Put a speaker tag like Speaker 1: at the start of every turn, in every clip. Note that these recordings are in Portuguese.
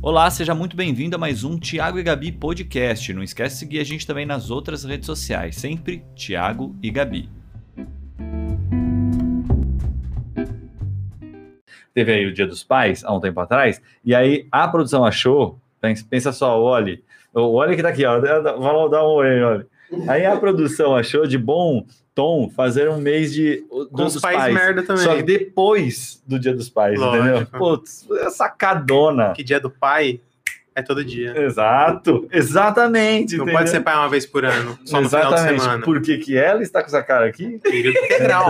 Speaker 1: Olá, seja muito bem-vindo a mais um Tiago e Gabi Podcast. Não esquece de seguir a gente também nas outras redes sociais, sempre Tiago e Gabi. Teve aí o Dia dos Pais, há um tempo atrás, e aí a produção achou, pensa, pensa só, o Oli, o Oli que tá aqui, ó, dá- dá- vai lá dar um oi, Oli. Aí a produção achou de bom tom fazer um mês de o-
Speaker 2: Com
Speaker 1: dos
Speaker 2: os pais, merda também.
Speaker 1: Só que depois do Dia dos Pais,
Speaker 2: Lógico.
Speaker 1: entendeu? Putz, é sacadona.
Speaker 2: Que dia do pai é todo dia.
Speaker 1: Exato, exatamente.
Speaker 2: Não
Speaker 1: entendeu?
Speaker 2: pode ser pai uma vez por ano, só no
Speaker 1: exatamente.
Speaker 2: final de semana.
Speaker 1: Por que, que ela está com essa cara aqui?
Speaker 2: Período integral.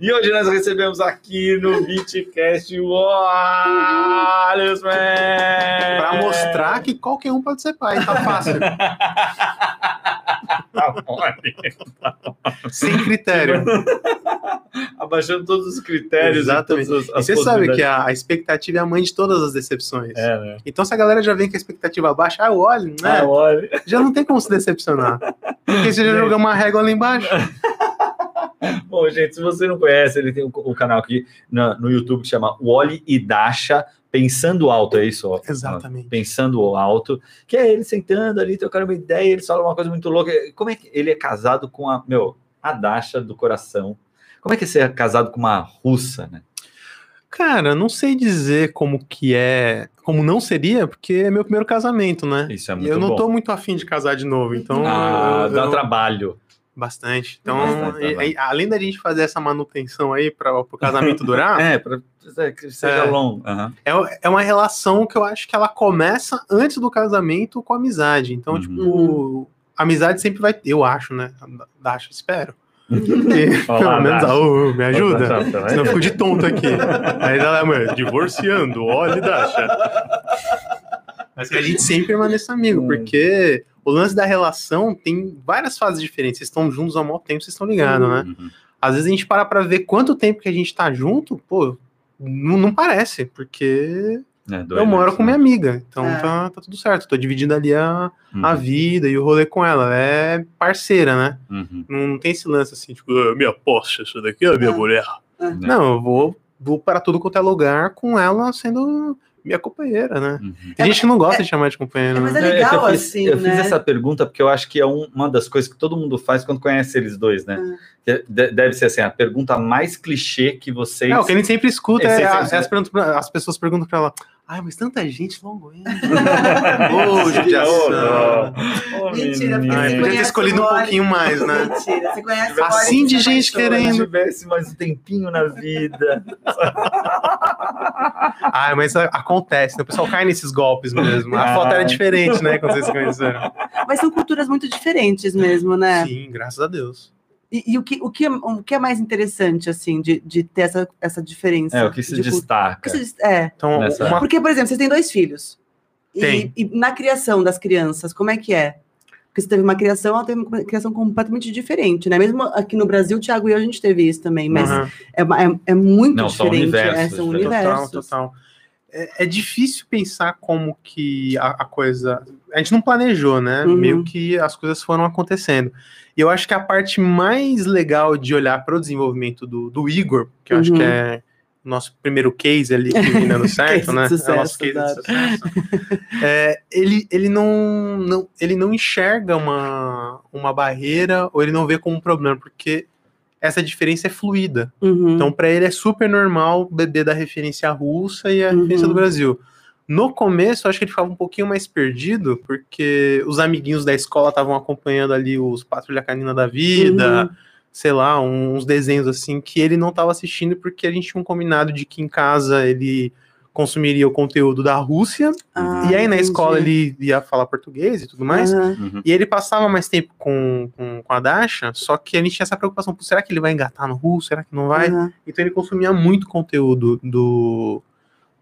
Speaker 1: e hoje nós recebemos aqui no BitCast o Wallace, man.
Speaker 2: pra mostrar que qualquer um pode ser pai, tá fácil.
Speaker 1: Tá mole.
Speaker 2: sem critério.
Speaker 1: Abaixando todos os critérios.
Speaker 2: Exatamente.
Speaker 1: E todas as-
Speaker 2: E
Speaker 1: as
Speaker 2: você sabe que
Speaker 1: possibilidades.
Speaker 2: a, a expectativa é a mãe de todas as decepções.
Speaker 1: É, né?
Speaker 2: Então se a galera já vem com a expectativa baixa, ah, eu olho, né?
Speaker 1: Ah, olha.
Speaker 2: já não tem como se decepcionar. Porque você já
Speaker 1: Gente.
Speaker 2: jogou uma régua lá embaixo.
Speaker 1: Bom, gente, se você não conhece, ele tem um, um canal aqui na- no YouTube que chama Wally e Dasha Pensando Alto, é isso? ó.
Speaker 2: Exatamente.
Speaker 1: Pensando Alto, que é ele sentando ali, trocando uma ideia, ele fala uma coisa muito louca. Como é que ele é casado com a, meu, a Dasha do coração? Como é que você é casado com uma russa, né?
Speaker 2: Cara, não sei dizer como que é, como não seria, porque é meu primeiro casamento, né?
Speaker 1: Isso é
Speaker 2: E
Speaker 1: muito
Speaker 2: eu não
Speaker 1: bom.
Speaker 2: tô muito afim de casar de novo, então.
Speaker 1: Ah,
Speaker 2: eu-
Speaker 1: dá
Speaker 2: eu-
Speaker 1: trabalho.
Speaker 2: Bastante. Então,
Speaker 1: Bastante
Speaker 2: e-
Speaker 1: trabalho.
Speaker 2: e- além da gente fazer essa manutenção aí para o casamento durar,
Speaker 1: É, pra que seja
Speaker 2: Ah. É.
Speaker 1: longo. Aham.
Speaker 2: é, é uma relação que eu acho que ela começa antes do casamento com a amizade. Então,
Speaker 1: Uhum.
Speaker 2: tipo, a amizade sempre vai. Eu acho, né? Dacho, espero. Porque,
Speaker 1: Olá,
Speaker 2: pelo menos,
Speaker 1: Dasha.
Speaker 2: ah, ô, me ajuda.
Speaker 1: Tá, tá, tá,
Speaker 2: Senão eu fico de tonto aqui. Aí ela, mano, divorciando, olha, Dasha. Mas que a gente sempre permaneça amigo,
Speaker 1: Hum.
Speaker 2: porque o lance da relação tem várias fases diferentes. Vocês estão juntos há maior tempo, vocês estão ligados, né?
Speaker 1: Uhum.
Speaker 2: Às vezes a gente para pra ver quanto tempo que a gente tá junto, pô, não, não parece, porque
Speaker 1: É, dois
Speaker 2: eu moro
Speaker 1: anos,
Speaker 2: com minha
Speaker 1: né?
Speaker 2: amiga, então
Speaker 3: É.
Speaker 2: tá, tá tudo certo. Tô dividindo ali a, a
Speaker 1: Uhum.
Speaker 2: vida e o rolê com ela. Ela É parceira, né?
Speaker 1: Uhum.
Speaker 2: Não, não tem esse lance assim, tipo, "Ah, minha posse, isso daqui é a minha
Speaker 3: É.
Speaker 2: mulher. Não, eu vou, vou para tudo quanto é lugar com ela sendo minha companheira, né?
Speaker 1: Uhum.
Speaker 2: Tem
Speaker 3: É,
Speaker 2: gente que não gosta de chamar de
Speaker 3: É,
Speaker 2: companheira,
Speaker 3: mas
Speaker 2: né?
Speaker 3: é
Speaker 1: É,
Speaker 3: legal,
Speaker 1: que eu fiz,
Speaker 3: assim,
Speaker 1: Eu
Speaker 3: né?
Speaker 1: fiz essa pergunta porque eu acho que é um- uma das coisas que todo mundo faz quando conhece eles dois, né?
Speaker 3: Ah.
Speaker 1: De- de- Deve ser assim, a pergunta mais clichê que vocês.
Speaker 2: É, o que a gente sempre escuta
Speaker 1: É,
Speaker 2: é,
Speaker 1: sim,
Speaker 2: a-
Speaker 1: sim,
Speaker 2: as,
Speaker 1: sim.
Speaker 2: perguntas pra- as pessoas perguntam pra ela, ai, mas tanta gente, não aguenta.
Speaker 1: Ô,
Speaker 2: judiação.
Speaker 1: não. Ô,
Speaker 3: Mentira, porque
Speaker 1: menino.
Speaker 2: Ah,
Speaker 3: Ai,
Speaker 2: eu podia ter
Speaker 3: conhece
Speaker 2: escolhido um
Speaker 3: o Boris.
Speaker 2: pouquinho mais, né?
Speaker 3: Mentira, você
Speaker 1: Assim
Speaker 3: conhece Boris, você
Speaker 2: de
Speaker 3: se
Speaker 2: gente
Speaker 3: apaixona.
Speaker 1: Se
Speaker 2: querendo.
Speaker 1: tivesse mais um tempinho na vida.
Speaker 2: Ah, mas a- acontece, né? O pessoal cai nesses golpes mesmo. A foto era diferente, né? Quando vocês se conheceram.
Speaker 3: Mas são culturas muito diferentes mesmo, né?
Speaker 2: Sim, graças a Deus.
Speaker 3: E, e o, que, o, que, é- o que é mais interessante, assim, de, de ter essa, essa diferença?
Speaker 1: É, o que se
Speaker 3: de cultura? O
Speaker 1: destaca.
Speaker 3: que se dis- É,
Speaker 2: Então,
Speaker 1: Nessa-
Speaker 2: uma
Speaker 3: porque, por exemplo, vocês têm dois filhos. E-
Speaker 2: Tem.
Speaker 3: E, na criação das crianças, como é que é? Porque você teve uma criação, ela teve uma criação completamente diferente, né? Mesmo aqui no Brasil, o Thiago e eu, a gente teve isso também, mas
Speaker 2: Aham.
Speaker 3: é, uma- é- é muito
Speaker 1: Não, são
Speaker 3: diferente. é,
Speaker 1: universos,
Speaker 3: são
Speaker 1: né?
Speaker 3: universos.
Speaker 2: Total, total. É, é difícil pensar como que a, a coisa. A gente não planejou, né?
Speaker 3: Uhum.
Speaker 2: Meio que as coisas foram acontecendo. E eu acho que a parte mais legal de olhar para o desenvolvimento do, do Igor, que eu acho
Speaker 3: Uhum.
Speaker 2: que é o nosso primeiro case ali que vem dando certo, né? é
Speaker 3: Case de
Speaker 2: o nosso
Speaker 3: sucesso,
Speaker 2: case de sucesso. É, ele, ele, não, não, ele não enxerga uma, uma barreira ou ele não vê como um problema, porque essa diferença é fluida.
Speaker 3: Uhum.
Speaker 2: Então, para ele é super normal beber da referência russa e a
Speaker 3: Uhum.
Speaker 2: referência do Brasil. No começo, eu acho que ele ficava um pouquinho mais perdido, porque os amiguinhos da escola estavam acompanhando ali os Patrulha Canina da Vida,
Speaker 3: Uhum.
Speaker 2: sei lá, um- uns desenhos assim, que ele não estava assistindo, porque a gente tinha um combinado de que em casa ele consumiria o conteúdo da Rússia,
Speaker 3: Ah,
Speaker 2: e aí na
Speaker 3: entendi. Ah.
Speaker 2: escola né? ele ia falar português e tudo mais.
Speaker 3: Aham.
Speaker 1: Uhum.
Speaker 2: E ele passava mais tempo com, com, com a Dasha, só que a gente tinha essa preocupação, "Pô, será que ele vai engatar no russo, será que não vai?
Speaker 3: Aham.
Speaker 2: Então ele consumia muito conteúdo do,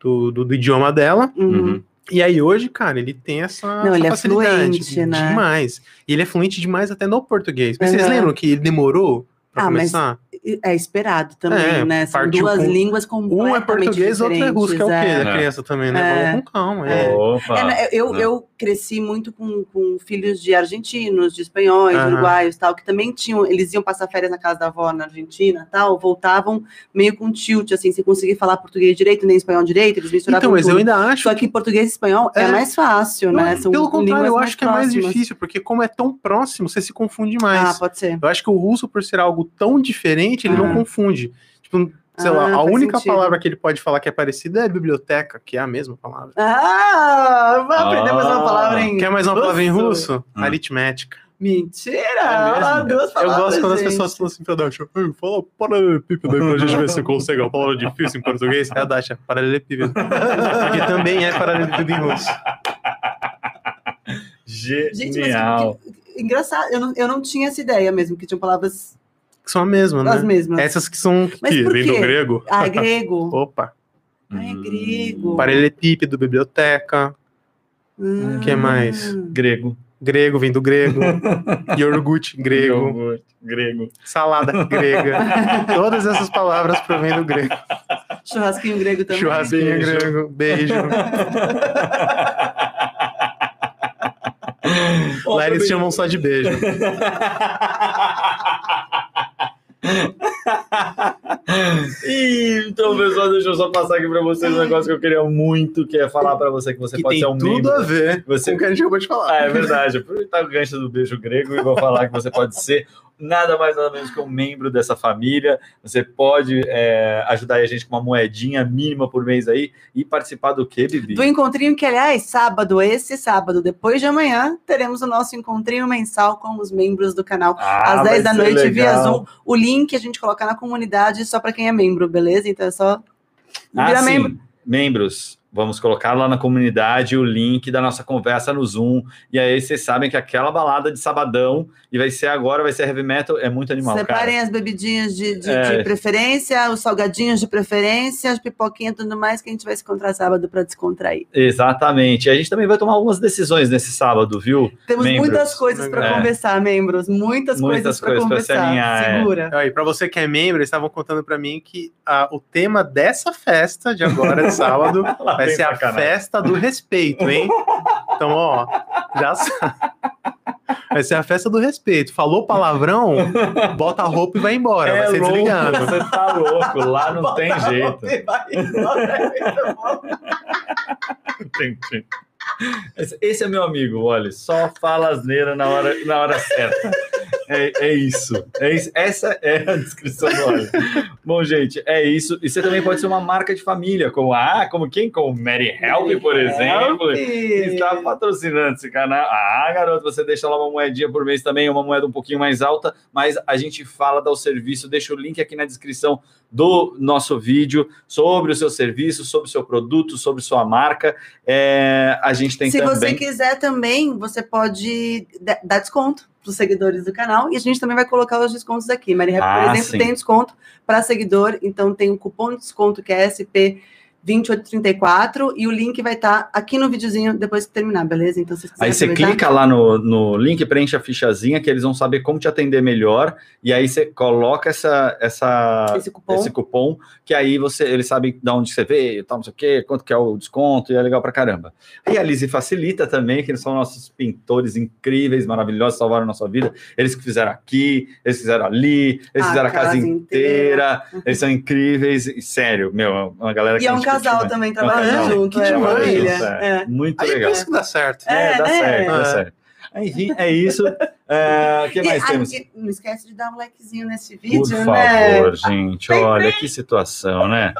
Speaker 2: do, do- do idioma dela.
Speaker 3: Uhum.
Speaker 1: Uhum.
Speaker 2: E aí hoje, cara, ele tem essa,
Speaker 3: Não,
Speaker 2: essa
Speaker 3: ele é
Speaker 2: facilidade assim,
Speaker 3: fluente, né?
Speaker 2: demais. E ele é fluente demais até no português. Mas vocês
Speaker 3: Aham.
Speaker 2: lembram que ele demorou pra
Speaker 3: Ah, mas-
Speaker 2: começar?
Speaker 3: é esperado também,
Speaker 2: É,
Speaker 3: né? São
Speaker 2: partiu
Speaker 3: duas
Speaker 2: com-
Speaker 3: línguas
Speaker 2: Um
Speaker 3: completamente
Speaker 2: é português, outro é russo, que é o quê?
Speaker 3: diferentes,
Speaker 2: Da
Speaker 1: É.
Speaker 2: criança também, né?
Speaker 3: É.
Speaker 2: Vamos com calma.
Speaker 3: É.
Speaker 2: É.
Speaker 1: Opa!
Speaker 3: É, né, eu,
Speaker 1: Não.
Speaker 3: eu cresci muito com, com filhos de argentinos, de espanhóis,
Speaker 2: Aham.
Speaker 3: uruguaios tal, que também tinham, eles iam passar férias na casa da avó na Argentina tal, voltavam meio com tilt, assim, sem conseguir falar português direito, nem espanhol direito, eles misturavam
Speaker 2: Então, mas eu
Speaker 3: tudo.
Speaker 2: ainda acho
Speaker 3: Só que português e espanhol é,
Speaker 2: É.
Speaker 3: mais fácil,
Speaker 2: Não,
Speaker 3: né? São
Speaker 2: Pelo contrário,
Speaker 3: línguas
Speaker 2: eu acho que é mais
Speaker 3: próximas.
Speaker 2: difícil, porque como é tão próximo, você se confunde mais.
Speaker 3: Ah, pode ser.
Speaker 2: Eu acho que o russo, por ser algo tão diferente, ele
Speaker 1: Ah.
Speaker 2: não confunde. Tipo, sei lá,
Speaker 3: Ah,
Speaker 2: a
Speaker 3: faz
Speaker 2: única
Speaker 3: sentido.
Speaker 2: palavra que ele pode falar que é parecida é biblioteca, que é a mesma palavra.
Speaker 3: Ah, vai aprender mais uma
Speaker 1: Ah.
Speaker 3: palavra em.
Speaker 2: Quer mais uma palavra em
Speaker 3: russo?
Speaker 2: russo?
Speaker 1: Hum.
Speaker 2: Aritmética.
Speaker 3: Mentira!
Speaker 1: mesmo?
Speaker 3: Ah, duas
Speaker 2: É Eu
Speaker 3: palavras.
Speaker 2: gosto quando as
Speaker 3: gente.
Speaker 2: pessoas falam assim pra Dasha, "Ei, fala paralelepípedo aí pra gente ver se você consegue uma palavra difícil em português. É a Dasha, paralelepípedo. Porque também é paralelepípedo em russo.
Speaker 3: Gente, mas
Speaker 1: Genial.
Speaker 3: que- que- engraçado, eu não, eu não tinha essa ideia mesmo, que tinham palavras
Speaker 2: Que são a mesma,
Speaker 3: as
Speaker 2: né?
Speaker 3: mesmas.
Speaker 2: Essas que são...
Speaker 3: Mas
Speaker 2: que
Speaker 3: por
Speaker 2: vem
Speaker 3: quê?
Speaker 2: do grego.
Speaker 3: Ah, grego.
Speaker 2: Opa.
Speaker 3: Ah,
Speaker 1: Hum.
Speaker 3: é grego.
Speaker 2: Paralelepípedo, biblioteca.
Speaker 3: Ah.
Speaker 2: que mais?
Speaker 1: Grego.
Speaker 2: Grego vem do grego. Iogurte, grego.
Speaker 1: Iogurte, Grego.
Speaker 2: Salada, grega. Todas essas palavras provêm do grego.
Speaker 3: Churrasquinho grego também.
Speaker 2: Churrasquinho
Speaker 1: Beijo.
Speaker 2: grego, beijo. Lá eles chamam só de beijo.
Speaker 1: Ih, então, pessoal, deixa eu só passar aqui pra vocês um negócio que eu queria muito, que é falar pra você que você
Speaker 2: que
Speaker 1: pode
Speaker 2: tem
Speaker 1: ser um
Speaker 2: tudo
Speaker 1: membro.
Speaker 2: a ver
Speaker 1: Você-
Speaker 2: com o que a gente acabou de falar.
Speaker 1: Ah, é verdade. Aproveitar o gancho do beijo grego e vou falar que você pode ser nada mais nada menos que um membro dessa família. Você pode é, ajudar a gente com uma moedinha mínima por mês aí e participar do quê, Bibi?
Speaker 3: Do encontrinho que, aliás, sábado, esse sábado, depois de amanhã, teremos o nosso encontrinho mensal com os membros do canal.
Speaker 1: Ah,
Speaker 3: Às
Speaker 1: vai
Speaker 3: 10 da
Speaker 1: ser
Speaker 3: noite, via
Speaker 1: legal.
Speaker 3: Zoom. O link a gente coloca na comunidade só pra quem é membro, beleza? Então é só
Speaker 1: Ah,
Speaker 3: virar
Speaker 1: sim.
Speaker 3: membro.
Speaker 1: Membros, vamos colocar lá na comunidade o link da nossa conversa no Zoom. E aí vocês sabem que aquela balada de sabadão, e vai ser agora, vai ser heavy metal, é muito animal,
Speaker 3: Separem as bebidinhas de, de-
Speaker 1: É.
Speaker 3: de preferência, os salgadinhos de preferência, as pipoquinhas e tudo mais que a gente vai se encontrar sábado pra descontrair.
Speaker 1: cara. Exatamente. E a gente também vai tomar algumas decisões nesse sábado, viu?
Speaker 3: Temos
Speaker 1: Membros.
Speaker 3: muitas coisas pra
Speaker 1: É.
Speaker 3: conversar, membros. Muitas,
Speaker 1: Muitas
Speaker 3: coisas pra
Speaker 1: coisas pra se
Speaker 3: conversar.
Speaker 1: alinhar, é.
Speaker 3: Segura.
Speaker 2: Aí, pra você que é membro, eles estavam contando pra mim que ah, o tema dessa festa de agora, de sábado,
Speaker 1: Lá
Speaker 2: vai
Speaker 1: vem
Speaker 2: ser a
Speaker 1: Tá sacanagem.
Speaker 2: festa do respeito, hein? Então, ó, já sabe. Vai ser a festa do respeito. Falou palavrão, bota a roupa e vai embora. vai
Speaker 1: É
Speaker 2: ser
Speaker 1: louco,
Speaker 2: desligado.
Speaker 1: Você tá louco, lá não tem jeito. Entendi. Esse- Esse é meu amigo, olha, só fala asneira na hora, na hora certa. É, é isso. É isso. Essa é a descrição do óleo. Bom, gente, é isso. E você também pode ser uma marca de família, como a, como quem? Como Mary Help, por exemplo. que Está patrocinando esse canal. Ah, garoto, você deixa lá uma moedinha por mês também, uma moeda um pouquinho mais alta, mas a gente fala do serviço, deixa o link aqui na descrição do nosso vídeo sobre o seu serviço, sobre o seu produto, sobre sua marca. É, a gente tem
Speaker 3: Se
Speaker 1: também.
Speaker 3: você quiser também, você pode da- dar desconto para os seguidores do canal e a gente também vai colocar os descontos aqui. Mari Rap,
Speaker 1: Ah,
Speaker 3: por exemplo,
Speaker 1: sim.
Speaker 3: tem desconto para seguidor, então tem um cupom de desconto que é SP 2834 e o link vai estar aqui no videozinho depois que terminar, beleza? Então se vocês
Speaker 1: Aí
Speaker 3: quiserem
Speaker 1: você
Speaker 3: aproveitar.
Speaker 1: clica lá no, no link, preenche a fichazinha, que eles vão saber como te atender melhor. E aí você coloca essa, essa,
Speaker 3: esse cupom.
Speaker 1: esse cupom, que aí você, eles sabem de onde você veio, tal, não sei o quê, quanto que é o desconto, e é legal pra caramba. E a Lise facilita também, que eles são nossos pintores incríveis, maravilhosos, salvaram nossa vida. Eles que fizeram aqui, eles fizeram ali, eles
Speaker 3: A
Speaker 1: fizeram a casa
Speaker 3: casa
Speaker 1: inteira,
Speaker 3: inteira.
Speaker 1: eles são incríveis, e sério, meu, é uma galera que
Speaker 3: E é
Speaker 1: a
Speaker 3: um
Speaker 1: gente curte
Speaker 3: casal
Speaker 1: muito.
Speaker 3: também
Speaker 1: É um
Speaker 3: trabalhando
Speaker 1: casal.
Speaker 3: junto,
Speaker 2: Que
Speaker 3: é
Speaker 2: demais.
Speaker 3: maravilha.
Speaker 1: É,
Speaker 3: É.
Speaker 1: Muito
Speaker 2: Aí
Speaker 1: legal.
Speaker 2: por isso que dá certo.
Speaker 1: É,
Speaker 3: É,
Speaker 1: dá
Speaker 3: né?
Speaker 1: certo, dá
Speaker 2: É.
Speaker 1: certo. Enfim, é isso. É, O que
Speaker 3: E
Speaker 1: mais
Speaker 3: a-
Speaker 1: temos?
Speaker 3: e não esquece de dar um likezinho nesse vídeo,
Speaker 1: Por
Speaker 3: né?
Speaker 1: favor, gente, olha que situação, né?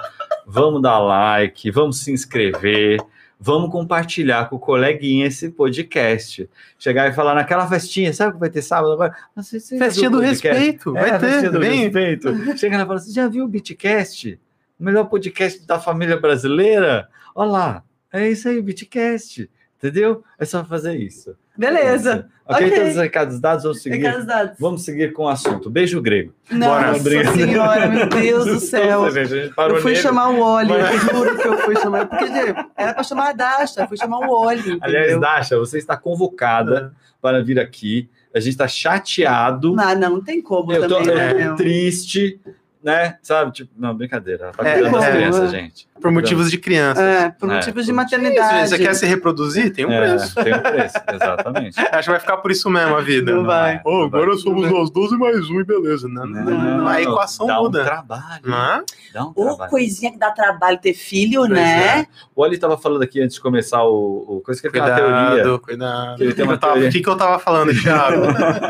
Speaker 1: Vamos dar like, vamos se inscrever, vamos compartilhar com o coleguinha esse podcast. Chegar e falar naquela festinha, sabe o que vai ter sábado agora? Não sei se você já
Speaker 2: Festinha
Speaker 1: viu
Speaker 2: do
Speaker 1: o podcast.
Speaker 2: respeito.
Speaker 1: É,
Speaker 2: Vai ter,
Speaker 1: festinha do
Speaker 2: vem.
Speaker 1: respeito. Chega lá e fala: Você já viu o Bitcast? O melhor podcast da família brasileira? Olha lá, é isso aí, Bitcast. Entendeu? É só fazer isso.
Speaker 3: Beleza.
Speaker 1: Ok,
Speaker 3: Ok.
Speaker 1: todos os recados dados, vamos seguir.
Speaker 3: Recados dados.
Speaker 1: Vamos seguir com o assunto. Beijo grego.
Speaker 3: Nossa
Speaker 1: Bora.
Speaker 3: senhora, meu Deus do céu.
Speaker 1: Você vê, a gente parou
Speaker 3: eu fui
Speaker 1: nele.
Speaker 3: chamar o Oli, eu juro que eu fui chamar. Porque gente, era pra chamar a Dasha, eu fui chamar o Oli.
Speaker 1: Aliás,
Speaker 3: entendeu?
Speaker 2: É.
Speaker 1: Dasha, você está convocada para vir aqui a gente tá chateado.
Speaker 2: um
Speaker 3: Ah, não, não tem como
Speaker 1: eu tô é.
Speaker 3: também,
Speaker 1: eu
Speaker 3: né?
Speaker 1: tô
Speaker 3: meu?
Speaker 1: triste, né? Sabe? Tipo, não, brincadeira. Ela tá
Speaker 2: É,
Speaker 1: cuidando das
Speaker 3: é.
Speaker 1: crianças, gente.
Speaker 2: Por motivos de criança.
Speaker 3: É, por
Speaker 1: É.
Speaker 3: motivos de
Speaker 2: Se
Speaker 3: maternidade.
Speaker 2: você quer se reproduzir, tem um preço.
Speaker 1: É, tem um preço, exatamente.
Speaker 2: Acho que vai ficar por isso mesmo a vida.
Speaker 3: Não vai.
Speaker 2: Ô, agora
Speaker 1: Não né?
Speaker 2: somos nós 12 mais um e beleza. Não, não, não,
Speaker 3: Não,
Speaker 2: a equação
Speaker 1: dá Um
Speaker 2: muda.
Speaker 1: trabalho,
Speaker 2: Não? é?
Speaker 1: Dá um
Speaker 3: Ô,
Speaker 1: trabalho.
Speaker 3: coisinha que dá trabalho ter filho,
Speaker 2: Pois é,
Speaker 3: né?
Speaker 1: O Oli tava falando aqui antes de começar o, o coisa que ele tem uma teoria.
Speaker 2: Cuidado, cuidado.
Speaker 1: Ele
Speaker 2: O que,
Speaker 1: tem uma
Speaker 2: eu tava-
Speaker 1: teoria.
Speaker 2: que que eu tava falando, Thiago?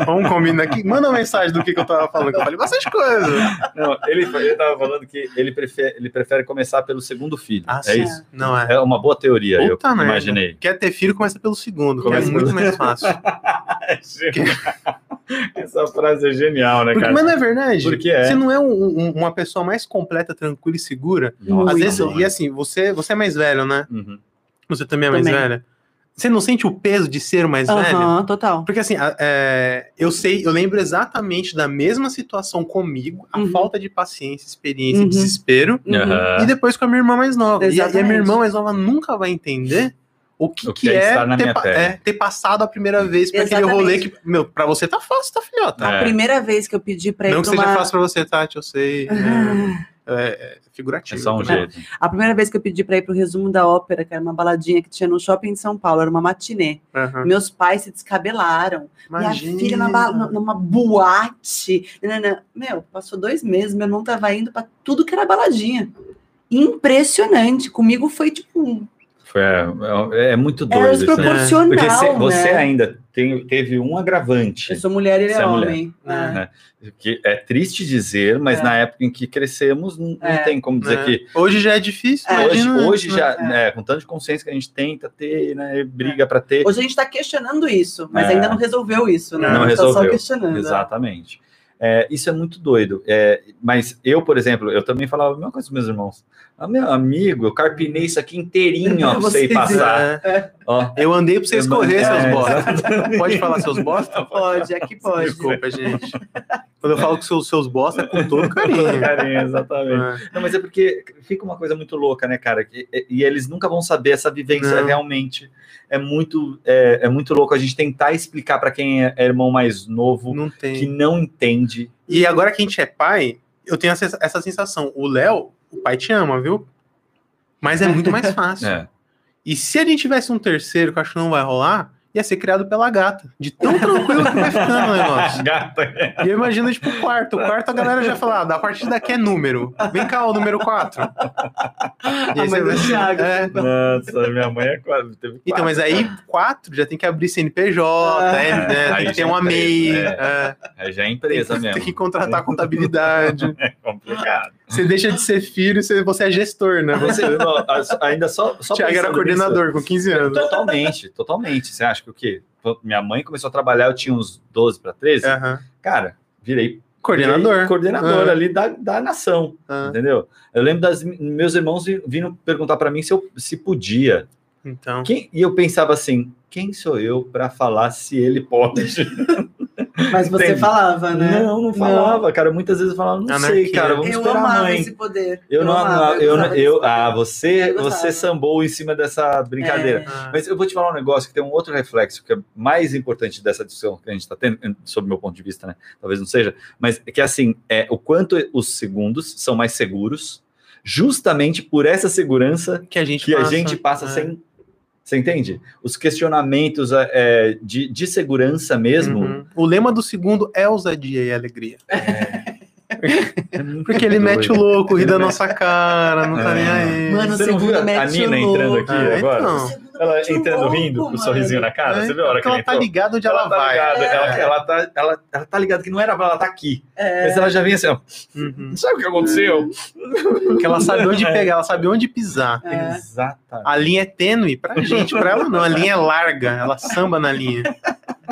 Speaker 2: Vamos combinar aqui. Manda uma mensagem do que, que eu tava falando, que eu falei bastante coisa.
Speaker 1: Não, ele, ele tava falando que ele prefere, ele prefere começar pelo segundo filho.
Speaker 2: Ah,
Speaker 1: é
Speaker 2: sim.
Speaker 1: isso.
Speaker 2: Não é.
Speaker 1: É uma boa teoria,
Speaker 2: Puta
Speaker 1: eu
Speaker 2: merda.
Speaker 1: imaginei.
Speaker 2: Quer ter filho, começa pelo segundo,
Speaker 1: Começa
Speaker 2: que é muito mais fácil.
Speaker 1: Essa frase é genial, né,
Speaker 2: Porque,
Speaker 1: cara?
Speaker 2: mas não é verdade?
Speaker 1: Porque é.
Speaker 2: Você não é um- um- uma pessoa mais completa, tranquila e segura?
Speaker 1: Nossa,
Speaker 2: Às
Speaker 3: Muito.
Speaker 2: vezes,
Speaker 1: mano.
Speaker 2: e assim, você, você é mais velho, né?
Speaker 1: Uhum.
Speaker 2: Você também é mais
Speaker 3: Também.
Speaker 2: velha. Você não sente o peso de ser o mais velho?
Speaker 3: Aham, total.
Speaker 2: Porque assim, a- é, eu sei, eu lembro exatamente da mesma situação comigo, a
Speaker 3: Uhum.
Speaker 2: falta de paciência, experiência, e
Speaker 3: Uhum.
Speaker 2: desespero,
Speaker 3: Uhum.
Speaker 1: Aham.
Speaker 2: e depois com a minha irmã mais nova. E a, e a minha
Speaker 3: Exatamente.
Speaker 2: irmã mais nova nunca vai entender o que,
Speaker 1: O que
Speaker 2: que
Speaker 1: é
Speaker 2: é,
Speaker 1: estar na minha
Speaker 2: ter, pa-
Speaker 1: pele.
Speaker 2: é, ter passado a primeira vez pra aquele
Speaker 3: Exatamente.
Speaker 2: rolê que, meu, pra você tá fácil, tá, filhota?
Speaker 1: É.
Speaker 3: A primeira vez que eu pedi pra ir
Speaker 2: Não que
Speaker 3: pra
Speaker 2: seja
Speaker 3: uma-
Speaker 2: fácil pra você, Tati, eu sei. É,
Speaker 3: Ah.
Speaker 2: é- é
Speaker 1: É
Speaker 2: figurativo.
Speaker 1: só um
Speaker 2: tá bom?
Speaker 1: jeito.
Speaker 3: A primeira vez que eu pedi pra ir pro resumo da ópera, que era uma baladinha que tinha no shopping em São Paulo, era uma matinê.
Speaker 2: Aham.
Speaker 3: Meus pais se descabelaram. Minha filha na ba- na- numa boate. nananã. Meu, passou dois meses, meu irmão tava indo pra tudo que era baladinha. Impressionante. Comigo foi tipo. um-
Speaker 1: Foi- é, é- é muito
Speaker 3: Era
Speaker 1: doido isso. né?
Speaker 3: desproporcional.
Speaker 1: Porque se- você
Speaker 3: né?
Speaker 1: ainda tem- teve um agravante.
Speaker 3: Eu sou mulher e ele
Speaker 1: Você
Speaker 3: é
Speaker 1: é mulher.
Speaker 3: homem.
Speaker 2: É.
Speaker 3: né?
Speaker 1: que é triste dizer, mas
Speaker 3: É.
Speaker 1: na época em que crescemos, não, não
Speaker 3: É.
Speaker 1: tem como dizer
Speaker 2: É.
Speaker 1: que
Speaker 2: Hoje já é difícil,
Speaker 3: É.
Speaker 1: hoje,
Speaker 2: imagina.
Speaker 1: hoje
Speaker 2: né?
Speaker 1: já, né, com tanto de consciência que a gente tenta ter, né, briga pra ter,
Speaker 3: Hoje a gente tá questionando isso,
Speaker 1: É.
Speaker 3: mas ainda não resolveu isso, né?
Speaker 2: Não
Speaker 3: a gente tá só
Speaker 1: resolveu.
Speaker 3: questionando.
Speaker 1: exatamente. É, isso é muito doido. É, mas eu, por exemplo, eu também falava a mesma coisa com meus irmãos. Ah, meu amigo, eu carpinei isso aqui inteirinho, ó, pra você ir
Speaker 3: Vocês-
Speaker 1: passar.
Speaker 2: É.
Speaker 1: Ó,
Speaker 2: Eu andei pra você escorrer,
Speaker 1: É,
Speaker 2: seus bosta.
Speaker 1: exatamente.
Speaker 2: Pode falar seus bosta?
Speaker 3: Pode, aqui pode.
Speaker 2: Desculpa, gente. Quando eu falo que seus, seus bosta, é com todo carinho.
Speaker 1: Carinha, exatamente.
Speaker 2: É.
Speaker 1: Não, mas é porque fica uma coisa muito louca, né, cara? E, e- e eles nunca vão saber essa vivência
Speaker 2: Não.
Speaker 1: realmente. É muito, é, é muito louco a gente tentar explicar pra quem é, é irmão mais novo
Speaker 2: Não
Speaker 1: que
Speaker 2: tem.
Speaker 1: não entende.
Speaker 2: E agora que a gente é pai, eu tenho essa, essa sensação. O Léo, o pai te ama, viu? Mas é muito mais fácil. E se a gente tivesse um terceiro, que eu acho que não vai rolar, ia ser criado pela gata. De tão tranquilo que vai ficando o negócio.
Speaker 1: Gata.
Speaker 2: E eu imagino, tipo, o quarto. O quarto a galera já fala, ah, da partir daqui é número. Vem cá, o número 4.
Speaker 3: Ah, mas o Thiago-
Speaker 1: Nossa, minha mãe é quase. Teve quatro.
Speaker 2: É. Então, mas aí 4 já tem que abrir CNPJ,
Speaker 3: Ah.
Speaker 2: é, né,
Speaker 1: Aí
Speaker 2: tem que ter
Speaker 1: já
Speaker 2: uma
Speaker 1: é empresa,
Speaker 2: MEI,
Speaker 1: é.
Speaker 2: é,
Speaker 1: Aí já é
Speaker 2: tem,
Speaker 1: empresa
Speaker 2: que, tem
Speaker 1: mesmo.
Speaker 2: que contratar contabilidade.
Speaker 1: É complicado.
Speaker 2: Você deixa de ser filho, você, você é gestor, né? Você,
Speaker 1: Você, não, a- ainda só. só
Speaker 2: Tiago era
Speaker 1: pensando nisso-
Speaker 2: coordenador com 15 anos.
Speaker 1: Totalmente, totalmente. Você acha que o quê? Minha mãe começou a trabalhar, eu tinha uns 12 para 13.
Speaker 2: Aham.
Speaker 1: Cara, virei
Speaker 2: É. Coordenador.
Speaker 1: Virei coordenador
Speaker 2: Ah,
Speaker 1: ali da, da nação,
Speaker 2: ah.
Speaker 1: entendeu? Eu lembro das meus irmãos vi- vindo perguntar pra mim se eu se podia.
Speaker 2: Então,
Speaker 1: Quem- e eu pensava assim, quem sou eu pra falar se ele pode?
Speaker 3: Mas você
Speaker 1: Entendi.
Speaker 3: falava, né?
Speaker 1: Não, não falava, cara. Muitas vezes eu falava, não sei,
Speaker 2: Ah, Anarquia.
Speaker 1: cara, vamos
Speaker 3: Eu
Speaker 1: esperar a
Speaker 3: amava
Speaker 1: mãe.
Speaker 3: esse poder.
Speaker 1: Eu não amava, eu, não-
Speaker 3: gostava
Speaker 1: eu-
Speaker 3: desse
Speaker 1: ah,
Speaker 3: poder.
Speaker 1: você,
Speaker 3: Eu gostava.
Speaker 1: você sambou em cima dessa brincadeira.
Speaker 2: ah,
Speaker 1: Mas eu vou te falar um negócio que tem um outro reflexo que é mais importante dessa discussão que a gente está tendo, eh, sob o meu ponto de vista, né? Talvez não seja, mas é que assim, é o quanto os segundos são mais seguros, justamente por essa segurança
Speaker 2: que a gente
Speaker 1: que a
Speaker 2: passa,
Speaker 1: gente passa
Speaker 2: é.
Speaker 1: sem. Você entende? Os questionamentos é, de, de segurança mesmo.
Speaker 2: Uhum. O lema do segundo é ousadia e alegria.
Speaker 1: é muito
Speaker 2: Porque ele
Speaker 1: doido.
Speaker 2: mete o louco, ri da nossa cara, não tá
Speaker 1: É.
Speaker 2: nem aí.
Speaker 3: Mano,
Speaker 1: Você não viu
Speaker 3: segundo
Speaker 1: a
Speaker 3: mete
Speaker 1: Nina
Speaker 3: o
Speaker 1: entrando
Speaker 3: louco.
Speaker 1: aqui
Speaker 2: Ah,
Speaker 1: agora?
Speaker 2: então.
Speaker 3: O É. segundo um
Speaker 1: Ela
Speaker 3: mete o
Speaker 1: entrando
Speaker 3: louco,
Speaker 1: rindo, com o
Speaker 3: mano.
Speaker 1: sorrisinho na cara.
Speaker 2: É,
Speaker 1: Você viu a hora que
Speaker 2: ela
Speaker 1: ele
Speaker 2: tá
Speaker 1: entrou?
Speaker 2: ligada onde
Speaker 1: ela,
Speaker 2: ela,
Speaker 1: tá
Speaker 2: vai.
Speaker 1: ligada,
Speaker 3: É.
Speaker 1: ela, ela tá, ela, ela tá ligada que não era pra ela estar aqui. Mas ela já vem assim, ó,
Speaker 2: Uhum.
Speaker 1: sabe o que aconteceu?
Speaker 2: Porque ela sabe onde pegar, ela sabe onde pisar.
Speaker 3: É.
Speaker 1: Exatamente.
Speaker 2: A linha é tênue pra gente, pra ela não. A linha é larga, ela samba na linha.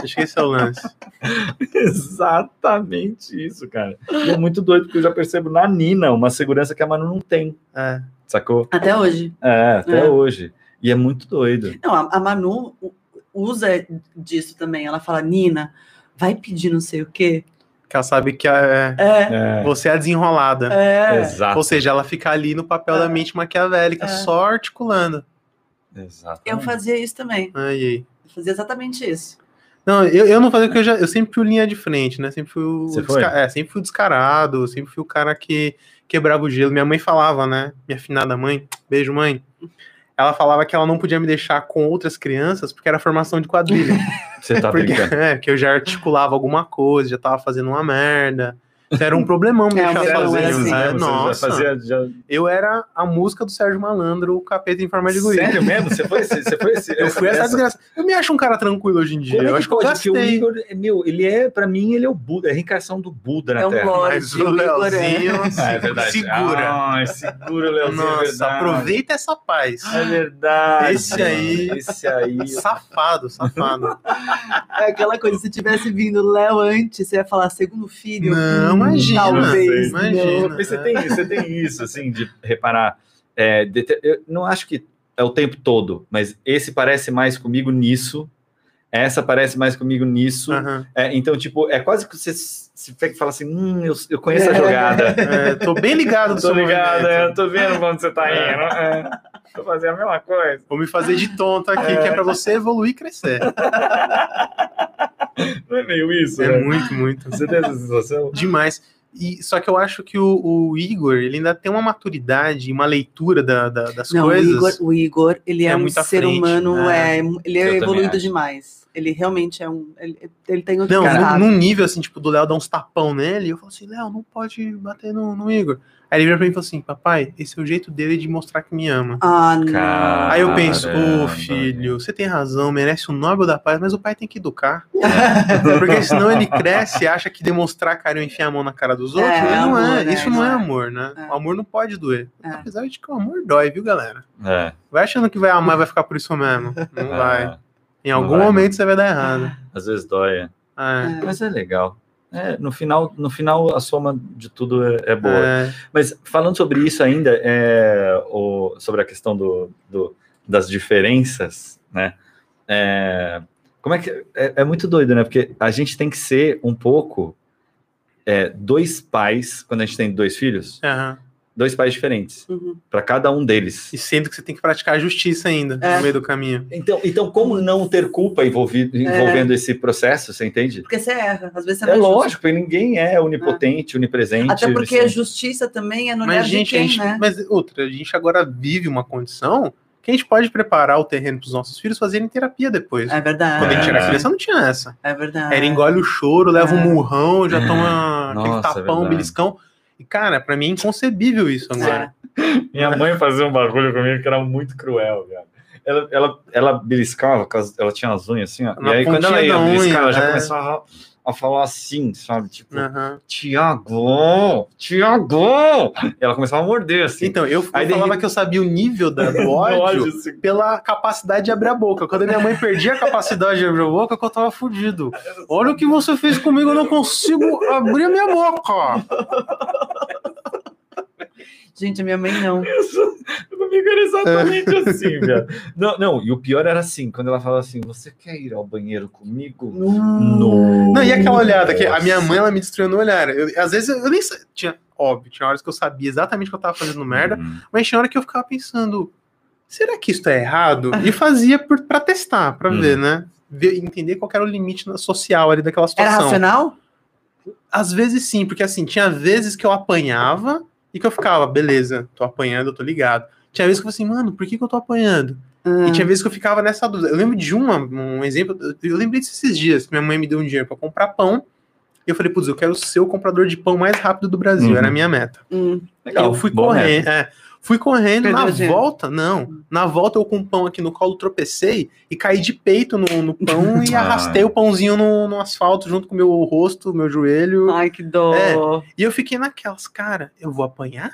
Speaker 2: Acho que esse é o lance.
Speaker 1: Exatamente isso, cara. E é muito doido, porque eu já percebo na Nina uma segurança que a Manu não tem,
Speaker 2: É.
Speaker 1: sacou?
Speaker 3: Até hoje.
Speaker 1: É, até
Speaker 3: É.
Speaker 1: hoje. E é muito doido.
Speaker 3: Não, a, a Manu u- usa disso também. Ela fala, Nina, vai pedir não sei o quê.
Speaker 2: Que ela sabe que é-
Speaker 3: É,
Speaker 1: É,
Speaker 2: você é a desenrolada.
Speaker 3: é.
Speaker 1: Exato.
Speaker 2: Ou seja, ela fica ali no papel da mente maquiavélica,
Speaker 3: É.
Speaker 2: só articulando.
Speaker 1: Exatamente.
Speaker 3: Eu fazia isso também.
Speaker 2: Ai, ai.
Speaker 3: Eu fazia exatamente isso.
Speaker 2: Não, eu, eu não fazia porque eu, já, eu sempre fui o linha de frente, né? Sempre fui o,
Speaker 1: Você
Speaker 2: o desca- é, sempre fui o descarado, sempre fui o cara que quebrava o gelo. Minha mãe falava, né? Minha afinada mãe, beijo, mãe. Ela falava que ela não podia me deixar com outras crianças porque era formação de quadrilha.
Speaker 1: Você tá
Speaker 2: porque,
Speaker 1: brincando.
Speaker 2: é, porque eu já articulava alguma coisa, já tava fazendo uma merda. Então era um problemão me
Speaker 3: É, um
Speaker 2: deixar sozinho,
Speaker 3: problema, era
Speaker 2: né?
Speaker 3: assim.
Speaker 1: É, Você já
Speaker 2: Nossa,
Speaker 1: fazia- já-
Speaker 2: eu era a música do Sérgio Malandro, o capeta em forma de guri.
Speaker 1: Sério mesmo? Você foi, você você foi esse-
Speaker 2: Eu fui essa desgraça. Eu me acho um cara tranquilo hoje em dia.
Speaker 1: Como é
Speaker 2: eu
Speaker 1: que
Speaker 2: acho que eu
Speaker 1: pode? Porque o
Speaker 2: gastei.
Speaker 1: Igor, meu, ele é, pra mim, ele é o Buda, é a reencarnação do Buda na
Speaker 3: É um
Speaker 1: Terra.
Speaker 3: Lorde,
Speaker 2: Mas o
Speaker 3: Igor é-
Speaker 2: Leozinho
Speaker 1: Ah,
Speaker 2: se- segura.
Speaker 1: Ah, segura, Leozinho. é
Speaker 2: Nossa,
Speaker 1: verdade.
Speaker 2: aproveita essa paz.
Speaker 1: É verdade.
Speaker 2: Esse aí-
Speaker 1: Esse aí.
Speaker 2: Safado, safado.
Speaker 3: É aquela coisa, se tivesse vindo o Léo antes, você ia falar segundo filho.
Speaker 2: Não,
Speaker 3: Hum,
Speaker 2: imagina,
Speaker 3: Talvez,
Speaker 2: imagina.
Speaker 3: não.
Speaker 1: Mas
Speaker 2: né?"
Speaker 1: Você tem, você tem isso, assim, de reparar. É, de ter- eu não acho que é o tempo todo, mas esse parece mais comigo nisso. Essa parece mais comigo nisso.
Speaker 2: Aham.
Speaker 1: É, então, tipo, é quase que você se se fica e fala assim: hum, eu, eu conheço a
Speaker 3: É.
Speaker 1: jogada.
Speaker 2: É, tô bem ligado do
Speaker 1: tô
Speaker 2: seu
Speaker 1: ligado, é, eu
Speaker 2: movimento.
Speaker 1: tô vendo onde você tá
Speaker 2: um É.
Speaker 1: indo. é. Tô fazendo a mesma coisa.
Speaker 2: Vou me fazer de tonto aqui, que é pra você evoluir e crescer.
Speaker 1: Não é meio isso?
Speaker 2: É
Speaker 1: né?
Speaker 2: muito, muito.
Speaker 1: Você tem essa sensação?
Speaker 2: Demais. E, só que eu acho que o, o Igor, ele ainda tem uma maturidade e uma leitura da- da- das
Speaker 3: Não, o
Speaker 2: coisas.
Speaker 3: Igor, o Igor, ele é,
Speaker 2: É
Speaker 3: um
Speaker 2: muito à
Speaker 3: ser
Speaker 2: frente,
Speaker 3: humano,
Speaker 2: né?
Speaker 3: é, ele
Speaker 1: Eu
Speaker 3: é
Speaker 1: também
Speaker 3: evoluído
Speaker 1: acho.
Speaker 3: demais. Ele realmente é um. Ele, ele tem outro
Speaker 2: Não,
Speaker 3: caráter.
Speaker 2: num, num nível assim, tipo, do Léo dar uns tapão nele, eu falo assim, Léo, não pode bater no, no Igor. Aí ele vira pra mim e fala assim, papai, esse é o jeito dele de mostrar que me ama.
Speaker 3: Ah, não.
Speaker 1: Cara.
Speaker 2: Aí eu penso, ô
Speaker 1: Caramba,
Speaker 2: filho, você tem razão, merece o Nobel da Paz, mas o pai tem que educar. Porque senão ele cresce e acha que demonstrar carinho e enfiar a mão na cara dos outros,
Speaker 3: É,
Speaker 2: mas não é,
Speaker 3: amor, né?
Speaker 2: isso não é amor, né?
Speaker 3: É.
Speaker 2: O amor não pode doer.
Speaker 3: É.
Speaker 2: Apesar de que o amor dói, viu, galera?
Speaker 1: É.
Speaker 2: Vai achando que vai amar e vai ficar por isso mesmo. Não vai.
Speaker 1: É.
Speaker 2: Em
Speaker 1: Não
Speaker 2: algum
Speaker 1: vai.
Speaker 2: momento você vai dar errado.
Speaker 1: Às vezes dói. é.
Speaker 2: É.
Speaker 3: É.
Speaker 1: Mas é legal. É, no, final, no final, a soma de tudo é, é boa.
Speaker 2: É.
Speaker 1: Mas falando sobre isso ainda, é, o- sobre a questão do, do- das diferenças, né? É, como é que é, é muito doido, né? Porque a gente tem que ser um pouco é, dois pais quando a gente tem dois filhos,
Speaker 2: É, Aham.
Speaker 1: dois pais diferentes
Speaker 3: Uhum.
Speaker 1: para cada um deles.
Speaker 2: E sendo que você tem que praticar a justiça ainda
Speaker 3: É.
Speaker 2: no meio do caminho.
Speaker 1: Então, então como não ter culpa envolvido, envolvendo esse processo? Você entende?
Speaker 3: Porque você erra. Às vezes você
Speaker 1: É
Speaker 3: não Tá justo.
Speaker 1: lógico, porque ninguém é onipotente, onipresente. assim.
Speaker 3: Até porque a
Speaker 1: onisciente.
Speaker 3: justiça também é no
Speaker 2: Mas,
Speaker 3: lugar
Speaker 2: gente,
Speaker 3: de quem,
Speaker 2: a gente,
Speaker 3: né?
Speaker 2: mas outra, a gente agora vive uma condição que a gente pode preparar o terreno para os nossos filhos fazerem terapia depois.
Speaker 3: É verdade.
Speaker 2: Quando a gente
Speaker 1: É.
Speaker 2: era criança, não tinha essa.
Speaker 3: É verdade.
Speaker 2: Era engole o choro, leva um murrão, já
Speaker 1: É.
Speaker 2: toma aquele
Speaker 1: Nossa,
Speaker 2: tapão,
Speaker 1: verdade.
Speaker 2: beliscão. E, cara, pra mim é inconcebível isso agora.
Speaker 1: Minha mãe fazia um bagulho comigo que era muito cruel, cara. Ela, ela, ela beliscava, com as- ela tinha as unhas assim, ó.
Speaker 2: Na
Speaker 1: e aí quando ela
Speaker 2: pontinha
Speaker 1: ia
Speaker 2: da unha,
Speaker 1: beliscar, ela já
Speaker 2: né? É.
Speaker 1: começava a, a falar assim, sabe? Tipo,
Speaker 2: Aham.
Speaker 1: Tiago, Tiago! Ela começava a morder assim.
Speaker 2: Então, eu, eu
Speaker 1: Aí de
Speaker 2: falava
Speaker 1: repente-
Speaker 2: que eu sabia o nível da, do
Speaker 1: No
Speaker 2: ódio
Speaker 1: assim.
Speaker 2: pela capacidade de abrir a boca. Quando a minha mãe perdia a capacidade de abrir a boca, que eu tava fudido. Olha o que você fez comigo, eu não consigo abrir a minha boca.
Speaker 3: Gente, a minha mãe não.
Speaker 1: Isso, comigo era exatamente
Speaker 2: É.
Speaker 1: assim, velho. Não, não, e o pior era assim, quando ela falava assim: você quer ir ao banheiro comigo? No.
Speaker 2: Não, e é aquela olhada que a minha mãe ela me destruiu no olhar. Eu- às vezes eu, eu nem sa- tinha, óbvio, tinha horas que eu sabia exatamente o que eu tava fazendo merda,
Speaker 1: Hum. Uhum.
Speaker 2: mas tinha hora que eu ficava pensando, será que isso é errado? E fazia por, pra testar, pra
Speaker 1: Uhum.
Speaker 2: ver, né? Ver, entender qual que era o limite na- social ali daquela
Speaker 3: Era
Speaker 2: situação.
Speaker 3: racional?
Speaker 2: Às vezes sim, porque assim, tinha vezes que eu apanhava e que eu ficava, beleza, tô apanhando, eu tô ligado. Tinha vezes que eu falei assim, mano, por que, que eu tô apanhando?
Speaker 3: Ah.
Speaker 2: E tinha vezes que eu ficava nessa dúvida. Eu lembro de uma, um exemplo, eu- eu lembrei disso esses dias, que minha mãe me deu um dinheiro pra comprar pão. E eu falei, putz, eu quero ser o comprador de pão mais rápido do Brasil,
Speaker 1: Uhum.
Speaker 2: era a minha meta.
Speaker 3: Hum.
Speaker 1: Legal,
Speaker 2: eu fui
Speaker 1: bom né?
Speaker 2: correndo, é, fui correndo,
Speaker 3: Perdeu
Speaker 2: na
Speaker 3: o dinheiro.
Speaker 2: volta, não, na volta eu com o pão aqui no colo tropecei e caí de peito no, no pão e
Speaker 1: Ah.
Speaker 2: arrastei o pãozinho no, no asfalto junto com o meu rosto, meu joelho.
Speaker 3: Ai, que dó.
Speaker 2: É. E eu fiquei naquelas, cara, eu vou apanhar?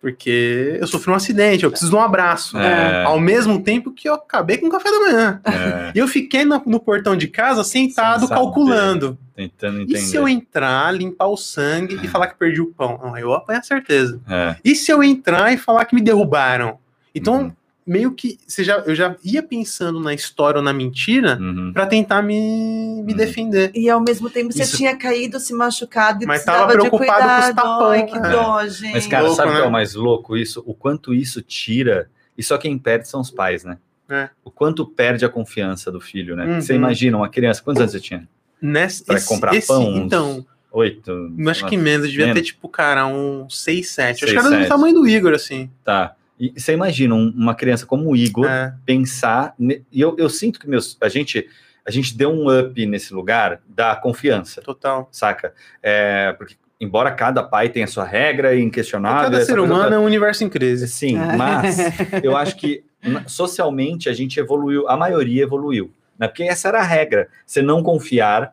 Speaker 2: Porque eu sofri um acidente, eu preciso de um abraço.
Speaker 1: É.
Speaker 2: Ao mesmo tempo que eu acabei com o café da manhã.
Speaker 1: É,
Speaker 2: E eu fiquei na- no, portão de casa sentado,
Speaker 1: Sem saber.
Speaker 2: calculando.
Speaker 1: tentando
Speaker 2: E
Speaker 1: entender.
Speaker 2: se eu entrar, limpar o sangue e falar que perdi o pão? Não, eu apanho a certeza.
Speaker 1: É.
Speaker 2: E se eu entrar e falar que me derrubaram? Então,
Speaker 1: Uhum.
Speaker 2: meio que você já, eu já ia pensando na história ou na mentira
Speaker 1: Uhum.
Speaker 2: pra tentar me, me
Speaker 1: Uhum.
Speaker 2: defender.
Speaker 3: E ao mesmo tempo você
Speaker 2: Isso.
Speaker 3: tinha caído, se machucado e
Speaker 2: Mas tava
Speaker 3: precisava de
Speaker 2: preocupado com os
Speaker 3: cuidado.
Speaker 2: tapão,
Speaker 3: Ai, que
Speaker 2: né?
Speaker 3: dó, gente.
Speaker 1: Mas, cara,
Speaker 2: Louco,
Speaker 1: sabe o que é
Speaker 2: né?
Speaker 1: o mais louco isso? O quanto isso tira. E só quem perde são os pais, né?
Speaker 2: É.
Speaker 1: O quanto perde a confiança do filho, né?
Speaker 2: Uhum.
Speaker 1: Você imagina uma criança, quantos anos você tinha?
Speaker 2: Nessa,
Speaker 1: Pra comprar pão, uns-
Speaker 2: Então,
Speaker 1: Oito?
Speaker 2: eu acho que menos. Devia
Speaker 1: menos.
Speaker 2: ter, tipo, cara, um 6, 7. Acho
Speaker 1: tá Seis,
Speaker 2: que era do
Speaker 1: sete.
Speaker 2: tamanho do Igor, assim.
Speaker 1: Tá. E você imagina um- uma criança como o Igor
Speaker 2: É.
Speaker 1: pensar. ne- E eu, eu sinto que meus, a, gente, a gente deu um up nesse lugar da confiança,
Speaker 2: Total.
Speaker 1: saca? É, porque, embora cada pai tenha sua regra e inquestionável.
Speaker 2: Cada
Speaker 1: essa tá
Speaker 2: ser
Speaker 1: coisa
Speaker 2: humano
Speaker 1: toda-
Speaker 2: é um universo em crise.
Speaker 1: Sim, Assim,
Speaker 3: Ah.
Speaker 1: mas eu acho que na- socialmente a gente evoluiu, a maioria evoluiu. Né? Porque essa era a regra. Você não confiar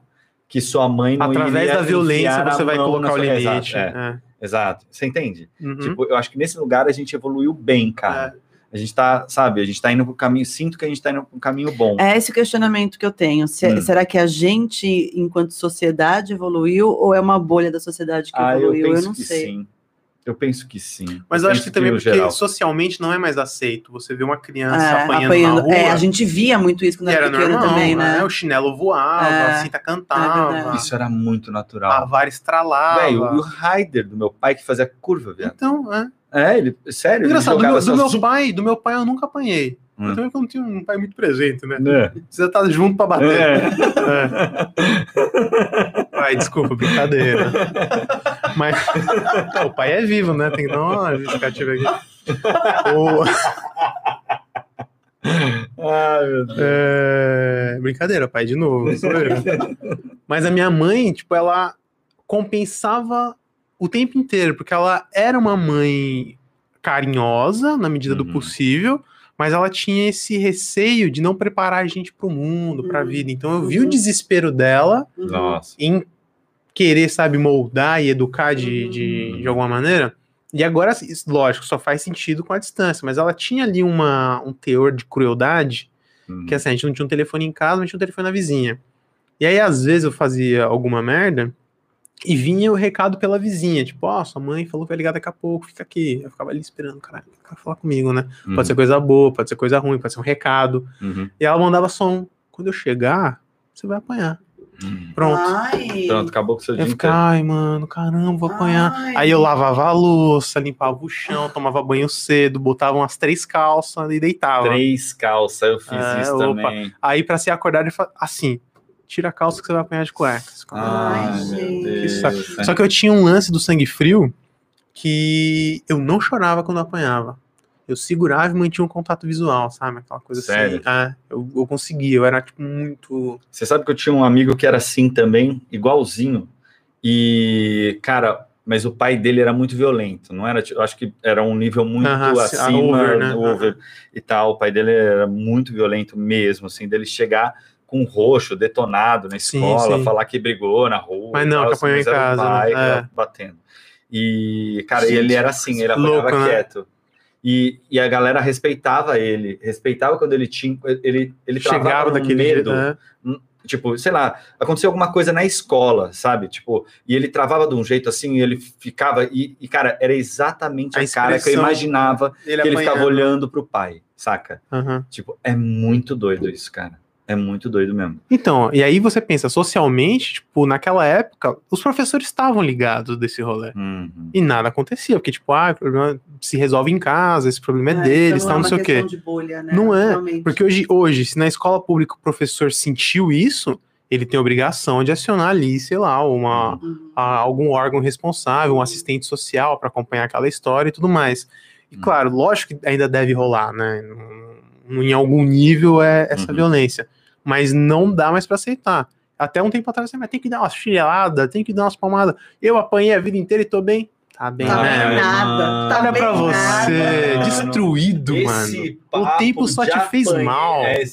Speaker 1: que sua mãe não
Speaker 2: Através
Speaker 1: iria
Speaker 2: da violência
Speaker 1: enfiar a
Speaker 2: você vai
Speaker 1: mão
Speaker 2: colocar
Speaker 1: na
Speaker 2: o
Speaker 1: sua-
Speaker 2: limite.
Speaker 1: Exato,
Speaker 2: É.
Speaker 1: é, exato. Você entende?
Speaker 2: Uhum. É.
Speaker 1: Tipo, eu acho que nesse lugar a gente evoluiu bem, cara. A gente tá, sabe, a gente tá indo pro caminho, sinto que a gente tá indo pro caminho bom.
Speaker 3: É esse o questionamento que eu tenho. Se- é-
Speaker 1: Hum.
Speaker 3: Será que a gente, enquanto sociedade, evoluiu ou é uma bolha da sociedade que
Speaker 1: ah, eu
Speaker 3: evoluiu? Eu,
Speaker 1: penso
Speaker 3: não
Speaker 1: que
Speaker 3: sei.
Speaker 1: sim. Eu penso que sim.
Speaker 2: Mas eu acho
Speaker 1: penso
Speaker 2: que também
Speaker 1: no
Speaker 2: porque
Speaker 1: geral.
Speaker 2: socialmente não é mais aceito. Você vê uma criança
Speaker 3: É,
Speaker 2: apanhando, na
Speaker 3: apanhando.
Speaker 2: rua,
Speaker 3: É, a gente via muito isso quando
Speaker 2: e
Speaker 3: era,
Speaker 2: era
Speaker 3: pequeno
Speaker 2: normal,
Speaker 3: também, né?
Speaker 2: O chinelo voava,
Speaker 3: É.
Speaker 2: a cinta cantava,
Speaker 3: É verdade.
Speaker 1: Isso era muito natural.
Speaker 2: a vara estralava.
Speaker 1: Velho, e o Raider do meu pai que fazia curva, velho.
Speaker 2: então, é.
Speaker 1: É, ele, sério, ele
Speaker 2: Engraçado, do
Speaker 1: jogava
Speaker 2: meu, do
Speaker 1: só
Speaker 2: meu
Speaker 1: super...
Speaker 2: pai, do meu pai eu nunca apanhei.
Speaker 1: Hum.
Speaker 2: Eu também que eu não tinha um pai muito presente, né?
Speaker 1: né?
Speaker 2: Você tá junto pra bater.
Speaker 1: É.
Speaker 2: É. Pai, desculpa, brincadeira. Mas o pai é vivo, né? Tem que dar uma justificativa aqui. O-
Speaker 1: Ah, meu Deus.
Speaker 2: É, Brincadeira, pai, de novo. sou eu. Mas a minha mãe, tipo, ela compensava o tempo inteiro, porque ela era uma mãe carinhosa na medida do
Speaker 1: Uhum.
Speaker 2: possível, mas ela tinha esse receio de não preparar a gente pro mundo, pra
Speaker 3: Uhum.
Speaker 2: vida. Então eu vi o
Speaker 3: Uhum.
Speaker 2: desespero dela
Speaker 3: Uhum.
Speaker 1: Nossa.
Speaker 2: em querer, sabe, moldar e educar de, de,
Speaker 1: Uhum.
Speaker 2: de alguma maneira. E agora, assim, isso, lógico, só faz sentido com a distância, mas ela tinha ali uma, um teor de crueldade
Speaker 1: Hum.
Speaker 2: que assim, a gente não tinha um telefone em casa, mas tinha um telefone na vizinha. E aí, às vezes, eu fazia alguma merda e vinha o recado pela vizinha, tipo, ó, sua mãe falou que vai ligar daqui a pouco, fica aqui. Eu ficava ali esperando, caralho, o cara vai falar comigo, né?
Speaker 1: Uhum.
Speaker 2: Pode ser coisa boa, pode ser coisa ruim, pode ser um recado.
Speaker 1: Uhum.
Speaker 2: E ela mandava som. Quando eu chegar, você vai apanhar.
Speaker 1: Uhum.
Speaker 2: Pronto.
Speaker 3: Ai.
Speaker 1: Pronto, acabou com o seu dia
Speaker 2: eu ficava, ai, mano, caramba, vou apanhar.
Speaker 3: Ai.
Speaker 2: Aí eu lavava a louça, limpava o chão, tomava banho cedo, botava umas três calças e deitava.
Speaker 1: Três calças, eu fiz
Speaker 2: É,
Speaker 1: isso
Speaker 2: opa.
Speaker 1: também.
Speaker 2: Aí, pra se acordar, ele fala assim: tira a calça que você vai apanhar de cueca. Você fica,
Speaker 1: Ai,
Speaker 2: "Nossa".
Speaker 1: meu
Speaker 3: gente.
Speaker 1: Deus. é.
Speaker 2: saco. Só que eu tinha um lance do sangue frio que eu não chorava quando apanhava. Eu segurava e mantinha um contato visual, sabe? Aquela coisa
Speaker 1: Sério?
Speaker 2: assim. Ah, eu, eu conseguia, eu era tipo muito.
Speaker 1: Você sabe que eu tinha um amigo que era assim também, igualzinho. E, cara, mas o pai dele era muito violento, não era? ti- Eu acho que era um nível muito
Speaker 2: Aham, assim, a
Speaker 1: acima,
Speaker 2: over, né?
Speaker 1: over e tal. O pai dele era muito violento mesmo, assim, dele chegar com roxo, detonado na
Speaker 2: Sim,
Speaker 1: escola,
Speaker 2: sim.
Speaker 1: falar que brigou na rua.
Speaker 2: Mas
Speaker 1: e
Speaker 2: não,
Speaker 1: tal, assim,
Speaker 2: que apanhou
Speaker 1: mas
Speaker 2: em
Speaker 1: era o
Speaker 2: casa,
Speaker 1: pai
Speaker 2: né?
Speaker 1: que era
Speaker 2: É.
Speaker 1: batendo. E, cara,
Speaker 3: Gente,
Speaker 1: ele era assim, ele apanhava
Speaker 2: louco, né?
Speaker 1: quieto. E, e a galera respeitava ele, respeitava quando ele tinha. Ele, ele travava
Speaker 2: chegava
Speaker 1: num
Speaker 2: daquele
Speaker 1: medo.
Speaker 2: jeito. né?
Speaker 1: Tipo, sei lá, aconteceu alguma coisa na escola, sabe? Tipo, e ele travava de um jeito assim, e ele ficava. E, e, cara, era exatamente a,
Speaker 2: A
Speaker 1: cara que eu
Speaker 2: expressão
Speaker 1: imaginava
Speaker 2: Ele,
Speaker 1: que ele ficava
Speaker 2: apanhando.
Speaker 1: olhando pro pai, saca?
Speaker 2: Aham.
Speaker 1: Tipo, é muito doido isso, cara. É muito doido mesmo.
Speaker 2: Então, e aí você pensa, socialmente, tipo, naquela época, os professores estavam ligados desse rolê.
Speaker 1: Uhum.
Speaker 2: E nada acontecia, porque, tipo, ah, o problema se resolve em casa, esse problema é
Speaker 3: Ah,
Speaker 2: deles,
Speaker 3: então
Speaker 2: tal, não sei o quê.
Speaker 3: questão de bolha, né?
Speaker 2: Não é,
Speaker 3: Realmente.
Speaker 2: Porque hoje, hoje, se na escola pública o professor sentiu isso, ele tem a obrigação de acionar ali, sei lá, uma,
Speaker 3: Uhum.
Speaker 2: a- algum órgão responsável, um assistente social para acompanhar aquela história e tudo mais. E
Speaker 1: Uhum.
Speaker 2: claro, lógico que ainda deve rolar, né? Num- Em algum nível é essa
Speaker 1: Uhum.
Speaker 2: violência. Mas não dá mais para aceitar. Até um tempo atrás, você mas tem que dar umas chineladas, tem que dar umas palmadas. Eu apanhei a vida inteira e tô bem. Tá bem,
Speaker 3: Tá
Speaker 2: né?
Speaker 3: bem, nada. Tá
Speaker 2: Olha
Speaker 3: bem
Speaker 2: pra você,
Speaker 1: nada.
Speaker 2: destruído, mano.
Speaker 1: papo
Speaker 2: tempo só
Speaker 1: de
Speaker 2: te fez
Speaker 1: apanhei-
Speaker 2: mal. Ah.
Speaker 1: É,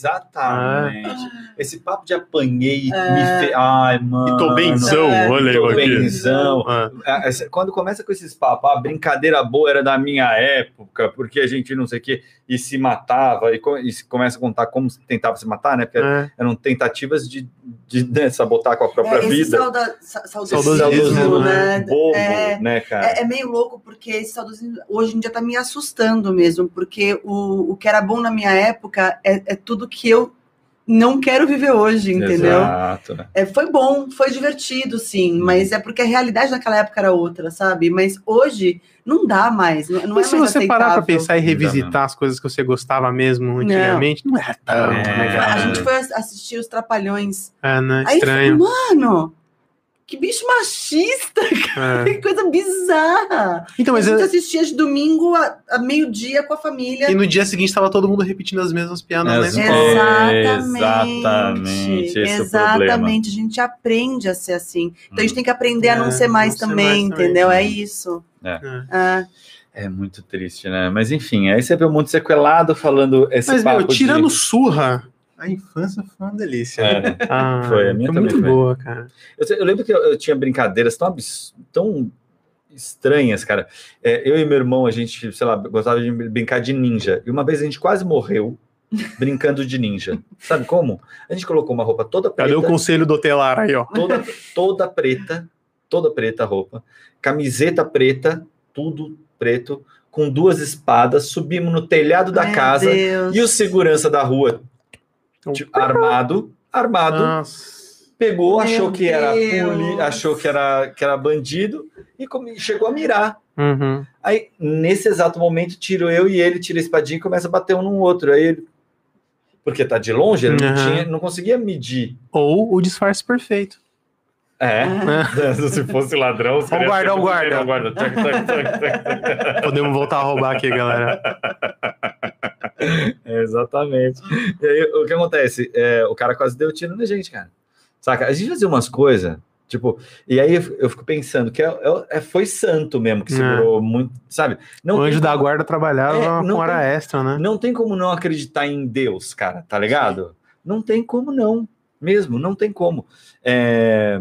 Speaker 1: exatamente. Esse papo de apanhei me fez. Ai, mano.
Speaker 2: É. E tô benzão,
Speaker 3: É,
Speaker 2: olha eu
Speaker 1: Tô
Speaker 2: aqui.
Speaker 1: benzão.
Speaker 2: Ah.
Speaker 1: Ah, essa- Quando começa com esses papos, a brincadeira boa era da minha época, porque a gente não sei o quê, e se matava, e, co- e se começa a contar como se tentava se matar, né? Porque
Speaker 2: É.
Speaker 1: eram tentativas de, de né, sabotar com a
Speaker 3: É,
Speaker 1: própria
Speaker 3: esse
Speaker 1: vida.
Speaker 3: sauda, sa-
Speaker 2: Saudosismo,
Speaker 1: Esse
Speaker 3: saudosismo, né?
Speaker 1: bobo,
Speaker 3: É,
Speaker 1: né, cara?
Speaker 3: É, é meio louco, porque esse saudosismo hoje em dia tá me assustando mesmo, porque o, o que era bom na minha época é, é tudo que eu não quero viver hoje, entendeu?
Speaker 1: Exato. né?
Speaker 3: É, foi bom, foi divertido, sim,
Speaker 2: Uhum.
Speaker 3: mas é porque a realidade naquela época era outra, sabe? Mas hoje não dá mais. Não, não é
Speaker 2: Mas se
Speaker 3: mais
Speaker 2: você parar pra
Speaker 3: aceitável.
Speaker 2: pensar e
Speaker 1: Não dá,
Speaker 2: revisitar as coisas que você gostava mesmo antigamente, não, era tão
Speaker 1: É.
Speaker 2: legal. né?
Speaker 3: A gente foi ass- assistir os Trapalhões.
Speaker 2: É, né?
Speaker 3: Aí eu falei,
Speaker 2: Estranho.
Speaker 3: mano, que bicho machista,
Speaker 2: é.
Speaker 3: que coisa bizarra.
Speaker 2: Então, mas
Speaker 3: a gente
Speaker 2: eu-
Speaker 3: assistia de domingo a, a meio-dia com a família.
Speaker 2: e no dia seguinte tava todo mundo repetindo as mesmas piadas né? na escola. é
Speaker 1: Exatamente,
Speaker 3: Exatamente.
Speaker 1: esse é o
Speaker 3: Exatamente. A gente aprende a ser assim. Então a gente tem que aprender a
Speaker 2: É,
Speaker 3: não ser mais
Speaker 2: não ser
Speaker 3: também,
Speaker 2: mais também.
Speaker 3: entendeu? É isso.
Speaker 2: É.
Speaker 3: Ah,
Speaker 1: É muito triste, né? Mas enfim, aí você vê um monte de sequelado falando esse
Speaker 2: Mas,
Speaker 1: papo
Speaker 2: meu, tirando
Speaker 1: de...
Speaker 2: surra, a infância foi uma delícia.
Speaker 1: É.
Speaker 2: Ah,
Speaker 1: Foi, a minha também
Speaker 2: muito
Speaker 1: foi.
Speaker 2: boa, cara.
Speaker 1: Eu, sei- eu lembro que eu, eu tinha brincadeiras tão, abs- tão estranhas, cara. É, eu e meu irmão, a gente, sei lá, gostava de brincar de ninja. E uma vez a gente quase morreu brincando de ninja. Sabe como? A gente colocou uma roupa toda preta.
Speaker 2: Cadê o conselho do telar aí, ó?
Speaker 1: toda, toda preta, toda preta a roupa, camiseta preta, tudo preto, com duas espadas, subimos no telhado da
Speaker 3: meu
Speaker 1: casa
Speaker 3: Deus.
Speaker 1: e o segurança da rua, ti- Tipo, armado, armado,
Speaker 2: Então, Nossa.
Speaker 1: pegou,
Speaker 3: Meu
Speaker 1: achou que era
Speaker 3: Deus.
Speaker 1: poli, achou que era, que era bandido e come- chegou a mirar.
Speaker 2: Uhum.
Speaker 1: Aí, nesse exato momento, tiro eu e ele, tira a espadinha e começa a bater um no outro. Aí ele. Porque tá de longe, ele não,
Speaker 2: Aham.
Speaker 1: tinha, não conseguia medir.
Speaker 2: Ou o disfarce perfeito.
Speaker 1: É.
Speaker 2: né?
Speaker 1: Se fosse ladrão, os caras iam
Speaker 2: guarda,
Speaker 1: ser
Speaker 2: ó o guarda.
Speaker 1: muito- ó o guarda. Tac, tac, tac, tac, tac.
Speaker 2: Podemos voltar a roubar aqui, galera.
Speaker 1: É, Exatamente. E aí, o que acontece? É, o cara quase deu tiro na gente, cara. Saca? A gente fazia umas coisas, tipo, e aí eu, eu fico pensando que é, é- é- foi santo mesmo que
Speaker 2: É.
Speaker 1: segurou muito, sabe? Não
Speaker 2: o
Speaker 1: tem
Speaker 2: anjo da
Speaker 1: como-
Speaker 2: guarda
Speaker 1: É,
Speaker 2: trabalhava
Speaker 1: não
Speaker 2: com hora
Speaker 1: tem-
Speaker 2: extra, né?
Speaker 1: Não tem como não acreditar em Deus, cara, tá ligado? Não tem como não, mesmo, não tem como. É,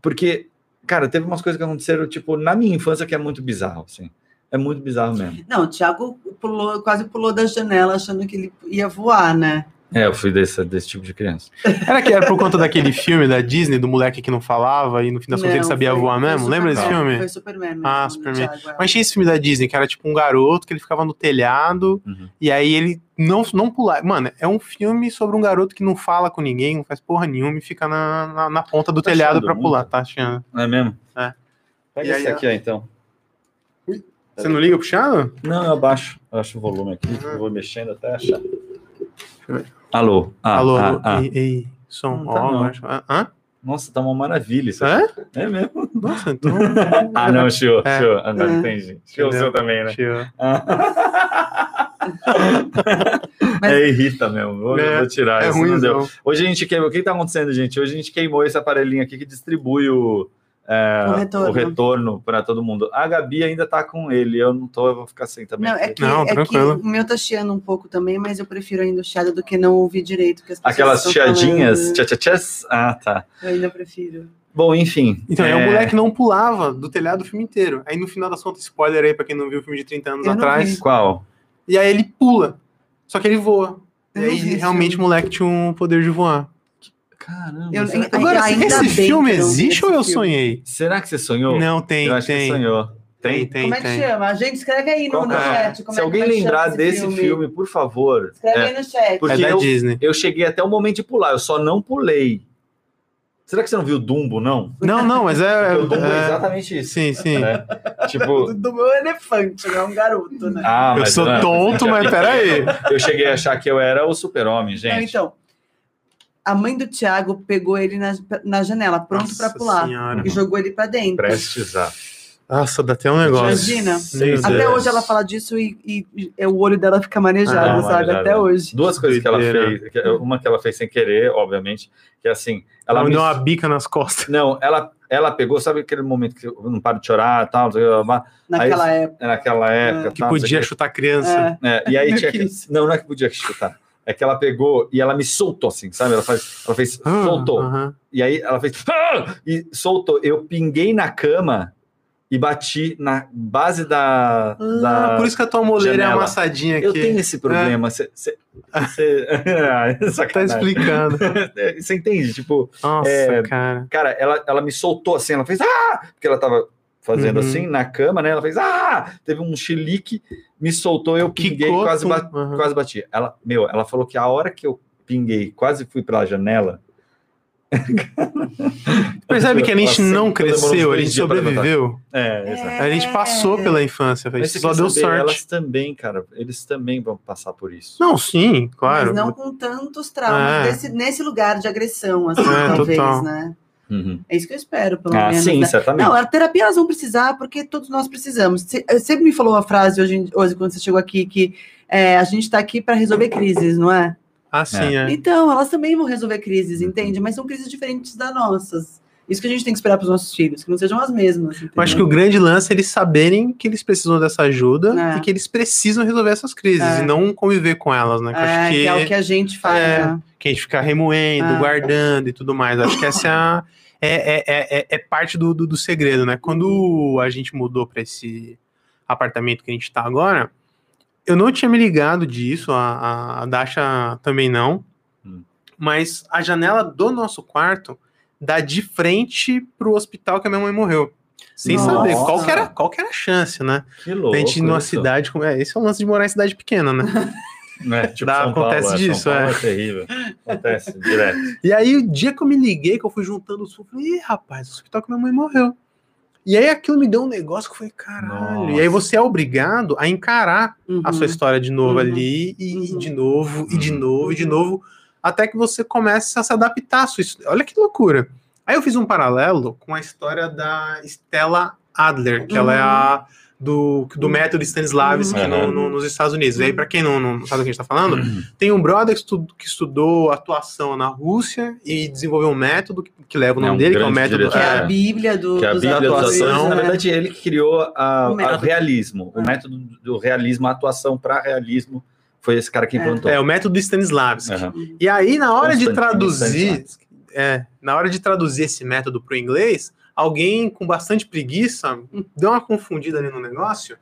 Speaker 1: Porque, cara, teve umas coisas que aconteceram, tipo, na minha infância que é muito bizarro, assim. É muito bizarro mesmo.
Speaker 3: Não, o Thiago pulou- quase pulou da janela achando que ele ia voar, né?
Speaker 1: É, eu fui desse, desse tipo de criança.
Speaker 2: Era que era por conta daquele filme da Disney, do moleque que não falava e no fim das contas ele
Speaker 3: Não,
Speaker 2: sabia
Speaker 3: foi-
Speaker 2: voar
Speaker 3: foi
Speaker 2: mesmo? Lembra desse
Speaker 3: Superman,
Speaker 2: filme?
Speaker 3: Foi Superman. mesmo,
Speaker 2: Ah,
Speaker 3: do
Speaker 2: Superman.
Speaker 3: Thiago, é.
Speaker 2: Mas tinha esse filme da Disney que era tipo um garoto que ele ficava no telhado
Speaker 1: Uhum.
Speaker 2: e aí ele não, não pulava. Mano, é um filme sobre um garoto que não fala com ninguém, não faz porra nenhuma e fica na, na, na ponta do
Speaker 1: Tá
Speaker 2: telhado
Speaker 1: achando
Speaker 2: pra
Speaker 1: muito?
Speaker 2: pular, tá achando?
Speaker 1: Não é mesmo?
Speaker 2: É.
Speaker 1: Pega
Speaker 2: E
Speaker 1: esse
Speaker 2: aí,
Speaker 1: aqui, ó, então. Tá
Speaker 2: Você não liga puxando?
Speaker 1: Não, eu abaixo. Eu acho o volume aqui.
Speaker 2: Uhum.
Speaker 1: Vou mexendo até achar.
Speaker 2: eu ver.
Speaker 1: Alô. Ah,
Speaker 2: Alô,
Speaker 1: ah,
Speaker 2: alô,
Speaker 1: ah.
Speaker 2: ei, ei, som,
Speaker 1: Não tá
Speaker 2: ó, eu
Speaker 1: não.
Speaker 2: acho. Ah, Hã?
Speaker 1: Nossa, tá uma maravilha isso
Speaker 2: Hã?
Speaker 1: aqui. É mesmo?
Speaker 2: Nossa, então.
Speaker 1: Ah, não, show,
Speaker 2: É.
Speaker 1: show. Ah, não,
Speaker 3: É.
Speaker 1: entendi. Show o
Speaker 2: Entendeu?
Speaker 1: seu também, né?
Speaker 2: Tio. é
Speaker 1: Ah.
Speaker 3: Mas-
Speaker 1: É, irrita mesmo. Vou,
Speaker 2: É,
Speaker 1: vou tirar.
Speaker 2: É
Speaker 1: esse
Speaker 2: ruim,
Speaker 1: Ah, não deu.
Speaker 2: não.
Speaker 1: Hoje a gente queimou. O que tá acontecendo, gente? Hoje a gente queimou esse aparelhinho aqui que distribui o. é,
Speaker 3: O retorno.
Speaker 1: para todo mundo. A Gabi ainda tá com ele, eu não tô, eu vou ficar sem também.
Speaker 3: Não, é que,
Speaker 2: Não,
Speaker 3: é que
Speaker 2: tranquilo.
Speaker 3: o meu tá chiando um pouco também, mas eu prefiro ainda o chiado do que não ouvir direito. o Que as pessoas
Speaker 1: Aquelas
Speaker 3: estão
Speaker 1: chiadinhas,
Speaker 3: falando.
Speaker 1: tchá, tchá, tchás. Ah, tá.
Speaker 3: Eu ainda prefiro.
Speaker 1: Bom, enfim.
Speaker 2: Então, é... um
Speaker 1: É.
Speaker 2: moleque não pulava do telhado o filme inteiro. Aí no final das contas, spoiler aí pra quem não viu o filme de 30 anos
Speaker 3: Eu não
Speaker 2: atrás.
Speaker 1: Qual?
Speaker 2: E aí ele pula. Só que ele voa. E
Speaker 3: Eu não
Speaker 2: aí
Speaker 3: vi esse
Speaker 2: realmente o moleque tinha um poder de voar.
Speaker 1: Caramba.
Speaker 3: Eu-
Speaker 1: será, que...
Speaker 2: Agora,
Speaker 3: ainda
Speaker 2: esse
Speaker 3: bem
Speaker 2: filme
Speaker 3: que eu não vi
Speaker 2: existe
Speaker 3: esse
Speaker 2: ou eu
Speaker 3: filme.
Speaker 2: sonhei?
Speaker 1: será que você sonhou?
Speaker 2: Não, tem,
Speaker 1: eu acho que você
Speaker 2: tem.
Speaker 1: sonhou. Tem?
Speaker 2: Tem, tem,
Speaker 3: como é que
Speaker 2: tem.
Speaker 3: chama? A gente escreve aí no,
Speaker 1: Qual
Speaker 3: no
Speaker 1: que é?
Speaker 3: chat. Como
Speaker 1: Se
Speaker 3: é,
Speaker 1: alguém
Speaker 3: como é que chama
Speaker 1: lembrar
Speaker 3: esse
Speaker 1: desse filme, por favor.
Speaker 3: Escreve
Speaker 1: É.
Speaker 3: aí no chat.
Speaker 1: Porque
Speaker 2: É da
Speaker 1: eu-
Speaker 2: Disney.
Speaker 1: Eu cheguei até o momento de pular, eu só não pulei. Será que você não viu Dumbo, não?
Speaker 2: Não, não, mas é.
Speaker 1: Porque o Dumbo é,
Speaker 2: é-
Speaker 1: exatamente É, isso. né?
Speaker 2: Sim, sim.
Speaker 1: Tipo,
Speaker 3: Do meu elefante, não é um garoto, né?
Speaker 1: ah,
Speaker 2: Eu
Speaker 1: mas
Speaker 2: sou
Speaker 1: não,
Speaker 2: tonto, mas peraí.
Speaker 1: Eu cheguei a achar que eu era o super-homem,
Speaker 3: Não,
Speaker 1: gente.
Speaker 3: então, a mãe do Thiago pegou ele na, na janela, pronto pra
Speaker 2: Nossa
Speaker 3: pular.
Speaker 2: Senhora.
Speaker 3: E jogou ele pra dentro.
Speaker 1: Prestes a.
Speaker 2: Nossa, dá até um negócio.
Speaker 3: Imagina.
Speaker 1: Sim,
Speaker 2: Meu
Speaker 1: sim.
Speaker 3: Até
Speaker 1: Deus.
Speaker 3: hoje ela fala disso e, e- e- é, o olho dela fica manejado,
Speaker 2: Ah,
Speaker 3: sabe?
Speaker 1: manejado.
Speaker 3: Até hoje.
Speaker 1: Duas coisas que ela
Speaker 2: Doideira.
Speaker 1: fez. que- é Uma que ela fez sem querer, obviamente, que é assim. Ela,
Speaker 2: Ela me
Speaker 1: mis-
Speaker 2: deu uma bica nas costas.
Speaker 1: Não, ela, ela pegou, sabe aquele momento que eu não para de chorar tal, não sei o que, blá, blá, blá,
Speaker 3: Naquela época.
Speaker 1: naquela época.
Speaker 2: Ah, Que
Speaker 1: tal, não sei
Speaker 2: podia
Speaker 1: o
Speaker 2: chutar criança.
Speaker 3: É.
Speaker 1: que. É, e aí
Speaker 3: Meu
Speaker 1: tinha que...
Speaker 3: Deus.
Speaker 1: Não, não é que podia chutar. É que ela pegou e ela me soltou assim, sabe? Ela, faz, ela fez,
Speaker 2: Ah,
Speaker 1: soltou.
Speaker 2: aham.
Speaker 1: E aí ela fez, "Ah!" e soltou. Eu pinguei na cama e bati na base da.
Speaker 2: Ah,
Speaker 1: da...
Speaker 2: por isso que a tua moleira é
Speaker 1: janela.
Speaker 2: amassadinha aqui.
Speaker 1: Eu tenho esse problema. Você. Você. você- Ah,
Speaker 2: Tá
Speaker 1: sacanagem.
Speaker 2: explicando.
Speaker 1: É. Você entende? Tipo,
Speaker 2: Nossa,
Speaker 1: É.
Speaker 2: cara.
Speaker 1: cara, ela, ela me soltou assim, ela fez ah! Porque ela tava fazendo
Speaker 2: Uhum.
Speaker 1: assim na cama, né? Ela fez ah! Teve um chilique, me soltou, eu pinguei,
Speaker 2: Quicou,
Speaker 1: quase,
Speaker 2: tum.
Speaker 1: ba-
Speaker 2: Aham.
Speaker 1: quase bati. Ela, meu, ela falou que a hora que eu, pinguei, quase fui pela janela.
Speaker 2: Percebe que a gente
Speaker 1: Ela
Speaker 2: não
Speaker 1: sempre- todo mundo
Speaker 2: cresceu, a gente
Speaker 1: aprendia pra
Speaker 2: sobreviveu.
Speaker 1: É, exato.
Speaker 3: É.
Speaker 2: A gente passou pela infância, velho.
Speaker 1: Mas você
Speaker 2: Só
Speaker 1: quer
Speaker 2: deu
Speaker 1: saber,
Speaker 2: sorte.
Speaker 1: Elas também, cara, eles também vão passar por isso.
Speaker 2: Não, sim, claro.
Speaker 3: Mas não com tantos traumas
Speaker 2: É.
Speaker 3: desse- nesse lugar de agressão, assim,
Speaker 2: É,
Speaker 3: talvez,
Speaker 2: total.
Speaker 3: né?
Speaker 1: Uhum.
Speaker 3: É isso que eu espero, pelo
Speaker 1: Ah,
Speaker 3: menos.
Speaker 1: sim,
Speaker 3: né?
Speaker 1: certamente.
Speaker 3: Não, a terapia elas vão precisar, porque todos nós precisamos. Se- eh, Sempre me falou a frase hoje, em- hoje quando você chegou aqui, que eh, a gente está aqui para resolver crises, não é?
Speaker 2: Ah, sim, é.
Speaker 3: Então, elas também vão resolver crises, entende? Mas são crises diferentes das nossas. Isso que a gente tem que esperar para os nossos filhos, que não sejam as mesmas. entendeu?
Speaker 2: Eu acho que o grande lance é eles saberem que eles precisam dessa ajuda
Speaker 3: É.
Speaker 2: e que eles precisam resolver essas crises
Speaker 3: É.
Speaker 2: e não conviver com elas, né? Que eu
Speaker 3: é,
Speaker 2: acho
Speaker 3: que
Speaker 2: que,
Speaker 3: é o que a gente faz,
Speaker 2: É.
Speaker 3: né?
Speaker 2: que a gente fica remoendo,
Speaker 3: Ah.
Speaker 2: guardando e tudo mais. Acho que essa é, a- é, é- é, é, é parte do, do, do segredo, né? Quando a gente mudou para esse apartamento que a gente tá agora, eu não tinha me ligado disso, a, a, a Dasha também não.
Speaker 1: Hum.
Speaker 2: Mas a janela do nosso quarto dá de frente pro hospital que a minha mãe morreu. Sem
Speaker 3: Nossa.
Speaker 2: saber qual que, era, qual que era a chance, né?
Speaker 1: Que louco.
Speaker 2: a gente numa
Speaker 1: isso.
Speaker 2: cidade como. É, esse é o lance de morar em cidade pequena, né?
Speaker 1: É, tipo
Speaker 2: Dá-
Speaker 1: São
Speaker 2: acontece
Speaker 1: Paulo,
Speaker 2: disso,
Speaker 1: São
Speaker 2: é.
Speaker 1: Paulo é. terrível. Acontece direto.
Speaker 2: E aí, o dia que eu me liguei, que eu fui juntando os fundos, eu falei, ih, rapaz, o hospital que minha mãe morreu. E aí, aquilo me deu um negócio que eu falei, caralho.
Speaker 1: Nossa.
Speaker 2: E aí, você é obrigado a encarar a sua
Speaker 3: Uhum.
Speaker 2: história de novo
Speaker 3: Uhum.
Speaker 2: ali, e, e
Speaker 3: Uhum.
Speaker 2: de novo, e de
Speaker 1: Uhum.
Speaker 2: novo, e de novo, até que você comece a se adaptar à sua história. Olha que loucura. Aí, eu fiz um paralelo com a história da Stella Adler, que ela é a do, do método Stanislavski
Speaker 1: Uhum.
Speaker 2: no- no- nos Estados Unidos. E aí, pra quem não, não sabe do que a gente tá falando, tem um brother que, estu- que estudou atuação na Rússia e desenvolveu um método que, que leva o
Speaker 1: É
Speaker 2: nome
Speaker 1: um
Speaker 2: dele, que é o
Speaker 1: grande
Speaker 2: método.
Speaker 3: Que é a
Speaker 1: diretor.
Speaker 2: É,
Speaker 3: Bíblia do,
Speaker 1: Que a
Speaker 3: dos
Speaker 1: Bíblia dos
Speaker 3: atores,
Speaker 1: atores,
Speaker 2: atuação,
Speaker 1: na
Speaker 3: né?
Speaker 1: verdade, ele que criou a,
Speaker 3: O
Speaker 1: a
Speaker 3: método.
Speaker 1: realismo. O método do realismo, a atuação para realismo, foi esse cara que
Speaker 3: É.
Speaker 1: implantou.
Speaker 2: é, o método Stanislavski.
Speaker 1: Aham.
Speaker 2: E aí, na hora de
Speaker 1: Constantino
Speaker 2: traduzir,
Speaker 1: Stanislavski.
Speaker 2: é, na hora de traduzir esse método para o inglês, alguém com bastante preguiça deu uma confundida ali no negócio,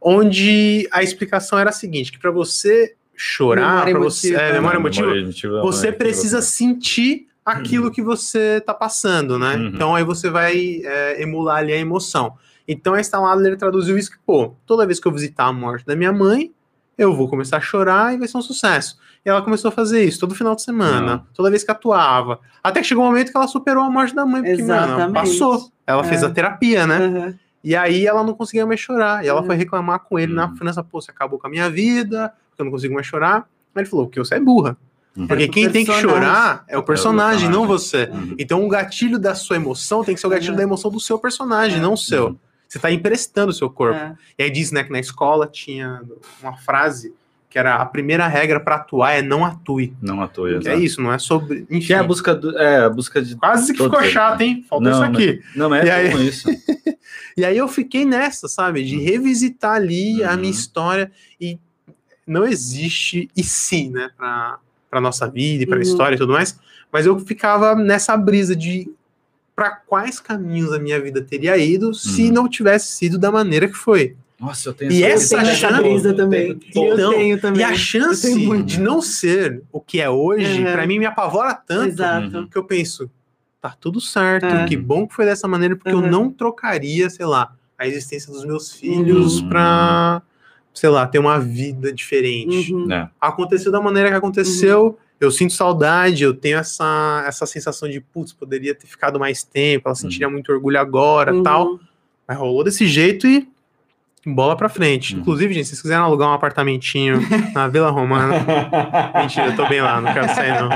Speaker 2: onde a explicação era a seguinte: que para você chorar,
Speaker 3: Memória
Speaker 2: para você.
Speaker 3: emotiva.
Speaker 2: É,
Speaker 1: né?
Speaker 2: memória emotiva,
Speaker 1: emotiva,
Speaker 2: você
Speaker 1: memória
Speaker 2: precisa
Speaker 1: emotiva.
Speaker 2: sentir aquilo que você tá passando, né?
Speaker 1: Uhum.
Speaker 2: Então aí você vai é, emular ali a emoção. Então a Stan Adler traduziu isso que, pô, toda vez que eu visitar a morte da minha mãe, eu vou começar a chorar e vai ser um sucesso. E ela começou a fazer isso todo final de semana,
Speaker 1: Não.
Speaker 2: toda vez que atuava. Até que chegou um momento que ela superou a morte da
Speaker 1: é
Speaker 2: mãe, porque, mano,
Speaker 3: Exatamente.
Speaker 2: passou. Ela fez
Speaker 3: É.
Speaker 2: a terapia, né?
Speaker 3: Uhum.
Speaker 2: E aí ela não conseguia mais chorar. E ela
Speaker 3: Uhum.
Speaker 2: foi reclamar com ele na
Speaker 1: Uhum.
Speaker 2: França, pô, você acabou com a minha vida, eu não consigo mais chorar. Aí ele falou, porque você é burra.
Speaker 1: Uhum.
Speaker 2: Porque quem tem que
Speaker 3: Personagem.
Speaker 2: chorar é o
Speaker 1: personagem.
Speaker 2: personagem, não você.
Speaker 1: Uhum.
Speaker 2: Então o gatilho da sua emoção tem que ser o gatilho
Speaker 3: Uhum.
Speaker 2: da emoção do seu personagem,
Speaker 3: É.
Speaker 2: não o seu.
Speaker 1: Uhum.
Speaker 2: Você tá emprestando o seu corpo.
Speaker 3: É.
Speaker 2: E aí diz, né, que na escola tinha uma frase que era a primeira regra pra atuar é não atue.
Speaker 1: Não à toa,
Speaker 2: Que é
Speaker 1: exato.
Speaker 2: isso, não é sobre. Enfim.
Speaker 1: Que é a busca, do, é, a busca de...
Speaker 2: Quase que
Speaker 1: Todos
Speaker 2: ficou
Speaker 1: eles,
Speaker 2: chato, hein? Faltou
Speaker 1: Não,
Speaker 2: isso
Speaker 1: mas-
Speaker 2: aqui.
Speaker 1: Não, mas
Speaker 2: E
Speaker 1: é
Speaker 2: aí-
Speaker 1: tudo isso.
Speaker 2: E aí eu fiquei nessa, sabe? De
Speaker 1: Uhum.
Speaker 2: revisitar ali a
Speaker 1: Uhum.
Speaker 2: minha história e não existe e sim, né, pra, pra nossa vida e pra
Speaker 3: Uhum.
Speaker 2: história e tudo mais, mas eu ficava nessa brisa de pra quais caminhos a minha vida teria ido se
Speaker 1: Uhum.
Speaker 2: não tivesse sido da maneira que foi.
Speaker 1: Nossa, eu tenho
Speaker 2: E
Speaker 3: Eu
Speaker 2: essa
Speaker 3: tenho essa
Speaker 2: chance-
Speaker 3: brisa também.
Speaker 2: Então,
Speaker 3: eu tenho também.
Speaker 2: E a chance
Speaker 1: muito.
Speaker 2: de não ser o que é hoje,
Speaker 3: Uhum.
Speaker 2: pra mim me apavora tanto
Speaker 3: Exato.
Speaker 2: que eu penso, tá tudo certo,
Speaker 3: É.
Speaker 2: que bom que foi dessa maneira, porque eu
Speaker 3: Uhum.
Speaker 2: não trocaria, sei lá, a existência dos meus filhos
Speaker 1: Uhum.
Speaker 2: pra, sei lá, ter uma vida diferente.
Speaker 3: Uhum.
Speaker 1: É.
Speaker 2: Aconteceu da maneira que aconteceu, eu sinto saudade, eu tenho essa, essa sensação de, putz, poderia ter ficado mais tempo, ela sentiria
Speaker 1: Uhum.
Speaker 2: muito orgulho agora,
Speaker 3: Uhum.
Speaker 2: tal. Mas rolou desse jeito e bola pra frente.
Speaker 1: Uhum.
Speaker 2: Inclusive, gente, se vocês quiserem alugar um apartamentinho na Vila Romana, Mentira, eu tô bem lá, não quero sair, não.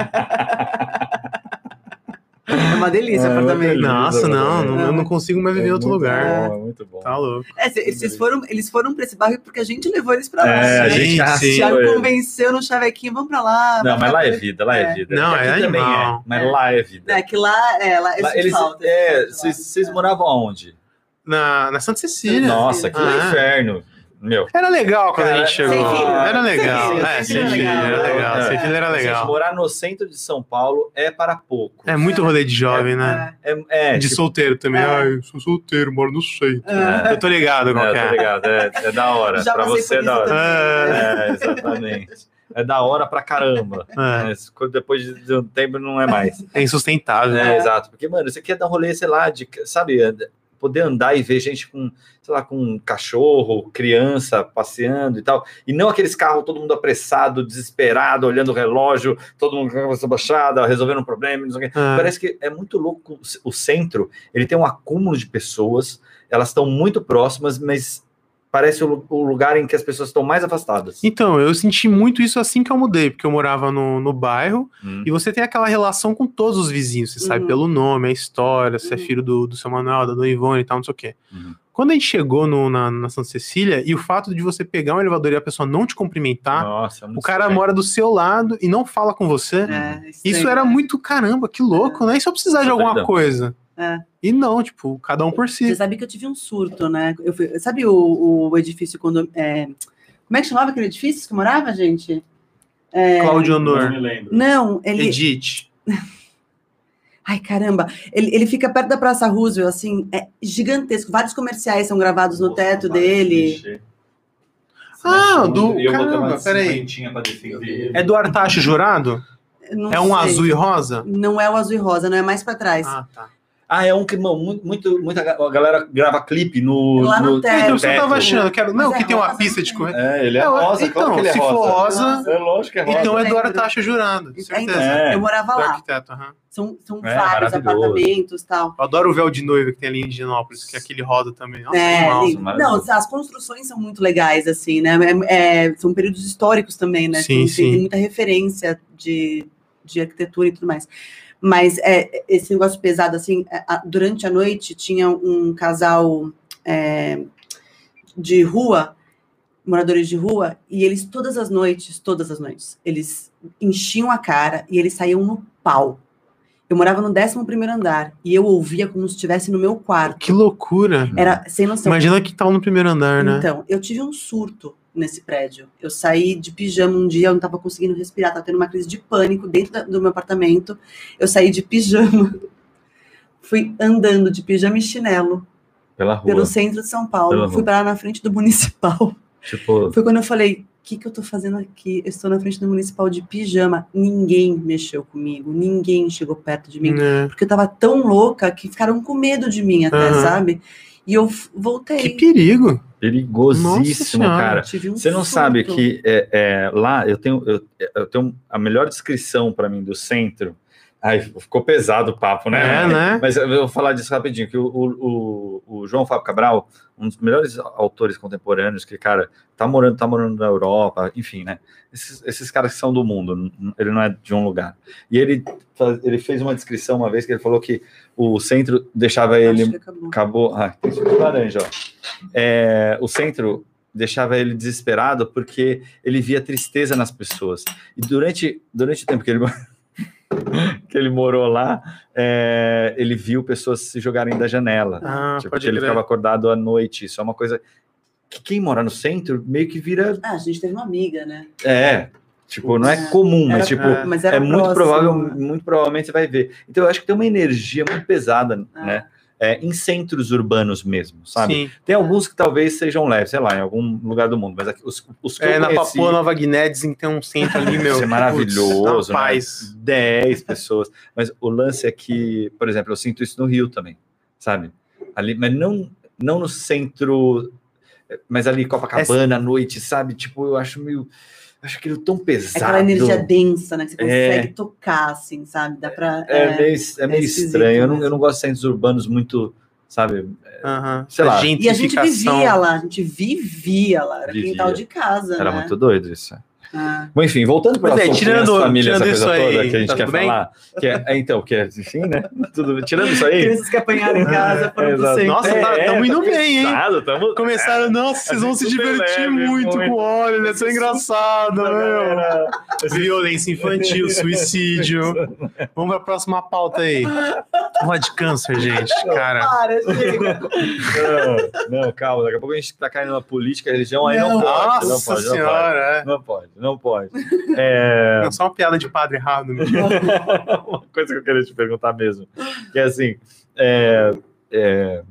Speaker 3: É uma delícia
Speaker 1: É,
Speaker 3: o apartamento.
Speaker 1: Beleza,
Speaker 2: Nossa, não, não-
Speaker 1: maravilha.
Speaker 2: eu não consigo mais viver em outro
Speaker 1: muito
Speaker 2: lugar.
Speaker 1: Bom, né? é muito bom.
Speaker 2: Tá louco.
Speaker 3: É, se- eles, foram, eles foram pra esse bairro porque a gente levou eles pra lá.
Speaker 1: É, a
Speaker 3: né?
Speaker 1: gente
Speaker 2: Sim,
Speaker 3: O
Speaker 2: sim.
Speaker 1: arrastou
Speaker 3: Thiago
Speaker 1: ele.
Speaker 3: convenceu no chavequinho, vamos pra lá.
Speaker 1: Não,
Speaker 3: vamos
Speaker 1: mas
Speaker 3: pra
Speaker 1: lá é vida, lá é,
Speaker 3: É.
Speaker 1: vida.
Speaker 2: Não,
Speaker 1: Aqui
Speaker 2: é
Speaker 1: também
Speaker 2: animal.
Speaker 1: é, mas lá é vida.
Speaker 3: É que lá, é, lá, eu
Speaker 1: Lá-
Speaker 3: sinto
Speaker 1: eles,
Speaker 3: falta,
Speaker 1: é,
Speaker 3: eu sinto
Speaker 1: vocês
Speaker 3: falta.
Speaker 1: vocês moravam onde?
Speaker 2: Na, na Santa Cecília.
Speaker 1: Nossa, que
Speaker 2: Ah.
Speaker 1: inferno. Meu.
Speaker 2: Era legal quando a gente
Speaker 1: Cara,
Speaker 2: chegou.
Speaker 3: sem filho.
Speaker 2: Era legal.
Speaker 3: Sem filho,
Speaker 2: É,
Speaker 3: sem
Speaker 2: sem
Speaker 3: filho
Speaker 2: filho,
Speaker 3: era
Speaker 2: era
Speaker 3: legal.
Speaker 2: legal.
Speaker 1: É.
Speaker 2: Sem filho era
Speaker 1: Vocês
Speaker 2: legal.
Speaker 1: morar no centro de São Paulo é para pouco.
Speaker 2: É muito rolê de jovem, né?
Speaker 3: É,
Speaker 1: É, é
Speaker 2: De
Speaker 1: tipo,
Speaker 2: solteiro também.
Speaker 3: É.
Speaker 2: Ai, eu sou solteiro, moro no centro.
Speaker 3: é.
Speaker 2: Eu tô ligado qual que
Speaker 1: é, tá
Speaker 2: é.
Speaker 1: ligado? É, é da hora.
Speaker 3: Já
Speaker 1: pra
Speaker 3: passei
Speaker 1: você
Speaker 3: por
Speaker 1: é da
Speaker 3: isso
Speaker 1: hora.
Speaker 3: também. né?
Speaker 1: É, exatamente. É da hora pra caramba.
Speaker 2: É,
Speaker 1: Mas quando- depois de um tempo não é mais.
Speaker 2: É insustentável.
Speaker 1: É, exato. Porque, mano, você quer dar um rolê, sei lá, de, sabe, poder andar e ver gente com, sei lá, com um cachorro, criança passeando e tal. E não aqueles carros, todo mundo apressado, desesperado, olhando o relógio, todo mundo com a cabeça baixada, resolvendo um problema, não sei o quê.
Speaker 2: Ah.
Speaker 1: Parece que é muito louco o centro, ele tem um acúmulo de pessoas, elas estão muito próximas, mas parece o, lu- o lugar em que as pessoas estão mais afastadas.
Speaker 2: Então, eu senti muito isso assim que eu mudei, porque eu morava no, no bairro
Speaker 1: Hum.
Speaker 2: e você tem aquela relação com todos os vizinhos, você sabe
Speaker 3: Uhum.
Speaker 2: pelo nome, a história, se é
Speaker 3: Uhum.
Speaker 2: filho do, do seu Manuel, da Dona Ivone e tal, não sei o quê.
Speaker 1: Uhum.
Speaker 2: Quando a gente chegou no- na, na Santa Cecília e o fato de você pegar um elevador e a pessoa não te cumprimentar,
Speaker 1: Nossa, é muito
Speaker 2: o cara
Speaker 1: estranho.
Speaker 2: mora do seu lado e não fala com você,
Speaker 3: É,
Speaker 2: isso
Speaker 3: estranho,
Speaker 2: era
Speaker 3: né?
Speaker 2: muito caramba, que louco, né? E se eu precisar de
Speaker 1: É
Speaker 2: alguma
Speaker 1: doidão.
Speaker 2: coisa?
Speaker 3: É.
Speaker 2: E não, tipo, cada um por
Speaker 3: Você
Speaker 2: si.
Speaker 3: sabe que eu tive um surto, né? Eu fui- sabe o, o edifício quando. é, como é que chamava aquele edifício que eu morava, gente? É.
Speaker 2: Claudio
Speaker 1: Não
Speaker 2: Honor,
Speaker 1: me lembro.
Speaker 3: Não, ele.
Speaker 2: Edith.
Speaker 3: Ai, caramba! Ele, ele fica perto da Praça Roosevelt, assim, é gigantesco. Vários comerciais são gravados no
Speaker 1: Nossa,
Speaker 3: teto
Speaker 1: parece
Speaker 3: dele.
Speaker 1: clichê.
Speaker 2: Ah,
Speaker 1: Mexe
Speaker 2: do-
Speaker 1: muito. né? E eu vou ter uma
Speaker 2: caramba, peraí.
Speaker 1: cinquentinha pra defender.
Speaker 2: É do Artacho Jurado?
Speaker 3: Não
Speaker 2: É um
Speaker 3: sei.
Speaker 2: azul e rosa?
Speaker 3: Não é o azul e rosa, não é mais pra trás.
Speaker 2: Ah, tá.
Speaker 1: Ah, é um que mano, muito, muito- muita ga- a galera grava clipe no.
Speaker 3: Lá no teto.
Speaker 2: Então,
Speaker 3: É,
Speaker 2: você tava achando que era. Não,
Speaker 3: Mas é
Speaker 2: que tem uma
Speaker 3: rosa,
Speaker 2: pista
Speaker 3: não
Speaker 2: de
Speaker 3: tem.
Speaker 2: correr.
Speaker 1: É, ele é
Speaker 2: Não,
Speaker 1: rosa,
Speaker 2: então,
Speaker 1: claro que ele é
Speaker 2: se
Speaker 1: rosa.
Speaker 2: for rosa,
Speaker 1: É lógico que é rosa.
Speaker 2: Então é do
Speaker 3: Lembro.
Speaker 2: Artacho Jurado. com
Speaker 3: então,
Speaker 2: Certeza.
Speaker 1: É.
Speaker 3: eu morava
Speaker 2: Do
Speaker 3: lá.
Speaker 2: arquiteto, aham.
Speaker 3: São, são
Speaker 1: É,
Speaker 3: vários
Speaker 1: maravilhoso.
Speaker 3: apartamentos e tal.
Speaker 2: Eu adoro o véu de noiva que tem ali em Indianópolis, que é aquele rosa também. Nossa,
Speaker 3: É,
Speaker 2: animal.
Speaker 3: lindo. não,
Speaker 1: maravilhoso.
Speaker 3: as construções são muito legais, assim, né? É- é, são períodos históricos também, né?
Speaker 2: Sim,
Speaker 3: tem,
Speaker 2: sim.
Speaker 3: tem muita referência de, de arquitetura e tudo mais. Mas é, esse negócio pesado, assim, é, a- durante a noite tinha um casal é, de rua, moradores de rua, e eles todas as noites, todas as noites, eles enchiam a cara e eles saíam no pau. Eu morava no 11 primeiro andar e eu ouvia como se estivesse no meu quarto.
Speaker 2: Que loucura.
Speaker 3: Era sem noção.
Speaker 2: Imagina que tava no primeiro andar, né?
Speaker 3: Então, eu tive um surto nesse prédio. Eu saí de pijama um dia, eu não tava conseguindo respirar, tava tendo uma crise de pânico dentro da- do meu apartamento. Eu saí de pijama, fui andando de pijama e chinelo
Speaker 1: Pela rua.
Speaker 3: pelo centro de São Paulo,
Speaker 1: Pela
Speaker 3: fui
Speaker 1: rua.
Speaker 3: parar na frente do municipal.
Speaker 1: Tipo,
Speaker 3: Foi quando eu falei: o que, que eu tô fazendo aqui? Eu estou na frente do municipal de pijama. Ninguém mexeu comigo, ninguém chegou perto de mim
Speaker 1: Hum.
Speaker 2: É.
Speaker 3: porque eu tava tão louca que ficaram com medo de mim até,
Speaker 2: Aham.
Speaker 3: sabe? E eu f- voltei.
Speaker 2: Que perigo. Nossa
Speaker 1: perigosíssimo,
Speaker 2: Senhora.
Speaker 1: cara.
Speaker 3: Tive um
Speaker 1: Você não
Speaker 3: surto.
Speaker 1: sabe que é, é, lá eu tenho, eu, eu tenho a melhor descrição para mim do centro. Ai, ficou pesado o papo, né?
Speaker 2: É, né?
Speaker 1: Mas eu vou falar disso rapidinho, que o, o- o- o João Fábio Cabral, um dos melhores autores contemporâneos, que, cara, tá morando, tá morando na Europa, enfim, né? Esses, esses caras que são do mundo, n- ele não é de um lugar. E ele, fa- ele fez uma descrição uma vez que ele falou que o centro deixava
Speaker 3: Acho
Speaker 1: ele
Speaker 3: que acabou.
Speaker 1: acabou. Ah, tem suco de laranja, ó. É, o centro deixava ele desesperado porque ele via tristeza nas pessoas. E durante, durante o tempo que ele, mo- que ele morou lá, é, ele viu pessoas se jogarem da janela.
Speaker 2: Ah,
Speaker 1: Tipo,
Speaker 2: pode
Speaker 1: ele
Speaker 2: crer.
Speaker 1: ficava acordado à noite. Isso é uma coisa que quem mora no centro meio que vira.
Speaker 3: Ah, a gente teve uma amiga, né?
Speaker 1: É. Tipo, não é
Speaker 3: É.
Speaker 1: comum, mas
Speaker 3: Era-
Speaker 1: tipo,
Speaker 2: é.
Speaker 3: Mas era
Speaker 1: é muito
Speaker 3: próximo,
Speaker 1: provável,
Speaker 3: né?
Speaker 1: muito provavelmente você vai ver. Então eu acho que tem uma energia muito pesada,
Speaker 3: Ah.
Speaker 1: né? É, em centros urbanos mesmo, sabe?
Speaker 2: Sim.
Speaker 1: Tem alguns que talvez sejam leves, sei lá, em algum lugar do mundo, mas aqui, os, os que
Speaker 2: É,
Speaker 1: eu
Speaker 2: na
Speaker 1: conheci,
Speaker 2: Papua Nova Guiné dizem que tem um centro ali, meu.
Speaker 1: isso é maravilhoso, né?
Speaker 2: Rapaz.
Speaker 1: 10 pessoas. Mas o lance é que, por exemplo, eu sinto isso no Rio também, sabe? Ali, mas não, não no centro, mas ali Copacabana à noite, sabe? Tipo, eu acho meio. Acho aquilo tão
Speaker 3: É
Speaker 1: pesado.
Speaker 3: Aquela energia densa, né? Que você
Speaker 1: É.
Speaker 3: consegue tocar, assim, sabe? Dá pra.
Speaker 1: É,
Speaker 3: é.
Speaker 1: meio, é meio
Speaker 3: esquisito
Speaker 1: estranho. Eu não, eu
Speaker 3: mesmo.
Speaker 1: não gosto de centros urbanos muito, sabe?
Speaker 2: Aham.
Speaker 1: É.
Speaker 2: É
Speaker 1: Sei lá.
Speaker 3: E a gente
Speaker 2: gentrificação.
Speaker 3: vivia lá, a gente vivia lá, era
Speaker 1: Vivia.
Speaker 3: quintal de casa,
Speaker 1: Era
Speaker 3: né?
Speaker 1: muito doido isso.
Speaker 3: Ah,
Speaker 1: Bom, enfim, voltando para
Speaker 2: Mas é,
Speaker 1: assunto
Speaker 2: tirando-
Speaker 1: criança, família,
Speaker 2: tirando
Speaker 1: essa coisa
Speaker 2: isso aí,
Speaker 1: toda que a gente
Speaker 2: tá
Speaker 1: quer
Speaker 2: tudo bem?
Speaker 1: falar. Que é, é, então, que é, enfim, né? Tudo, tirando isso aí.
Speaker 3: Crianças que apanharam em casa foram pro
Speaker 1: É, exato.
Speaker 3: centro.
Speaker 2: Nossa, tá-
Speaker 1: É,
Speaker 2: tamo indo bem, hein?
Speaker 1: pesado, Tamo,
Speaker 2: Começaram, nossa, vocês vão se
Speaker 1: Super
Speaker 2: divertir
Speaker 1: É, leve,
Speaker 2: muito
Speaker 1: muito.
Speaker 2: com o óleo, deve ser é engraçado, né, meu.
Speaker 1: Galera,
Speaker 2: Violência infantil, suicídio. Vamos pra próxima pauta aí. Uma de câncer, gente. Cara,
Speaker 3: Para, chega.
Speaker 1: não, não, calma, daqui a pouco a gente tá caindo na política, religião, aí não,
Speaker 3: Não,
Speaker 1: pode. Não pode,
Speaker 2: nossa
Speaker 1: não pode.
Speaker 2: senhora.
Speaker 1: Não pode, não pode. É,
Speaker 2: é. Não, só uma piada de padre errado. meu.
Speaker 1: uma coisa que eu queria te perguntar mesmo. Que é assim. É, é,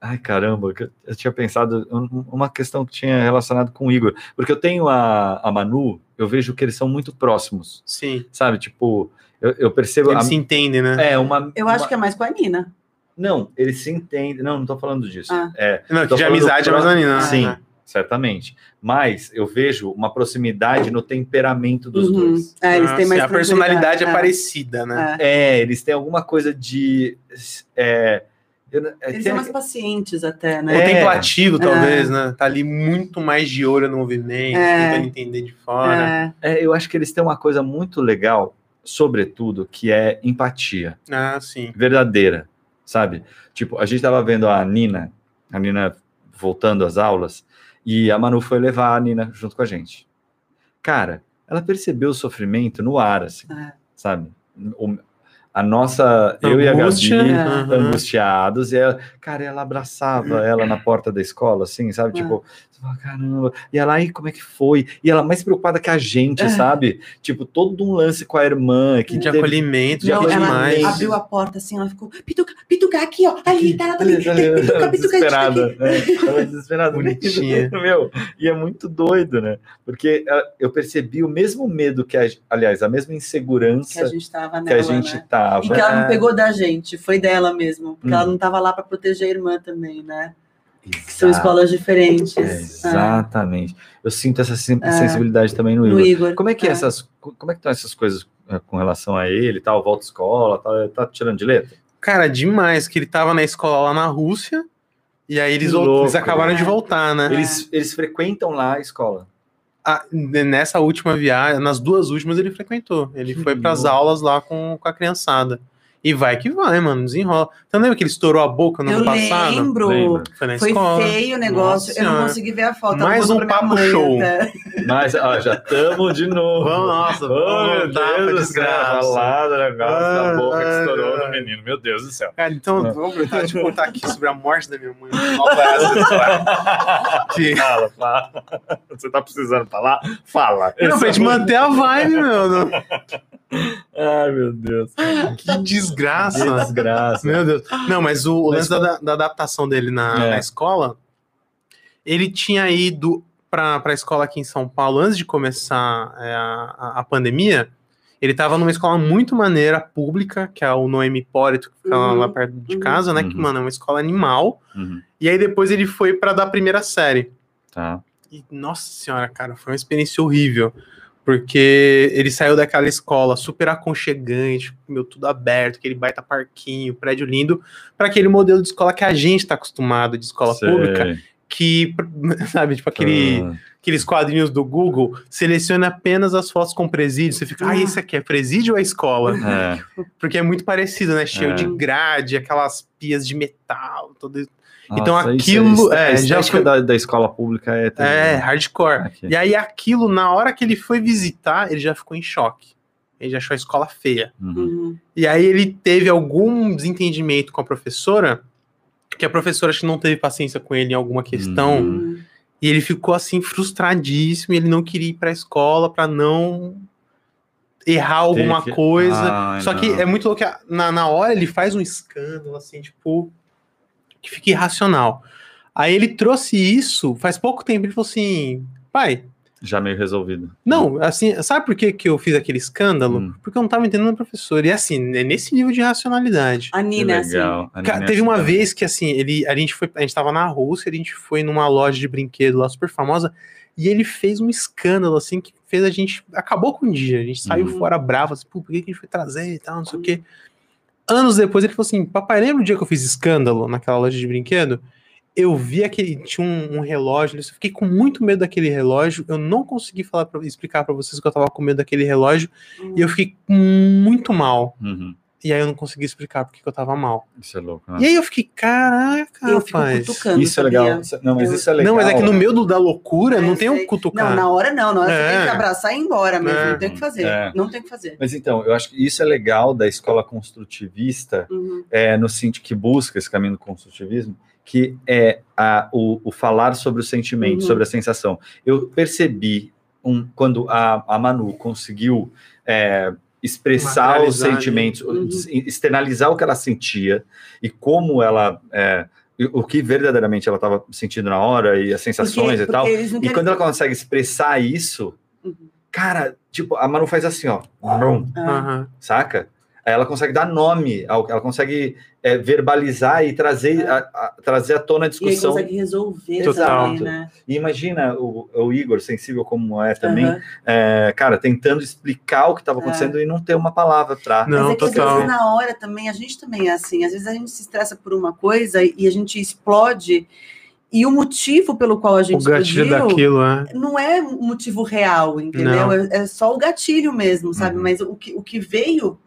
Speaker 1: Ai, caramba, que eu- eu tinha pensado um- uma questão que tinha relacionado com o Igor. Porque eu tenho a, a Manu, eu vejo que eles são muito próximos,
Speaker 2: Sim.
Speaker 1: sabe? Tipo, eu, eu percebo.
Speaker 2: Eles
Speaker 1: a-
Speaker 2: se entendem, né?
Speaker 1: é, uma.
Speaker 3: Eu acho
Speaker 1: uma-
Speaker 3: que é mais com a Nina.
Speaker 1: Não, eles se entendem. Não, não tô falando disso.
Speaker 3: Ah.
Speaker 1: É,
Speaker 2: Não,
Speaker 1: tô
Speaker 2: que de
Speaker 1: falando
Speaker 2: amizade
Speaker 1: pra-
Speaker 2: amazonina. né?
Speaker 1: Sim, certamente. Mas eu vejo uma proximidade no temperamento dos
Speaker 3: Uhum.
Speaker 1: dois.
Speaker 3: É, eles
Speaker 2: Ah,
Speaker 3: têm
Speaker 2: sim,
Speaker 3: mais
Speaker 2: a personalidade é,
Speaker 3: tranquilidade,
Speaker 2: parecida, né?
Speaker 3: é.
Speaker 1: É, eles têm alguma coisa de. É, eu- é,
Speaker 3: Eles
Speaker 1: tem-
Speaker 3: são mais pacientes até,
Speaker 1: É.
Speaker 3: né?
Speaker 2: Contemplativo, talvez, né? Tá ali muito mais de olho no movimento,
Speaker 3: É.
Speaker 2: tentando entender de fora.
Speaker 1: é, eu acho que eles têm uma coisa muito legal, sobretudo, que é empatia.
Speaker 2: Ah, sim.
Speaker 1: verdadeira, sabe? Tipo, a gente tava vendo a Nina, a Nina voltando às aulas, e a Manu foi levar a Nina junto com a gente. Cara, ela percebeu o sofrimento no ar, assim,
Speaker 3: É.
Speaker 1: sabe? O- a nossa, eu e a Gabi,
Speaker 2: Angústia, né?
Speaker 3: Gabi,
Speaker 2: aham.
Speaker 1: angustiados, e ela, cara, ela abraçava ela na porta da escola, assim, sabe?
Speaker 3: Uhum. É.
Speaker 1: Tipo, você fala, caramba, e ela, aí, como é que foi? E ela mais preocupada que a gente,
Speaker 3: É.
Speaker 1: sabe? Tipo, todo um lance com a irmã, que
Speaker 2: De
Speaker 1: teve-
Speaker 2: acolhimento, de
Speaker 1: Não, é
Speaker 2: tudo
Speaker 1: ela
Speaker 2: mais.
Speaker 3: abriu a porta assim, ela ficou, pituca, pituca aqui, ó, ali, tá, ela tá ali, pituca, pituca, a gente tá
Speaker 1: desesperada,
Speaker 3: aqui.
Speaker 1: né? Ela desesperada.
Speaker 2: Bonitinha.
Speaker 1: Meu, e é muito doido, né? Porque ah, eu percebi o mesmo medo que, a, aliás, a mesma
Speaker 3: Que a
Speaker 1: insegurança
Speaker 3: gente tava
Speaker 1: que a
Speaker 3: nela,
Speaker 1: gente
Speaker 3: né?
Speaker 1: tava.
Speaker 3: E que ela
Speaker 2: É.
Speaker 3: não pegou da gente, foi dela mesmo. Porque
Speaker 1: Tá Hum.
Speaker 3: ela não tava lá pra proteger a irmã também, né? Que são
Speaker 1: Exato.
Speaker 3: escolas diferentes.
Speaker 1: É,
Speaker 3: Ah,
Speaker 1: exatamente. Eu sinto essa sen-
Speaker 3: É.
Speaker 1: sensibilidade também no
Speaker 3: No
Speaker 1: Igor.
Speaker 3: Igor.
Speaker 1: Como é que
Speaker 3: é.
Speaker 1: essas, como é que estão essas coisas eh, com relação a ele, e tal, volta à escola, tal, tá tirando de letra?
Speaker 2: Cara, demais, que ele tava na escola lá na Rússia, e aí eles,
Speaker 1: Que
Speaker 2: vol-
Speaker 1: louco.
Speaker 2: eles acabaram de
Speaker 3: É.
Speaker 2: voltar, né?
Speaker 1: Eles, eles frequentam lá a escola.
Speaker 2: Ah, n- nessa última viagem, nas duas últimas ele frequentou. Ele
Speaker 1: Que
Speaker 2: foi pras
Speaker 1: louco.
Speaker 2: aulas lá com, com a criançada. E vai que vai, mano, desenrola. Então lembra é que ele estourou a boca no
Speaker 3: Eu
Speaker 2: ano passado?
Speaker 3: lembro.
Speaker 1: Lembro.
Speaker 2: Foi na
Speaker 3: Foi
Speaker 2: escola.
Speaker 3: feio o negócio.
Speaker 2: Nossa
Speaker 3: eu não
Speaker 2: Senhora.
Speaker 3: consegui ver a foto.
Speaker 2: Mais
Speaker 3: ela
Speaker 2: um
Speaker 3: mandou pra minha
Speaker 2: papo
Speaker 3: mãe
Speaker 2: show.
Speaker 3: até.
Speaker 1: Mas, ó, já estamos de novo.
Speaker 2: Vamos, nossa,
Speaker 1: Ô,
Speaker 2: vamos,
Speaker 1: meu
Speaker 2: tapa,
Speaker 1: Deus do céu,
Speaker 2: desgraça.
Speaker 1: ralado o negócio da
Speaker 2: Ah,
Speaker 1: boca que
Speaker 2: ah,
Speaker 1: estourou
Speaker 2: ah.
Speaker 1: no menino, meu Deus do céu.
Speaker 2: Cara, então,
Speaker 1: É.
Speaker 2: vamos aproveitar de contar aqui sobre a morte da minha mãe. Qual foi essa história? Que-
Speaker 1: Fala, fala. Você tá precisando falar? Fala.
Speaker 2: Não, pra gente manter a vibe, meu. não-
Speaker 1: Ai, meu Deus. Uhum,
Speaker 2: Que desgraça.
Speaker 1: Desgraça.
Speaker 2: Meu Deus. Não, mas o, o
Speaker 1: Mas
Speaker 2: lance da, da adaptação dele na,
Speaker 1: É.
Speaker 2: na escola, ele tinha ido pra, pra escola aqui em São Paulo antes de começar é, a, a- a pandemia. Ele tava numa escola muito maneira, pública, que é o Noemi Pórito, que fica lá-
Speaker 3: Uhum,
Speaker 2: lá perto de
Speaker 3: uhum.
Speaker 2: casa, né? Que,
Speaker 1: Uhum.
Speaker 2: mano, é uma escola animal.
Speaker 1: Uhum,
Speaker 2: E aí depois ele foi pra da primeira série.
Speaker 1: tá.
Speaker 2: E, nossa senhora, cara, foi uma experiência horrível. Porque ele saiu daquela escola super aconchegante, meu, tudo aberto, aquele baita parquinho, prédio lindo, para aquele modelo de escola que a gente tá acostumado, de escola
Speaker 1: Sei. Ah.
Speaker 2: pública, que, sabe, tipo aquele, aqueles quadrinhos do Google, seleciona apenas as fotos com presídio, você fica, ah, esse aqui é presídio ou é escola?
Speaker 1: Ah, é.
Speaker 2: Porque é muito parecido, né? Cheio
Speaker 1: É.
Speaker 2: de grade, aquelas pias de metal, todo... Então,
Speaker 1: Nossa, isso
Speaker 2: aquilo-
Speaker 1: É,
Speaker 2: é,
Speaker 1: a
Speaker 2: já
Speaker 1: estética
Speaker 2: foi-
Speaker 1: da, da escola pública é.
Speaker 2: É,
Speaker 1: terrível.
Speaker 2: hardcore.
Speaker 1: Aqui.
Speaker 2: E aí aquilo, na hora que ele foi visitar, ele já ficou em choque. Ele já achou a escola feia.
Speaker 1: Uhum.
Speaker 3: Uhum.
Speaker 2: E aí ele teve algum desentendimento com a professora, que a professora acho que não teve paciência com ele em alguma
Speaker 3: Hum,
Speaker 2: questão,
Speaker 1: Uhum.
Speaker 2: e ele ficou assim frustradíssimo, e ele não queria ir pra escola pra não errar alguma
Speaker 1: Tem que- Ah,
Speaker 2: coisa.
Speaker 1: Ai,
Speaker 2: Só que
Speaker 1: não.
Speaker 2: é muito louco que a- na, na hora ele faz um escândalo assim, tipo, que fica irracional. Aí ele trouxe isso, faz pouco tempo ele falou assim: "Pai,
Speaker 1: Já meio resolvido.
Speaker 2: não, assim, sabe por que, que eu fiz aquele escândalo?
Speaker 1: Hum.
Speaker 2: Porque eu não tava entendendo o professor. E assim, é nesse nível de racionalidade.
Speaker 3: A
Speaker 1: Que
Speaker 3: Nina, assim.
Speaker 1: legal. A é
Speaker 2: Cara,
Speaker 1: Nina
Speaker 2: teve uma
Speaker 1: também.
Speaker 2: vez que assim, ele, a gente foi, a gente tava na Rússia, a gente foi numa loja de brinquedo lá super famosa, e ele fez um escândalo assim que fez a gente acabou com o dia. A gente saiu
Speaker 1: Uhum.
Speaker 2: fora bravo, assim, pô, por que que a gente foi trazer e tal, não sei o quê. Anos depois ele falou assim: "Papai, lembra o dia que eu fiz escândalo naquela loja de brinquedo?" Eu vi aquele. Tinha um, um relógio, eu fiquei com muito medo daquele relógio. Eu não consegui falar pra, explicar pra vocês que eu tava com medo daquele relógio.
Speaker 3: Hum.
Speaker 2: E eu fiquei muito mal.
Speaker 1: Uhum.
Speaker 2: E aí eu não consegui explicar porque que eu tava mal.
Speaker 1: Isso é louco, né?
Speaker 2: E aí eu fiquei, caraca,
Speaker 3: Eu fico
Speaker 2: Ah, rapaz.
Speaker 3: cutucando,
Speaker 1: Isso é
Speaker 3: sabia?
Speaker 1: legal. Isso- Não, mas
Speaker 3: Eu-
Speaker 1: isso é legal.
Speaker 2: não, mas é que no meio do- da loucura
Speaker 3: Eu
Speaker 2: não tem um
Speaker 3: sei.
Speaker 2: cutucar.
Speaker 3: é Não, na hora não, na hora você
Speaker 2: É.
Speaker 3: tem que abraçar e ir embora mesmo.
Speaker 2: É.
Speaker 3: Não tem o que fazer.
Speaker 1: É.
Speaker 3: Não tem o que fazer.
Speaker 1: Mas então, eu acho que isso é legal da escola construtivista,
Speaker 3: Uhum.
Speaker 1: é, no sentido que busca esse caminho do construtivismo, que é a- o, o falar sobre o sentimento,
Speaker 3: Uhum.
Speaker 1: sobre a sensação. Eu percebi um- quando a, a Manu conseguiu é, expressar os
Speaker 2: Materializar, né?
Speaker 1: sentimentos,
Speaker 3: Uhum.
Speaker 1: externalizar o que ela sentia e como ela. é, e o que verdadeiramente ela estava sentindo na hora e as sensações e tal.
Speaker 3: eles não
Speaker 1: E
Speaker 3: querem-
Speaker 1: quando ela consegue expressar isso,
Speaker 3: Uhum.
Speaker 1: cara, tipo, a Manu faz assim, ó.
Speaker 3: Ah,
Speaker 2: Aham.
Speaker 1: saca? ela consegue dar nome, ao- ela consegue é, verbalizar e trazer, a, a- trazer à tona a
Speaker 3: E aí
Speaker 1: discussão. E,
Speaker 3: consegue resolver
Speaker 2: Total.
Speaker 3: também, né?
Speaker 1: imagina o, o Igor, sensível como é também,
Speaker 3: Aham. É.
Speaker 1: é, cara, tentando explicar o que estava acontecendo e não ter uma palavra para.
Speaker 2: Não,
Speaker 3: Mas é que às
Speaker 2: total.
Speaker 3: vezes na hora também, a gente também é assim, às vezes a gente se estressa por uma coisa e a gente explode, e o motivo pelo qual a
Speaker 2: O
Speaker 3: gente
Speaker 2: gatilho
Speaker 3: explodiu
Speaker 2: daquilo, é.
Speaker 3: não é um motivo real, entendeu?
Speaker 2: Não.
Speaker 3: É, é só o gatilho mesmo, sabe?
Speaker 1: Uhum.
Speaker 3: Mas o que, o que veio,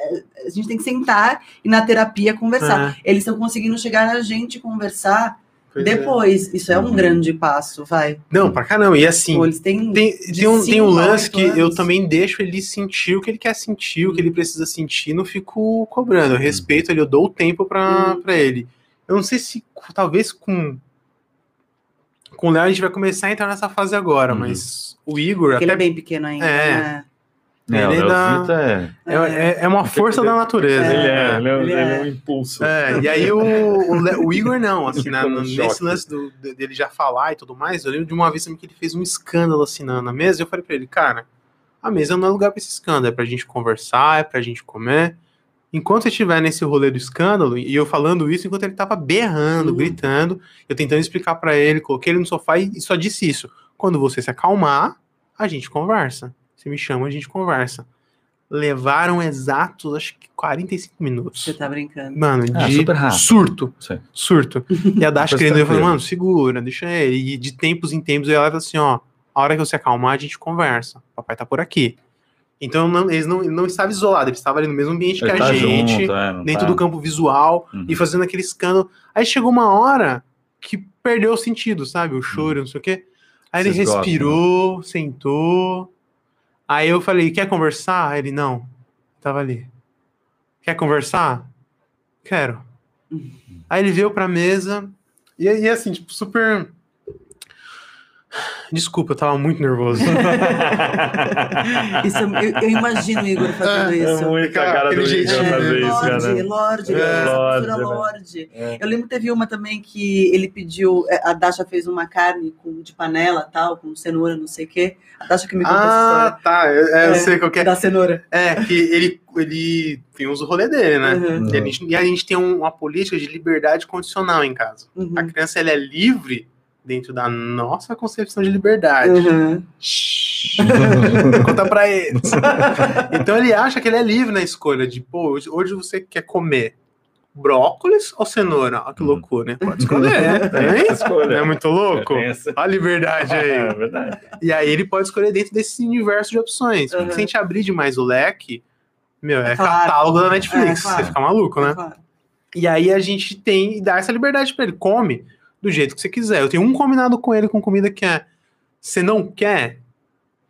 Speaker 3: é, a gente tem que sentar e na terapia conversar.
Speaker 2: É,
Speaker 3: Eles estão conseguindo chegar na gente conversar
Speaker 2: pois é.
Speaker 3: depois. Isso é um
Speaker 1: Uhum.
Speaker 3: grande passo, vai.
Speaker 2: Não, pra caramba. E assim,
Speaker 3: Ou eles têm.
Speaker 2: Tem,
Speaker 3: de
Speaker 2: tem um, tem um
Speaker 3: cinco a
Speaker 2: lance
Speaker 3: oito
Speaker 2: que eu
Speaker 3: anos.
Speaker 2: também deixo ele sentir o que ele quer sentir, o que
Speaker 3: Uhum.
Speaker 2: ele precisa sentir, não fico cobrando. Eu respeito ele, eu dou o tempo pra,
Speaker 3: Uhum.
Speaker 2: pra ele. Eu não sei se co- talvez com. Com o Léo a gente vai começar a entrar nessa fase agora,
Speaker 1: Uhum.
Speaker 2: mas o Igor
Speaker 3: Porque ele
Speaker 2: até
Speaker 3: é bem pequeno ainda.
Speaker 2: É.
Speaker 3: né?
Speaker 1: É, o
Speaker 2: Ele dá-
Speaker 1: Leozito é-
Speaker 2: é, é- é uma força da natureza.
Speaker 1: Ele
Speaker 2: né?
Speaker 1: é, ele é- ele
Speaker 3: Ele
Speaker 1: é
Speaker 3: é.
Speaker 1: um impulso.
Speaker 2: É, e aí o, o, Le- o Igor não, assim, na-
Speaker 1: Ficou no
Speaker 2: no- nesse
Speaker 1: choque.
Speaker 2: lance do- de- dele já falar e tudo mais, eu lembro de uma vez também que ele fez um escândalo assim na, na mesa, e eu falei pra ele, cara, a mesa não é lugar pra esse escândalo, é pra gente conversar, é pra gente comer. Enquanto eu estiver nesse rolê do escândalo, e eu falando isso, enquanto ele tava berrando,
Speaker 3: Hum.
Speaker 1: Uhum.
Speaker 2: gritando, eu tentando explicar pra ele, coloquei ele no sofá e, e só disse isso. Quando você se acalmar, a gente conversa. Você me chama, a gente conversa. Levaram exatos, acho que 45 minutos.
Speaker 3: Você tá brincando.
Speaker 2: Mano,
Speaker 1: Ah,
Speaker 2: de
Speaker 1: super rápido.
Speaker 2: surto.
Speaker 1: Sim.
Speaker 2: Surto. E a Dash
Speaker 1: Depois
Speaker 2: querendo, eu falei,
Speaker 1: tranquilo.
Speaker 2: mano, segura, deixa ele. E de tempos em tempos, ela fala assim, ó, a hora que você acalmar, a gente conversa. Papai tá por aqui. Então, não- eles não, ele não estavam isolados, eles estavam ali no mesmo ambiente que
Speaker 1: Ele
Speaker 2: a
Speaker 1: tá
Speaker 2: gente,
Speaker 1: junto, é, não
Speaker 2: dentro
Speaker 1: tá-
Speaker 2: do campo visual,
Speaker 1: Uhum.
Speaker 2: e fazendo aquele escândalo. Aí chegou uma hora que perdeu o sentido, sabe? O choro, não sei o quê. Aí ele
Speaker 1: Se esgota, né?
Speaker 2: respirou, sentou. Aí eu falei, quer conversar? Aí ele, não. Tava ali. Quer conversar? Quero.
Speaker 3: Uhum.
Speaker 2: Aí ele veio pra mesa. E, e assim, tipo, super. Desculpa, eu tava muito nervoso.
Speaker 3: Isso, é- eu, eu imagino o Igor
Speaker 2: Ah,
Speaker 3: fazendo
Speaker 1: É
Speaker 3: isso.
Speaker 1: muita
Speaker 2: Cara,
Speaker 1: cara do
Speaker 2: aquele
Speaker 1: Igor
Speaker 2: jeitinho,
Speaker 1: fazer isso,
Speaker 3: Lorde,
Speaker 1: cara.
Speaker 3: Lorde,
Speaker 1: É.
Speaker 3: essa
Speaker 1: Lorde,
Speaker 3: cultura
Speaker 1: né?
Speaker 3: Lorde.
Speaker 1: É.
Speaker 3: Eu lembro que teve uma também que ele pediu, é, a Dasha fez uma carne com, de panela tal, com cenoura, não sei o quê. A Dasha que me contou essa
Speaker 2: ah, tá. Eu, eu
Speaker 3: É.
Speaker 2: sei qual que é.
Speaker 3: história da cenoura.
Speaker 2: É, que ele, ele tem os rolê dele, né?
Speaker 3: Uhum,
Speaker 1: Uhum.
Speaker 2: E a gente, e a gente tem um- uma política de liberdade condicional em casa.
Speaker 3: uhum,
Speaker 2: A criança ela é livre dentro da nossa concepção de liberdade.
Speaker 3: uhum.
Speaker 2: Shhh. Conta pra eles. então ele acha que ele é livre na escolha de, pô, hoje, hoje você quer comer brócolis ou cenoura? Olha que
Speaker 1: Uhum.
Speaker 2: loucura, né? Pode escolher, né? Tá
Speaker 1: Tem essa
Speaker 2: vendo?
Speaker 1: escolha.
Speaker 2: Não é muito louco?
Speaker 1: Tem essa-
Speaker 2: Olha a liberdade aí.
Speaker 1: É verdade.
Speaker 2: E aí ele pode escolher dentro desse universo de opções.
Speaker 3: Uhum.
Speaker 2: Porque se a gente abrir demais o leque, meu, é,
Speaker 3: É claro.
Speaker 2: catálogo da Netflix.
Speaker 3: É, claro.
Speaker 2: Você fica maluco, né?
Speaker 3: Claro.
Speaker 2: E aí a gente tem e dá essa liberdade pra ele. Come do jeito que você quiser. Eu tenho um combinado com ele com comida que é. Você não quer?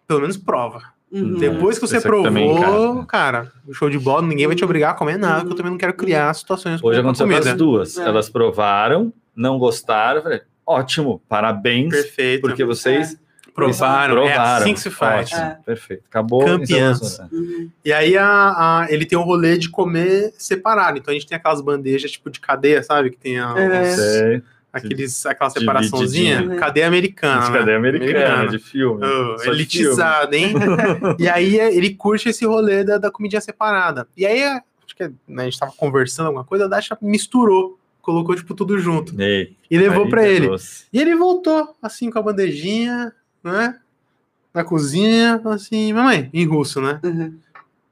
Speaker 2: Pelo menos prova.
Speaker 3: Uhum.
Speaker 2: Depois que você
Speaker 1: Isso Hum. aqui também
Speaker 2: provou, cara, show de bola, ninguém vai te
Speaker 3: Uhum.
Speaker 2: obrigar a comer nada, porque eu
Speaker 3: Uhum.
Speaker 2: também não quero criar situações
Speaker 1: Hum. Hoje
Speaker 2: com
Speaker 1: aconteceu com as
Speaker 2: comida.
Speaker 1: duas.
Speaker 3: É.
Speaker 1: Elas provaram, não gostaram. Falei, ótimo, parabéns,
Speaker 2: Perfeito.
Speaker 1: porque vocês
Speaker 2: provaram. É
Speaker 1: provaram.
Speaker 2: assim que se faz.
Speaker 1: Ótimo,
Speaker 3: É.
Speaker 1: Perfeito. Acabou. tá
Speaker 2: Campeãs.
Speaker 1: encerrou o assunto.
Speaker 3: Uhum.
Speaker 2: E aí a- a- ele tem um rolê de comer separado. Então a gente tem aquelas bandejas tipo de cadeia, sabe? Que tem a-
Speaker 3: É.
Speaker 2: os-
Speaker 1: Sei.
Speaker 2: aqueles, aquela
Speaker 1: Divididinho.
Speaker 2: separaçãozinha.
Speaker 3: Uhum.
Speaker 2: Cadeia americana.
Speaker 1: Isso
Speaker 2: né?
Speaker 1: cadê americana, de filme.
Speaker 2: Oh,
Speaker 1: Só de
Speaker 2: elitizado, hein? e aí é, ele curte esse rolê da, da comidinha separada. E aí, é, acho que é, né, a gente tava conversando alguma coisa, a Dasha misturou, colocou, tipo, tudo junto.
Speaker 1: filme. Ei,
Speaker 2: E levou
Speaker 1: aí, é
Speaker 2: pra ele.
Speaker 1: doce.
Speaker 2: E ele voltou, assim, com a bandejinha, né? Na cozinha, falou assim, mamãe, em russo, né?
Speaker 3: Uhum.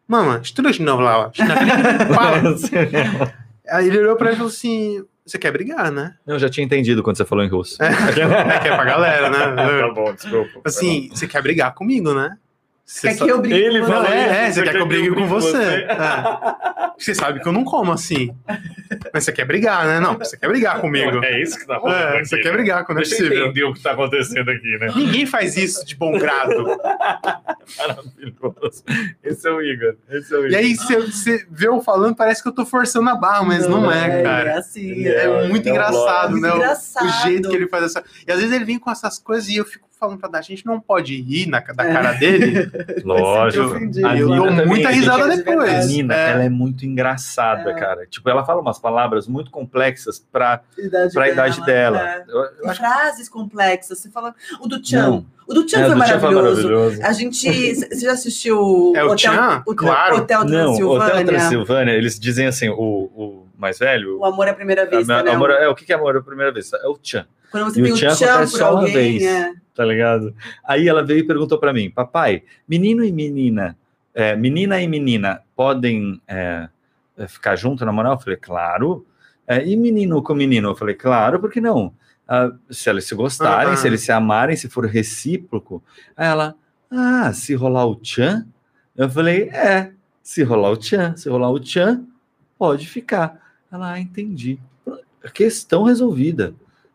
Speaker 2: Mamãe, estuda de novo lá, ó. Para. Aí ele olhou pra ele e falou assim, você quer brigar, né?
Speaker 1: Não, eu já tinha entendido quando você falou em russo.
Speaker 2: É que é pra galera, né?
Speaker 1: Tá bom, desculpa.
Speaker 2: Assim, você quer brigar comigo, né? Você
Speaker 3: Quer
Speaker 2: só-
Speaker 3: que eu brigue
Speaker 1: Ele
Speaker 3: com
Speaker 1: falou
Speaker 2: Não,
Speaker 3: você?
Speaker 1: isso,
Speaker 2: é, é,
Speaker 1: você
Speaker 2: você quer que eu brigue com você. É. Você sabe que eu não como assim. Mas você quer brigar, né? Não, você quer brigar comigo.
Speaker 1: É isso que tá
Speaker 2: É, você quer brigar quando é possível.
Speaker 1: o que tá acontecendo aqui, né?
Speaker 2: Ninguém faz isso de bom grado.
Speaker 1: Maravilhoso. Esse é o Igor. Esse é o Igor.
Speaker 2: E aí você, você vê eu falando, parece que eu tô forçando a barra, mas não, é,
Speaker 3: É
Speaker 2: cara.
Speaker 3: assim,
Speaker 1: Ele é
Speaker 2: É muito
Speaker 1: um
Speaker 2: engraçado,
Speaker 3: muito
Speaker 2: né? O-
Speaker 3: engraçado.
Speaker 2: O jeito que ele faz essa. E às vezes ele vem com essas coisas e eu fico, falando pra Nath, a gente não pode rir na, da cara dele.
Speaker 1: Lógico.
Speaker 3: ofendido.
Speaker 1: A
Speaker 2: Eu
Speaker 1: Nina
Speaker 2: dou
Speaker 1: também,
Speaker 2: muita
Speaker 1: a
Speaker 2: risada
Speaker 3: gente-
Speaker 1: A
Speaker 2: depois.
Speaker 1: Nina,
Speaker 2: É.
Speaker 1: ela é muito engraçada,
Speaker 3: É.
Speaker 1: cara. Tipo, ela fala umas palavras muito complexas pra,
Speaker 3: idade
Speaker 1: pra idade dela.
Speaker 3: é.
Speaker 1: Eu, eu
Speaker 3: E
Speaker 1: acho
Speaker 3: frases complexas. Você fala. O do
Speaker 1: que
Speaker 3: Chan.
Speaker 1: não.
Speaker 3: O do Chan
Speaker 1: É,
Speaker 3: foi,
Speaker 1: do Tchan foi
Speaker 3: maravilhoso. É,
Speaker 1: maravilhoso.
Speaker 3: A gente. Você já assistiu
Speaker 2: É o Tchan?
Speaker 3: o,
Speaker 2: Claro.
Speaker 3: Hotel
Speaker 1: Não,
Speaker 3: Transilvânia?
Speaker 1: Hotel Transilvânia, eles dizem assim, o, o mais velho...
Speaker 3: O amor à primeira vista,
Speaker 1: a-
Speaker 3: né?
Speaker 1: amor- é, o que que é amor à primeira vez? É o Tchan.
Speaker 3: Quando você
Speaker 1: E
Speaker 3: tem
Speaker 1: o
Speaker 3: o
Speaker 1: Tchan
Speaker 3: Tchan,
Speaker 1: acontece
Speaker 3: por
Speaker 1: só uma
Speaker 3: alguém,
Speaker 1: vez.
Speaker 3: é.
Speaker 1: tá ligado? Aí ela veio e perguntou pra mim, papai, menino e menina, é, menina e menina podem é, é, ficar junto na moral? Eu falei, claro. É, e menino com menino? Eu falei, claro, por que não? Ah, se eles se gostarem,
Speaker 2: Aham.
Speaker 1: se eles se amarem, se for recíproco. Aí ela, ah, se rolar o tchan? Eu falei, é, se rolar o tchan, se rolar o tchan, pode ficar. Ela, ah, entendi. Questão resolvida.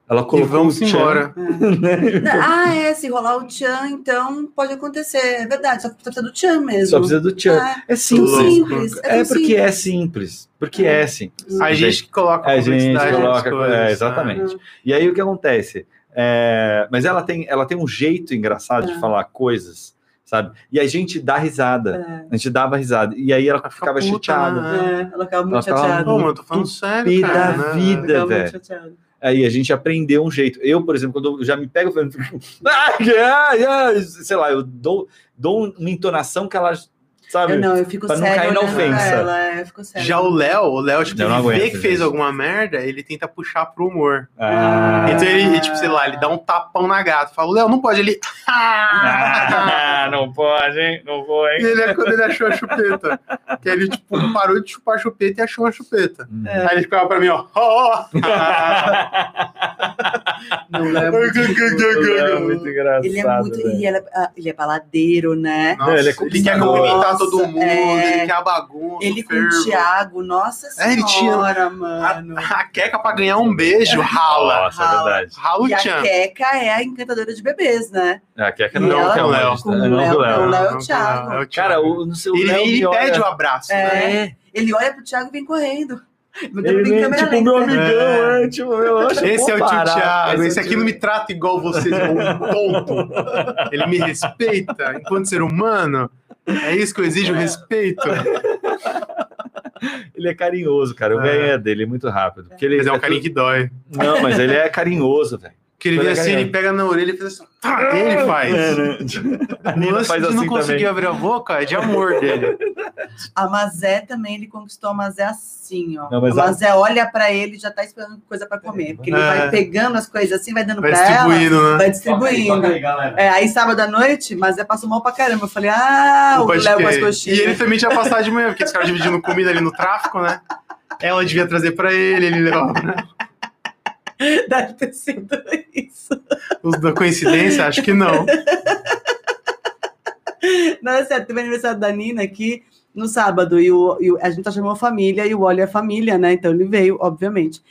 Speaker 1: Ela
Speaker 2: E
Speaker 1: colocou
Speaker 2: vamos
Speaker 1: o tchan,
Speaker 2: embora.
Speaker 1: né?
Speaker 3: Não, Ah, é, se rolar o Tchan, então pode acontecer. É verdade, só precisa do Tchan mesmo.
Speaker 1: Só precisa do tchan.
Speaker 3: É,
Speaker 1: É
Speaker 3: tão
Speaker 2: Louco.
Speaker 1: simples.
Speaker 3: simples. É, tão
Speaker 1: É porque
Speaker 3: simples.
Speaker 1: é simples. Porque é simples.
Speaker 2: A gente que coloca
Speaker 1: A gente
Speaker 2: complexidade nas
Speaker 1: coloca-
Speaker 2: coisas,
Speaker 1: é,
Speaker 2: né?
Speaker 1: exatamente. E aí o que acontece? É, mas ela tem, ela tem um jeito engraçado de
Speaker 3: É.
Speaker 1: falar coisas, sabe? E a gente dá risada. A gente dava risada. E aí ela
Speaker 2: Ela fica
Speaker 1: ficava
Speaker 2: puta,
Speaker 1: chateada.
Speaker 2: né?
Speaker 3: É, ela ficava muito
Speaker 1: Nossa, ela
Speaker 3: chateada.
Speaker 2: Pô, mano, eu tô falando sério,
Speaker 1: Pida a
Speaker 2: cara. né?
Speaker 1: vida.
Speaker 3: Ficava muito
Speaker 1: velho.
Speaker 3: chateada.
Speaker 1: Aí a gente aprendeu um jeito. Eu, por exemplo, quando eu já me pego falando, ai, ai, ai", sei lá, eu dou, dou uma entonação que ela, sabe?
Speaker 3: Eu É, não, eu fico
Speaker 1: pra não
Speaker 3: séria.
Speaker 1: cair na
Speaker 3: olhando pra
Speaker 1: ofensa.
Speaker 3: Ela, é, eu fico séria.
Speaker 2: Já o Léo, o Léo, tipo,
Speaker 1: Eu não
Speaker 2: ele vê
Speaker 1: aguento,
Speaker 2: que fez
Speaker 1: gente.
Speaker 2: alguma merda, ele tenta puxar pro humor.
Speaker 1: Ah.
Speaker 2: Então ele, tipo, sei lá, ele dá um tapão na gata. Fala, Léo, não pode. Ele.
Speaker 1: Ah, não pode, hein? Não vou,
Speaker 2: E ele é quando ele achou a chupeta. Que ele, tipo, parou de chupar a chupeta e achou a chupeta.
Speaker 3: É.
Speaker 2: Aí ele ficava pra mim, ó. ó, ó.
Speaker 3: Não, ela é muito
Speaker 1: É muito engraçado.
Speaker 3: Ele é muito.
Speaker 1: velho.
Speaker 3: E ela- ah, ele é baladeiro, né?
Speaker 2: Nossa,
Speaker 1: Não, ele
Speaker 2: ele,
Speaker 1: é
Speaker 2: quer
Speaker 1: conquistador.
Speaker 2: cumprimentar todo
Speaker 3: Nossa,
Speaker 2: mundo,
Speaker 3: é.
Speaker 2: ele quer a bagunça.
Speaker 3: Ele
Speaker 2: o
Speaker 3: com o
Speaker 2: fervo.
Speaker 3: Thiago, nossa
Speaker 2: É, ele tinha-
Speaker 3: senhora, mano.
Speaker 2: A queca pra ganhar um beijo, rala.
Speaker 1: Nossa, é verdade.
Speaker 2: Rala o
Speaker 3: E a
Speaker 2: tchan.
Speaker 3: Queca é a encantadora de bebês, né?
Speaker 1: É, que é que
Speaker 3: E ela-
Speaker 1: que é uma
Speaker 3: com o
Speaker 1: lista, né? Não,
Speaker 3: Léo,
Speaker 1: que o Léo.
Speaker 3: não, Léo é o
Speaker 2: Não,
Speaker 3: Thiago.
Speaker 2: Léo é o Thiago.
Speaker 1: Cara, o, não sei, o
Speaker 2: Ele,
Speaker 1: Léo é
Speaker 2: ele
Speaker 1: me olha-
Speaker 2: pede o abraço, né?
Speaker 3: É. Ele olha pro Thiago e vem correndo.
Speaker 1: Ele
Speaker 3: Tem
Speaker 1: vem,
Speaker 3: câmera
Speaker 1: tipo,
Speaker 3: lenta. né?
Speaker 1: meu amigão,
Speaker 2: É.
Speaker 1: é, tipo, meu acho
Speaker 2: Esse é o tio
Speaker 1: comparado,
Speaker 2: Thiago,
Speaker 1: é o
Speaker 2: esse aqui
Speaker 1: tio-
Speaker 2: não me trata igual vocês, é um tonto. Ele me respeita enquanto ser humano. É isso que eu exijo, respeito.
Speaker 1: Ele é carinhoso, cara. Eu
Speaker 2: É.
Speaker 1: ganhei a dele muito rápido. Porque ele
Speaker 2: Mas é um carinho que dói.
Speaker 1: Não, mas ele é carinhoso, velho.
Speaker 2: Que ele
Speaker 1: Mas
Speaker 2: vem
Speaker 1: é
Speaker 2: assim,
Speaker 1: carinhoso.
Speaker 2: ele pega na orelha e faz assim. Tá, ele faz.
Speaker 1: É, né? A
Speaker 2: O
Speaker 1: Nina
Speaker 2: lance
Speaker 1: faz
Speaker 2: de não
Speaker 1: assim
Speaker 2: conseguir
Speaker 1: também.
Speaker 2: abrir a boca é de amor dele.
Speaker 3: A Mazé também, ele conquistou a Mazé assim, ó.
Speaker 1: Não, mas
Speaker 3: a
Speaker 1: a-
Speaker 3: Mazé olha pra ele e já tá esperando coisa pra comer. Porque ele
Speaker 2: É.
Speaker 3: vai pegando as coisas assim, vai dando
Speaker 2: Vai
Speaker 3: pra ela,
Speaker 2: distribuindo, Tá né?
Speaker 3: vai distribuindo. É, aí sábado à noite, Mazé passou mal pra caramba. Eu falei, ah, o
Speaker 2: Pode
Speaker 3: Léo com as
Speaker 2: crer.
Speaker 3: coxinhas.
Speaker 2: E ele também tinha passado de manhã, porque esse cara dividindo comida ali no tráfico, né? Ela devia trazer pra ele, ele levava. né?
Speaker 3: Deve ter sido isso.
Speaker 2: Os da coincidência, acho que não.
Speaker 3: Não, certo, teve aniversário da Nina aqui no sábado, e, o, e o- a gente tá chamando a família, e o Olho é a família, né? Então ele veio, obviamente.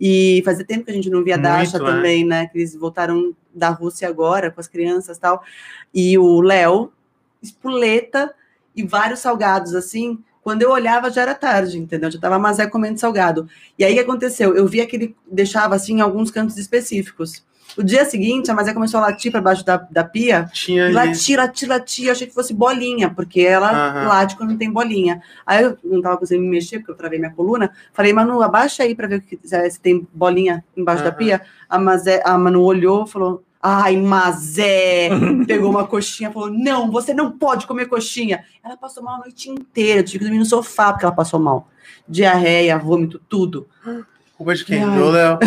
Speaker 3: E fazia tempo que a gente não via a Dasha
Speaker 2: Muito, né?
Speaker 3: também, né? Que eles voltaram da Rússia agora com as crianças e tal. E o Léo, espuleta e vários salgados assim. Quando eu olhava já era tarde, entendeu? Já tava Mazé comendo salgado. E aí o que aconteceu? Eu via que ele deixava assim em alguns cantos específicos. O dia seguinte, a Mazé começou a latir para baixo da, da pia,
Speaker 2: Tinha isso.
Speaker 3: Latir, latir, latir. Eu achei que fosse bolinha, porque ela
Speaker 2: Aham.
Speaker 3: late quando tem bolinha. Aí eu não tava conseguindo me mexer, porque eu travei minha coluna. Falei, Manu, abaixa aí pra ver o que- é, se se tem bolinha embaixo da
Speaker 2: Aham.
Speaker 3: pia. A, Mazé, a Manu olhou e falou. Ai, Mazé! Pegou uma coxinha e falou: Não, você não pode comer coxinha. Ela passou mal a noite inteira, eu tive que dormir no sofá porque ela passou mal. Diarreia, vômito, tudo.
Speaker 2: Culpa de quem?
Speaker 3: Ai.
Speaker 2: Do Léo.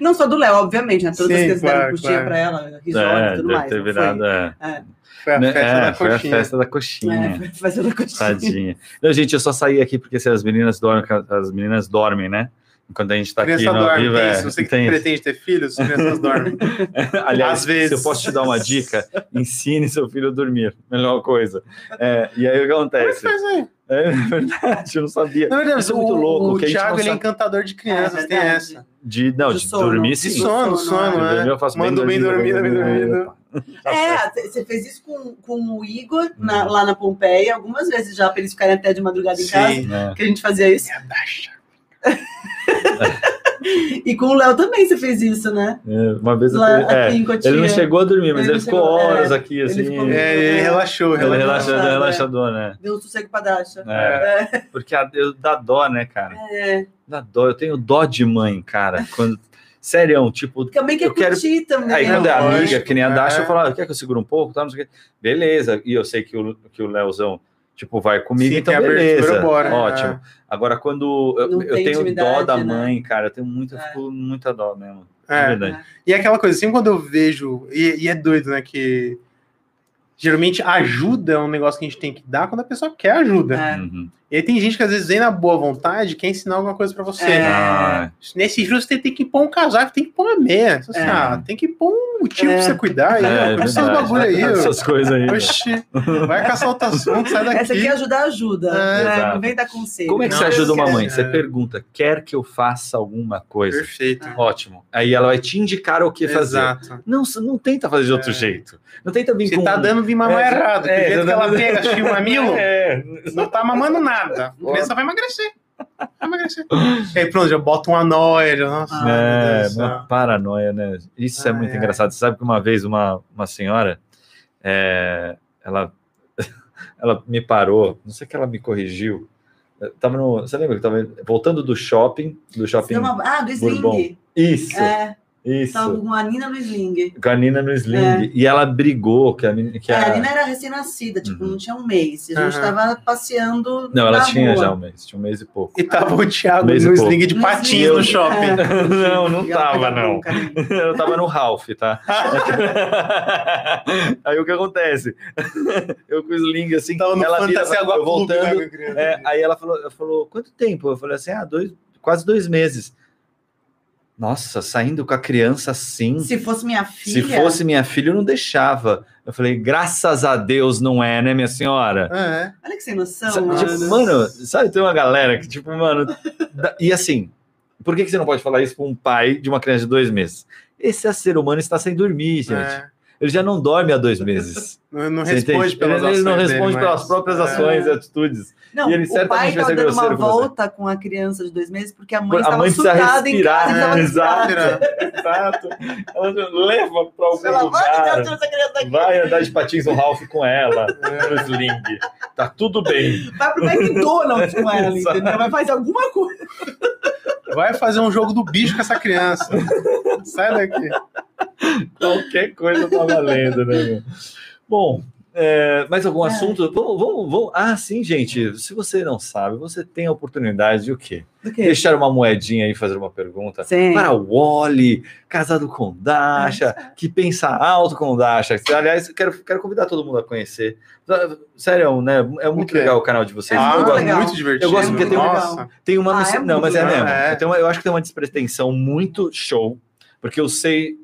Speaker 3: Não só do Léo, obviamente, né? Todas
Speaker 2: Sim,
Speaker 3: as coisas
Speaker 2: claro,
Speaker 3: deram coxinha
Speaker 2: claro.
Speaker 3: pra ela, risório
Speaker 1: É,
Speaker 3: e tudo
Speaker 1: deve
Speaker 3: mais.
Speaker 1: ter
Speaker 3: não foi?
Speaker 1: virado. É.
Speaker 2: Foi a
Speaker 1: Né,
Speaker 2: festa
Speaker 1: é,
Speaker 2: da
Speaker 1: foi a
Speaker 2: coxinha.
Speaker 1: festa da
Speaker 2: assim,
Speaker 1: coxinha.
Speaker 2: né?
Speaker 3: É, fazendo a coxinha.
Speaker 1: Tadinha. Não, gente, eu só saí aqui porque se as meninas dormem, as meninas dormem, né? Enquanto a gente tá aqui
Speaker 2: criança
Speaker 1: no ao
Speaker 2: dorme,
Speaker 1: vivo,
Speaker 2: tem
Speaker 1: é,
Speaker 2: isso. Você que
Speaker 1: tem isso.
Speaker 2: pretende ter filhos, as crianças dormem.
Speaker 1: Aliás,
Speaker 2: Às vezes.
Speaker 1: se eu posso te dar uma dica, ensine seu filho a dormir. Melhor coisa. É, e aí o que acontece?
Speaker 2: Mas, é,
Speaker 1: É verdade, eu não sabia.
Speaker 2: na verdade,
Speaker 1: Isso é
Speaker 2: o,
Speaker 1: muito louco,
Speaker 2: o
Speaker 1: que a gente não
Speaker 2: Thiago ele é
Speaker 1: sabe.
Speaker 2: encantador de crianças,
Speaker 3: É
Speaker 2: tem
Speaker 3: verdade.
Speaker 2: essa.
Speaker 1: De, não,
Speaker 3: De
Speaker 1: de
Speaker 3: sono.
Speaker 1: dormir
Speaker 3: De
Speaker 1: sim.
Speaker 2: De sono,
Speaker 1: De
Speaker 3: sono,
Speaker 2: sono,
Speaker 1: dormir
Speaker 2: é.
Speaker 1: eu faço
Speaker 2: Manda bem dormida, bem dormida.
Speaker 1: Tá
Speaker 3: É, você fez isso com, com o
Speaker 1: Uhum.
Speaker 3: Igor na- lá na Pompeia algumas vezes já,
Speaker 2: Tá
Speaker 3: pra eles ficarem até de madrugada em casa.
Speaker 2: Sim.
Speaker 1: É.
Speaker 3: Que a gente fazia isso.
Speaker 2: É a Dasha.
Speaker 3: E com o Léo também você fez isso, né?
Speaker 1: É, uma vez eu
Speaker 3: Lá
Speaker 1: fui- é,
Speaker 3: aqui em Cotia.
Speaker 1: ele não chegou a dormir, mas
Speaker 3: Ele
Speaker 1: ele,
Speaker 3: não
Speaker 1: ficou
Speaker 3: chegou, é.
Speaker 1: horas aqui, assim.
Speaker 3: ficou-
Speaker 1: ele
Speaker 2: É, ele relaxou, relaxou.
Speaker 3: Ele
Speaker 1: relaxou,
Speaker 3: relaxado, é.
Speaker 1: relaxador, né?
Speaker 3: Deu um sossego pra Dasha.
Speaker 1: É, porque a, eu, dá dó, né, cara?
Speaker 3: É.
Speaker 1: Dá dó. Eu tenho dó de mãe, cara. Quando, sério, tipo,
Speaker 3: Também quer
Speaker 1: Eu quero-
Speaker 3: curtir também. né,
Speaker 1: Aí
Speaker 2: É,
Speaker 1: quando é
Speaker 2: lógico,
Speaker 1: amiga, que nem a Dasha,
Speaker 2: é.
Speaker 1: eu falo, ah, quer que eu segure um pouco? Tá, não sei o quê. Beleza. E eu sei que o, que o Leozão, tipo, vai comigo,
Speaker 2: Se
Speaker 1: então
Speaker 2: tem é abertura,
Speaker 1: beleza.
Speaker 2: bora.
Speaker 1: Ótimo. Agora, quando eu,
Speaker 3: É. Não
Speaker 1: eu
Speaker 3: tem
Speaker 1: tenho dó
Speaker 3: intimidade,
Speaker 1: da
Speaker 3: né?
Speaker 1: mãe, cara, eu tenho muita, eu
Speaker 3: É.
Speaker 1: fico muita dó mesmo. De
Speaker 2: É.
Speaker 1: verdade.
Speaker 2: E é aquela coisa, assim, quando eu vejo, e, e é doido, né? Que geralmente ajuda é um negócio que a gente tem que dar quando a pessoa quer ajuda.
Speaker 3: É.
Speaker 1: Uhum.
Speaker 2: E aí tem gente que às vezes vem na boa vontade quer ensinar alguma coisa pra você.
Speaker 3: É.
Speaker 1: Ah,
Speaker 2: Nesse jogo você tem que pôr um casaco, tem que pôr uma meia. Você,
Speaker 3: É.
Speaker 2: ah, tem que pôr um motivo
Speaker 3: É.
Speaker 2: pra você cuidar.
Speaker 1: é,
Speaker 2: Aí, ó,
Speaker 1: verdade. né?
Speaker 2: esses bagulho aí. ó.
Speaker 1: Essas coisas aí.
Speaker 2: Oxi, vai caçar outro assunto, sai daqui.
Speaker 3: Essa aqui ajudar ajuda.
Speaker 2: É.
Speaker 3: né?
Speaker 1: Exato.
Speaker 3: Não vem dar conselho.
Speaker 1: Como é que
Speaker 2: Não,
Speaker 1: você ajuda uma
Speaker 2: esquece.
Speaker 1: mãe? Você
Speaker 2: É.
Speaker 1: pergunta, quer que eu faça alguma coisa?
Speaker 2: Perfeito.
Speaker 1: Ótimo. Aí ela vai te indicar o que fazer.
Speaker 2: Tá. Exato.
Speaker 1: Não, não tenta fazer de outro
Speaker 2: É.
Speaker 1: jeito. Não tenta vir
Speaker 2: Você
Speaker 1: com...
Speaker 2: tá dando de mamar
Speaker 1: É,
Speaker 2: errado.
Speaker 1: é,
Speaker 2: do jeito
Speaker 1: tá
Speaker 2: que ela
Speaker 1: dando-
Speaker 2: pega, chega o mamilo,
Speaker 1: É,
Speaker 2: não tá mamando nada. A criança vai emagrecer. Vai emagrecer. E aí pronto, já bota uma noia. já- Nossa,
Speaker 3: Ah,
Speaker 2: meu
Speaker 1: É,
Speaker 2: Deus do céu. Ah,
Speaker 1: uma paranoia, né? Isso é
Speaker 2: Ai,
Speaker 1: muito
Speaker 2: ai.
Speaker 1: engraçado. Você sabe que uma vez uma, uma senhora, é, ela, ela me parou, não sei que ela me corrigiu. Eu Tava no, você lembra que eu tava voltando do shopping, do shopping?
Speaker 3: Deu uma- Ah, do Sling.
Speaker 1: Bourbon. Isso,
Speaker 3: É, tava
Speaker 1: isso.
Speaker 3: com a Nina no Sling.
Speaker 1: Com a Nina no sling. E ela brigou que a menina... Que
Speaker 3: É,
Speaker 1: a-
Speaker 3: a Nina era recém-nascida, tipo,
Speaker 1: Uhum.
Speaker 3: não tinha um mês. A gente
Speaker 2: Aham.
Speaker 3: tava passeando.
Speaker 1: Não, ela
Speaker 3: na
Speaker 1: tinha
Speaker 3: rua.
Speaker 1: já um mês, tinha um mês e pouco.
Speaker 2: E tava o Thiago
Speaker 1: Mês e
Speaker 2: no
Speaker 1: pouco.
Speaker 2: sling de
Speaker 3: No
Speaker 2: patins no
Speaker 3: sling,
Speaker 2: shopping.
Speaker 3: é.
Speaker 1: Não, não
Speaker 3: E ela
Speaker 1: tava,
Speaker 3: pegava
Speaker 1: não.
Speaker 3: bronca, né?
Speaker 1: Eu tava no Ralph, tá? Aí o que acontece? Eu com o sling assim,
Speaker 2: Tava no
Speaker 1: ela vira,
Speaker 2: Fantasia Água
Speaker 1: eu
Speaker 2: Clube,
Speaker 1: voltando.
Speaker 2: né, meu
Speaker 1: é,
Speaker 2: querido?
Speaker 1: aí ela falou, ela falou, quanto tempo? Eu falei assim, ah, dois, quase dois meses. Nossa, saindo com a criança assim.
Speaker 3: Se fosse minha
Speaker 1: Se
Speaker 3: filha.
Speaker 1: fosse minha filha, eu não deixava. Eu falei, graças a Deus não é, né, minha senhora?
Speaker 2: É.
Speaker 3: Olha que sem noção.
Speaker 1: Sa-
Speaker 3: mano.
Speaker 1: tipo, mano, sabe, tem uma galera que, tipo, mano. da- e assim, por que, que você não pode falar isso para um pai de uma criança de dois meses? Esse é ser humano está sem dormir, gente.
Speaker 2: é.
Speaker 1: Ele já não dorme há dois meses.
Speaker 2: Não, não
Speaker 1: Você entende?
Speaker 2: responde pelas
Speaker 1: ele, ele não
Speaker 2: ações
Speaker 1: responde
Speaker 2: dele,
Speaker 1: pelas
Speaker 2: mas-
Speaker 1: próprias
Speaker 2: é.
Speaker 1: ações e atitudes.
Speaker 3: Não,
Speaker 1: E ele
Speaker 3: o pai
Speaker 1: certamente vai
Speaker 3: tava
Speaker 1: ser
Speaker 3: dando uma
Speaker 1: grosseiro com você.
Speaker 3: volta com a criança de dois meses porque a mãe
Speaker 1: a
Speaker 3: estava
Speaker 1: mãe precisa
Speaker 3: surtada em
Speaker 1: respirar.
Speaker 3: casa e tava
Speaker 1: né?
Speaker 3: respirando.
Speaker 1: Exato. Exato. Ela já leva para algum
Speaker 3: Pelo amor de Deus,
Speaker 1: lugar.
Speaker 3: tira essa criança tá daqui.
Speaker 1: Vai andar de patins no Ralph com ela,
Speaker 3: É.
Speaker 1: no sling. Tá tudo bem.
Speaker 3: Vai pro McDonald's com ela,
Speaker 1: Exato.
Speaker 3: entendeu? Vai fazer alguma coisa.
Speaker 2: Vai fazer um jogo do bicho com essa criança. Sai daqui.
Speaker 1: Qualquer coisa tá valendo, né? meu? Bom, é, mais algum
Speaker 3: É.
Speaker 1: assunto? Vamos, vamos, vamos. Ah, sim, gente. Se você não sabe, você tem a oportunidade de o quê?
Speaker 3: Do quê?
Speaker 1: Deixar uma moedinha aí, fazer uma pergunta.
Speaker 3: É. Sim.
Speaker 1: Para o Wally, casado com Dasha, que pensa alto com Dasha. Aliás, eu quero, quero convidar todo mundo a conhecer. Sério, né? É muito
Speaker 2: quê?
Speaker 1: legal o canal de vocês.
Speaker 3: É
Speaker 2: Ah,
Speaker 1: eu
Speaker 3: muito
Speaker 1: gosto
Speaker 3: legal.
Speaker 2: muito divertido.
Speaker 1: Eu gosto porque tem um-
Speaker 2: Nossa.
Speaker 1: Tem uma.
Speaker 3: Ah,
Speaker 1: mis-
Speaker 3: é
Speaker 1: não, mas é
Speaker 3: muito
Speaker 1: mesmo.
Speaker 2: legal. É.
Speaker 1: Eu, tenho uma- eu acho que tem uma despretensão muito show, porque eu sei.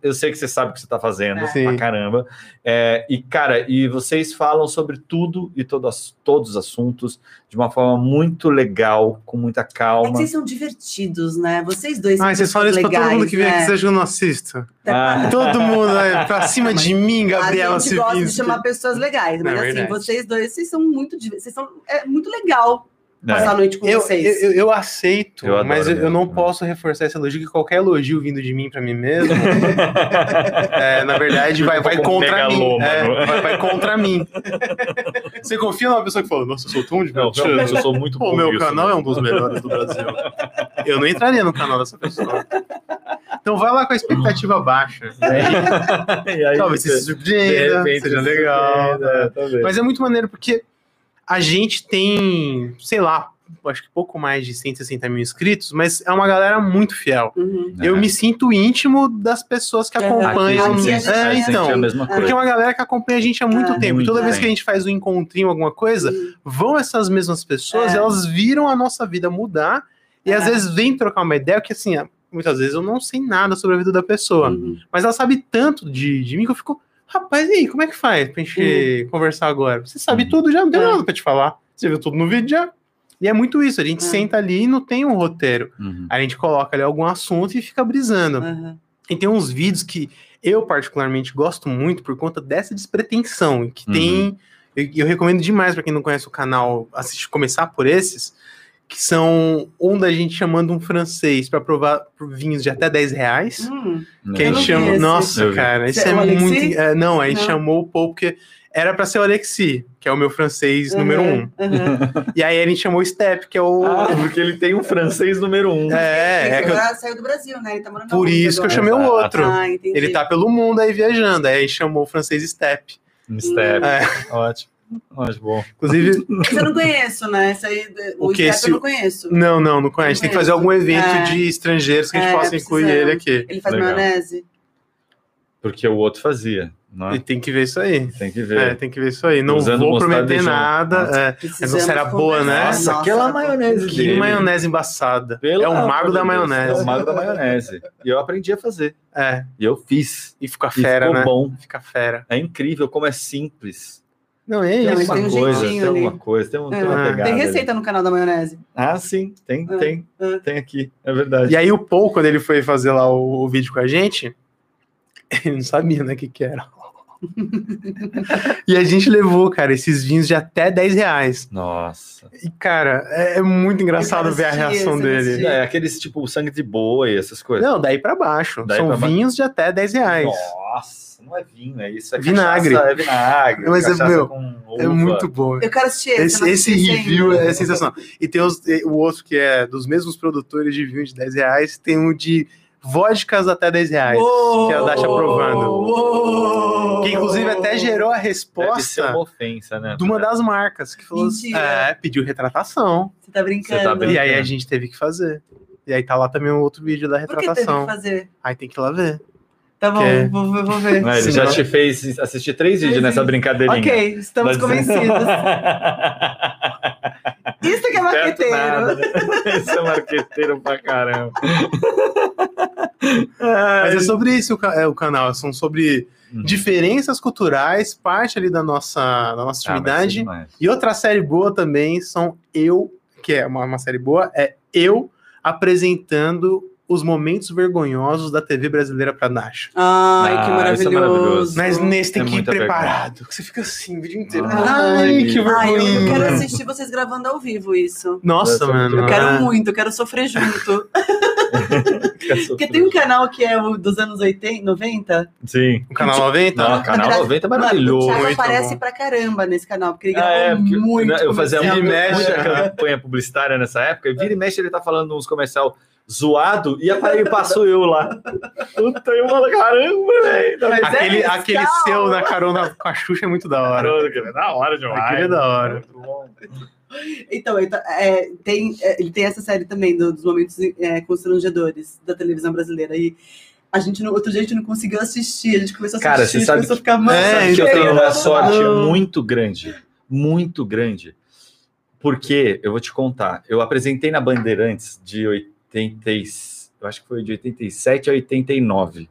Speaker 1: Eu sei que você sabe o que você está fazendo
Speaker 3: É.
Speaker 2: Sim.
Speaker 1: pra caramba. É, e, cara, e vocês falam sobre tudo e todo as- todos os assuntos de uma forma muito legal, com muita
Speaker 3: É que
Speaker 1: calma.
Speaker 3: vocês são divertidos, né? Vocês dois são
Speaker 2: Ah, vocês falam isso pra todo mundo que vem aqui,
Speaker 3: legais, né?
Speaker 2: vocês acham que eu não assisto.
Speaker 3: tá
Speaker 1: Ah,
Speaker 2: Todo mundo aí, pra cima de mim, Gabriela
Speaker 3: a gente gosta de
Speaker 2: Sivinski.
Speaker 3: chamar pessoas legais, mas
Speaker 2: Não, é
Speaker 3: assim,
Speaker 2: verdade.
Speaker 3: vocês dois, vocês são muito div- vocês são é muito legal
Speaker 1: é.
Speaker 3: passar a noite com
Speaker 2: Eu, eu,
Speaker 3: vocês.
Speaker 2: eu- eu aceito,
Speaker 1: Eu adoro
Speaker 2: mas eu, né? eu não
Speaker 1: mesmo.
Speaker 2: posso reforçar esse elogio, que qualquer elogio vindo de mim pra mim mesmo, é, na verdade, vai, vai
Speaker 1: Como
Speaker 2: contra mim.
Speaker 1: megalômano.
Speaker 2: É, vai, vai contra mim. Você confia numa pessoa que fala, nossa, eu sou tão
Speaker 1: Não,
Speaker 2: divertido.
Speaker 1: realmente, eu sou muito
Speaker 2: O
Speaker 1: bom
Speaker 2: meu
Speaker 1: nisso,
Speaker 2: canal
Speaker 1: né?
Speaker 2: é um dos melhores do Brasil. Eu não entraria no canal dessa pessoa. Então vai lá com a expectativa baixa.
Speaker 1: E aí,
Speaker 2: Talvez você se
Speaker 1: de
Speaker 2: surpreenda,
Speaker 1: repente,
Speaker 2: seja
Speaker 1: você-
Speaker 2: legal.
Speaker 1: É, talvez.
Speaker 2: Mas é muito maneiro porque a gente tem, sei lá, acho que pouco mais de 160 mil inscritos, mas é uma galera muito fiel.
Speaker 3: Uhum.
Speaker 1: É.
Speaker 2: Eu me sinto íntimo das pessoas que
Speaker 3: É.
Speaker 2: acompanham.
Speaker 3: Aqui a gente
Speaker 2: É,
Speaker 3: sente
Speaker 1: a
Speaker 2: então.
Speaker 1: mesma
Speaker 2: Porque é
Speaker 1: coisa.
Speaker 2: uma galera que acompanha a gente há muito
Speaker 3: É.
Speaker 2: tempo. E toda
Speaker 1: Muito
Speaker 2: vez que a
Speaker 1: bem.
Speaker 2: gente faz um encontrinho, alguma coisa,
Speaker 1: Uhum.
Speaker 2: vão essas mesmas pessoas,
Speaker 3: É.
Speaker 2: elas viram a nossa vida mudar e às
Speaker 3: É.
Speaker 2: vezes vêm trocar uma ideia, que assim, muitas vezes eu não sei nada sobre a vida da pessoa,
Speaker 3: Uhum.
Speaker 2: mas ela sabe tanto de, de mim que eu fico, rapaz, e aí, como é que faz pra gente conversar agora? Você sabe
Speaker 1: Uhum.
Speaker 2: tudo, já não tem
Speaker 3: É.
Speaker 2: nada pra te falar, você viu tudo no vídeo já. E é muito isso, a gente
Speaker 3: É.
Speaker 2: senta ali e não tem um roteiro.
Speaker 1: Uhum.
Speaker 2: A gente coloca ali algum assunto e fica brisando.
Speaker 3: Uhum.
Speaker 2: E tem uns vídeos que eu particularmente gosto muito por conta dessa despretensão que
Speaker 1: Uhum.
Speaker 2: tem. E eu, recomendo demais para quem não conhece o canal assistir, começar por esses. que são um da gente chamando um francês para provar vinhos de até 10 reais.
Speaker 3: Hum,
Speaker 2: que a gente
Speaker 3: Eu não vi
Speaker 2: chama.
Speaker 3: esse.
Speaker 1: Né? Eu
Speaker 2: Nossa,
Speaker 1: vi.
Speaker 2: cara, isso
Speaker 3: Você
Speaker 2: é
Speaker 3: é o Alexis?
Speaker 2: muito. é, não, aí
Speaker 3: Não.
Speaker 2: chamou o Paul, porque era pra ser o Alexi, que é o meu francês número um.
Speaker 3: aham.
Speaker 2: E aí a gente chamou o Step, que é o.
Speaker 3: Ah.
Speaker 1: porque ele tem um francês número um.
Speaker 2: é, é
Speaker 3: Ele
Speaker 2: que eu-
Speaker 3: já saiu do Brasil, né? Ele tá morando na
Speaker 2: por
Speaker 3: Holanda
Speaker 2: isso que eu
Speaker 3: agora.
Speaker 2: chamei o
Speaker 1: Exato.
Speaker 2: outro.
Speaker 3: Ah, entendi.
Speaker 2: Ele tá pelo mundo aí viajando. Aí a gente chamou o francês Step.
Speaker 1: Um step.
Speaker 2: É.
Speaker 1: Ótimo. Ótimo, bom.
Speaker 2: Inclusive,
Speaker 3: Mas eu não conheço, né? Esse aí, o,
Speaker 2: O que
Speaker 3: Step
Speaker 2: esse-
Speaker 3: eu não conheço.
Speaker 2: não, não, não conhece. Tem que fazer algum evento
Speaker 3: É.
Speaker 2: de estrangeiros que a gente
Speaker 3: É,
Speaker 2: possa incluir
Speaker 3: precisamos.
Speaker 2: ele aqui.
Speaker 3: Ele faz
Speaker 1: Legal.
Speaker 3: maionese.
Speaker 1: Porque o outro fazia,
Speaker 2: E
Speaker 1: né?
Speaker 2: tem que ver isso aí.
Speaker 1: Tem que
Speaker 2: É,
Speaker 1: ver.
Speaker 2: tem que ver isso aí. Não
Speaker 1: Usando
Speaker 2: vou
Speaker 1: mostarda
Speaker 2: prometer
Speaker 1: de Dijon.
Speaker 2: nada.
Speaker 1: Nossa.
Speaker 2: é.
Speaker 3: Precisamos
Speaker 2: Mas nossa, era boa,
Speaker 3: conversar. tá
Speaker 2: né?
Speaker 1: Nossa, aquela maionese
Speaker 2: que
Speaker 1: dele.
Speaker 2: maionese embaçada.
Speaker 1: Pelo
Speaker 2: é o
Speaker 1: amor
Speaker 2: mago
Speaker 1: de
Speaker 2: da
Speaker 1: Deus,
Speaker 2: maionese.
Speaker 1: É o mago da maionese. E eu aprendi a fazer.
Speaker 2: É.
Speaker 1: E eu fiz.
Speaker 2: E fica
Speaker 1: E
Speaker 2: fera,
Speaker 1: ficou
Speaker 2: né?
Speaker 1: bom.
Speaker 2: Fica fera. É
Speaker 1: É incrível como é simples.
Speaker 2: Não, é
Speaker 1: Tem
Speaker 3: Não,
Speaker 2: isso.
Speaker 3: mas
Speaker 1: alguma
Speaker 3: tem um
Speaker 1: coisa, tem
Speaker 3: jeitinho ali.
Speaker 1: alguma coisa, tem, um, tem uma
Speaker 2: É.
Speaker 1: pegada.
Speaker 3: Tem
Speaker 1: ali.
Speaker 3: receita no canal da maionese.
Speaker 1: Ah, sim, tem,
Speaker 3: É.
Speaker 1: tem.
Speaker 3: É.
Speaker 1: Tem aqui, é verdade.
Speaker 2: E aí o Paul, quando ele foi fazer lá o, o vídeo com a gente, ele não sabia, né, o que que era. e a gente levou, cara, esses vinhos de até 10 reais.
Speaker 1: Nossa.
Speaker 2: E, cara, é, é muito engraçado
Speaker 3: Eu quero
Speaker 2: ver a
Speaker 3: assistir
Speaker 2: reação
Speaker 3: esse,
Speaker 2: dele.
Speaker 3: assistir.
Speaker 1: É, aqueles tipo sangue de boi, essas coisas.
Speaker 2: Não, daí pra baixo.
Speaker 1: Daí
Speaker 2: São
Speaker 1: pra ba-
Speaker 2: vinhos de até 10 reais.
Speaker 1: Nossa, não é vinho, é isso. É
Speaker 2: Vinagre.
Speaker 1: Cachaça, é vinagre.
Speaker 2: Mas é,
Speaker 1: cachaça
Speaker 2: meu,
Speaker 1: com
Speaker 2: É
Speaker 1: uva.
Speaker 2: muito bom.
Speaker 3: Eu quero assistir esse. eu
Speaker 2: Esse,
Speaker 3: não
Speaker 2: esse
Speaker 3: assisti
Speaker 2: review
Speaker 3: ainda.
Speaker 2: é sensacional. E tem os- e o outro que é dos mesmos produtores de vinho de 10 reais, tem um de vodkas até 10 reais.
Speaker 3: Uou!
Speaker 2: é que a Dasha tá provando.
Speaker 3: Uou!
Speaker 2: Que inclusive até gerou a
Speaker 1: Deve ser
Speaker 2: resposta
Speaker 1: uma ofensa, né?
Speaker 2: de uma das marcas que falou
Speaker 3: Mentira.
Speaker 2: é, pediu retratação.
Speaker 3: Você tá brincando.
Speaker 1: Você tá brincando.
Speaker 2: E aí a gente teve que fazer. E aí tá lá também um outro vídeo da
Speaker 3: Por que teve que
Speaker 2: retratação.
Speaker 3: fazer?
Speaker 2: Aí tem que ir lá ver.
Speaker 3: Tá bom,
Speaker 2: Que-
Speaker 3: vou, vou- vou ver.
Speaker 1: Né, Ele
Speaker 2: Sim,
Speaker 1: já
Speaker 2: não.
Speaker 1: te fez assistir três vídeos
Speaker 3: Três
Speaker 1: nessa brincadeirinha.
Speaker 3: Ok, estamos
Speaker 1: Vai dizer-
Speaker 3: convencidos. Isso que é
Speaker 1: Certo nada,
Speaker 3: maqueteiro.
Speaker 1: né? Esse é marqueteiro pra caramba. Ai,
Speaker 2: Mas é sobre isso o, ca- é, o canal. São sobre
Speaker 1: Uhum.
Speaker 2: diferenças culturais, parte ali da nossa,
Speaker 1: Ah,
Speaker 2: da nossa
Speaker 1: mas isso
Speaker 2: intimidade.
Speaker 1: é demais.
Speaker 2: E outra série boa também são eu, que é uma, uma série boa, é eu apresentando os momentos vergonhosos da TV brasileira pra Nash.
Speaker 3: Ai, que
Speaker 1: Ah, isso é
Speaker 3: maravilhoso.
Speaker 1: maravilhoso.
Speaker 2: Mas nesse tem
Speaker 1: É
Speaker 2: que ir
Speaker 1: muita vergonha.
Speaker 2: preparado, que você fica assim o vídeo inteiro.
Speaker 1: Ai,
Speaker 2: Ai, que
Speaker 3: Ai, Ah, eu quero
Speaker 2: vergonha.
Speaker 3: assistir vocês gravando ao vivo isso.
Speaker 2: Nossa,
Speaker 1: Eu
Speaker 2: mano. é.
Speaker 3: Eu
Speaker 1: Ah.
Speaker 3: quero muito, eu quero sofrer junto. Porque tem um canal que é o dos anos 80, 90.
Speaker 1: Sim.
Speaker 2: O Um canal 90?
Speaker 1: Não, o canal
Speaker 3: verdade,
Speaker 1: 90 é
Speaker 3: Mano, o
Speaker 1: maravilhoso.
Speaker 3: Thiago
Speaker 2: Muito
Speaker 3: aparece
Speaker 2: bom.
Speaker 3: pra caramba nesse canal, porque ele
Speaker 1: Ah,
Speaker 3: gravou
Speaker 1: é, porque,
Speaker 3: muito.
Speaker 1: né, eu fazia
Speaker 2: comercial.
Speaker 1: muita,
Speaker 2: Vira e
Speaker 1: muita
Speaker 2: mexe.
Speaker 1: campanha publicitária nessa época, e vira e mexe ele tá falando uns comercial zoado, e aí passou eu lá. Puta, eu falo, caramba, velho. tá
Speaker 3: Mas é
Speaker 2: Aquele,
Speaker 3: isso,
Speaker 2: aquele
Speaker 3: calma.
Speaker 2: seu na carona com a Xuxa é muito da hora.
Speaker 1: maravilhoso, cara, Da hora demais.
Speaker 2: Aquele é da hora.
Speaker 1: Muito bom.
Speaker 3: Então, ele, tá- é, tem, é, ele tem essa série também do- dos momentos é, constrangedores da televisão brasileira. E a gente, no, outro dia, a gente não conseguiu assistir. A gente começou a assistir,
Speaker 1: Cara,
Speaker 3: a
Speaker 1: você
Speaker 3: gente
Speaker 1: sabe
Speaker 3: começou a ficar
Speaker 2: É,
Speaker 1: Sabe
Speaker 3: mais.
Speaker 1: que eu tenho uma sorte
Speaker 2: Não.
Speaker 1: muito grande, muito grande. Porque, eu vou te contar, eu apresentei na Bandeirantes de 80, e- eu acho que foi de 87 a 89,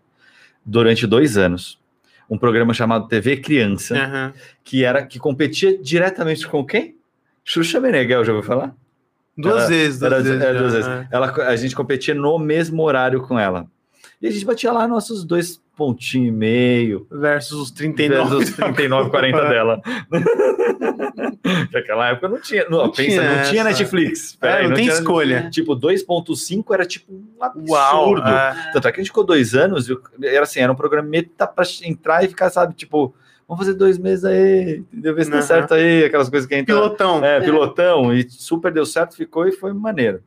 Speaker 1: durante dois anos, um programa chamado TV Criança,
Speaker 2: Aham.
Speaker 1: que era que competia diretamente com quem? Xuxa Meneghel, já vou falar?
Speaker 2: Duas
Speaker 1: Era-
Speaker 2: vezes, duas
Speaker 1: era-
Speaker 2: vezes. né?
Speaker 1: era duas vezes.
Speaker 2: aham.
Speaker 1: Ela, a gente competia no mesmo horário com ela. E a gente batia lá nossos dois pontinhos e meio,
Speaker 2: Versus os 39.
Speaker 1: versus 39, 40
Speaker 2: É,
Speaker 1: dela. Naquela época não tinha, não,
Speaker 2: Não
Speaker 1: pensa,
Speaker 2: tinha
Speaker 1: não tinha
Speaker 2: essa.
Speaker 1: Netflix.
Speaker 2: É,
Speaker 1: peraí,
Speaker 2: não, tem
Speaker 1: tinha-
Speaker 2: escolha.
Speaker 1: Tipo, 2.5 era tipo um absurdo.
Speaker 2: Uau. ah.
Speaker 1: Tanto é que a gente ficou dois anos, e o- era assim, era um programeta pra entrar e ficar, sabe, tipo, vamos fazer dois meses aí, entendeu? Ver se dá
Speaker 2: Aham.
Speaker 1: certo aí, aquelas coisas que a gente
Speaker 2: Pilotão.
Speaker 1: é, pilotão, e super deu certo, ficou e foi maneiro.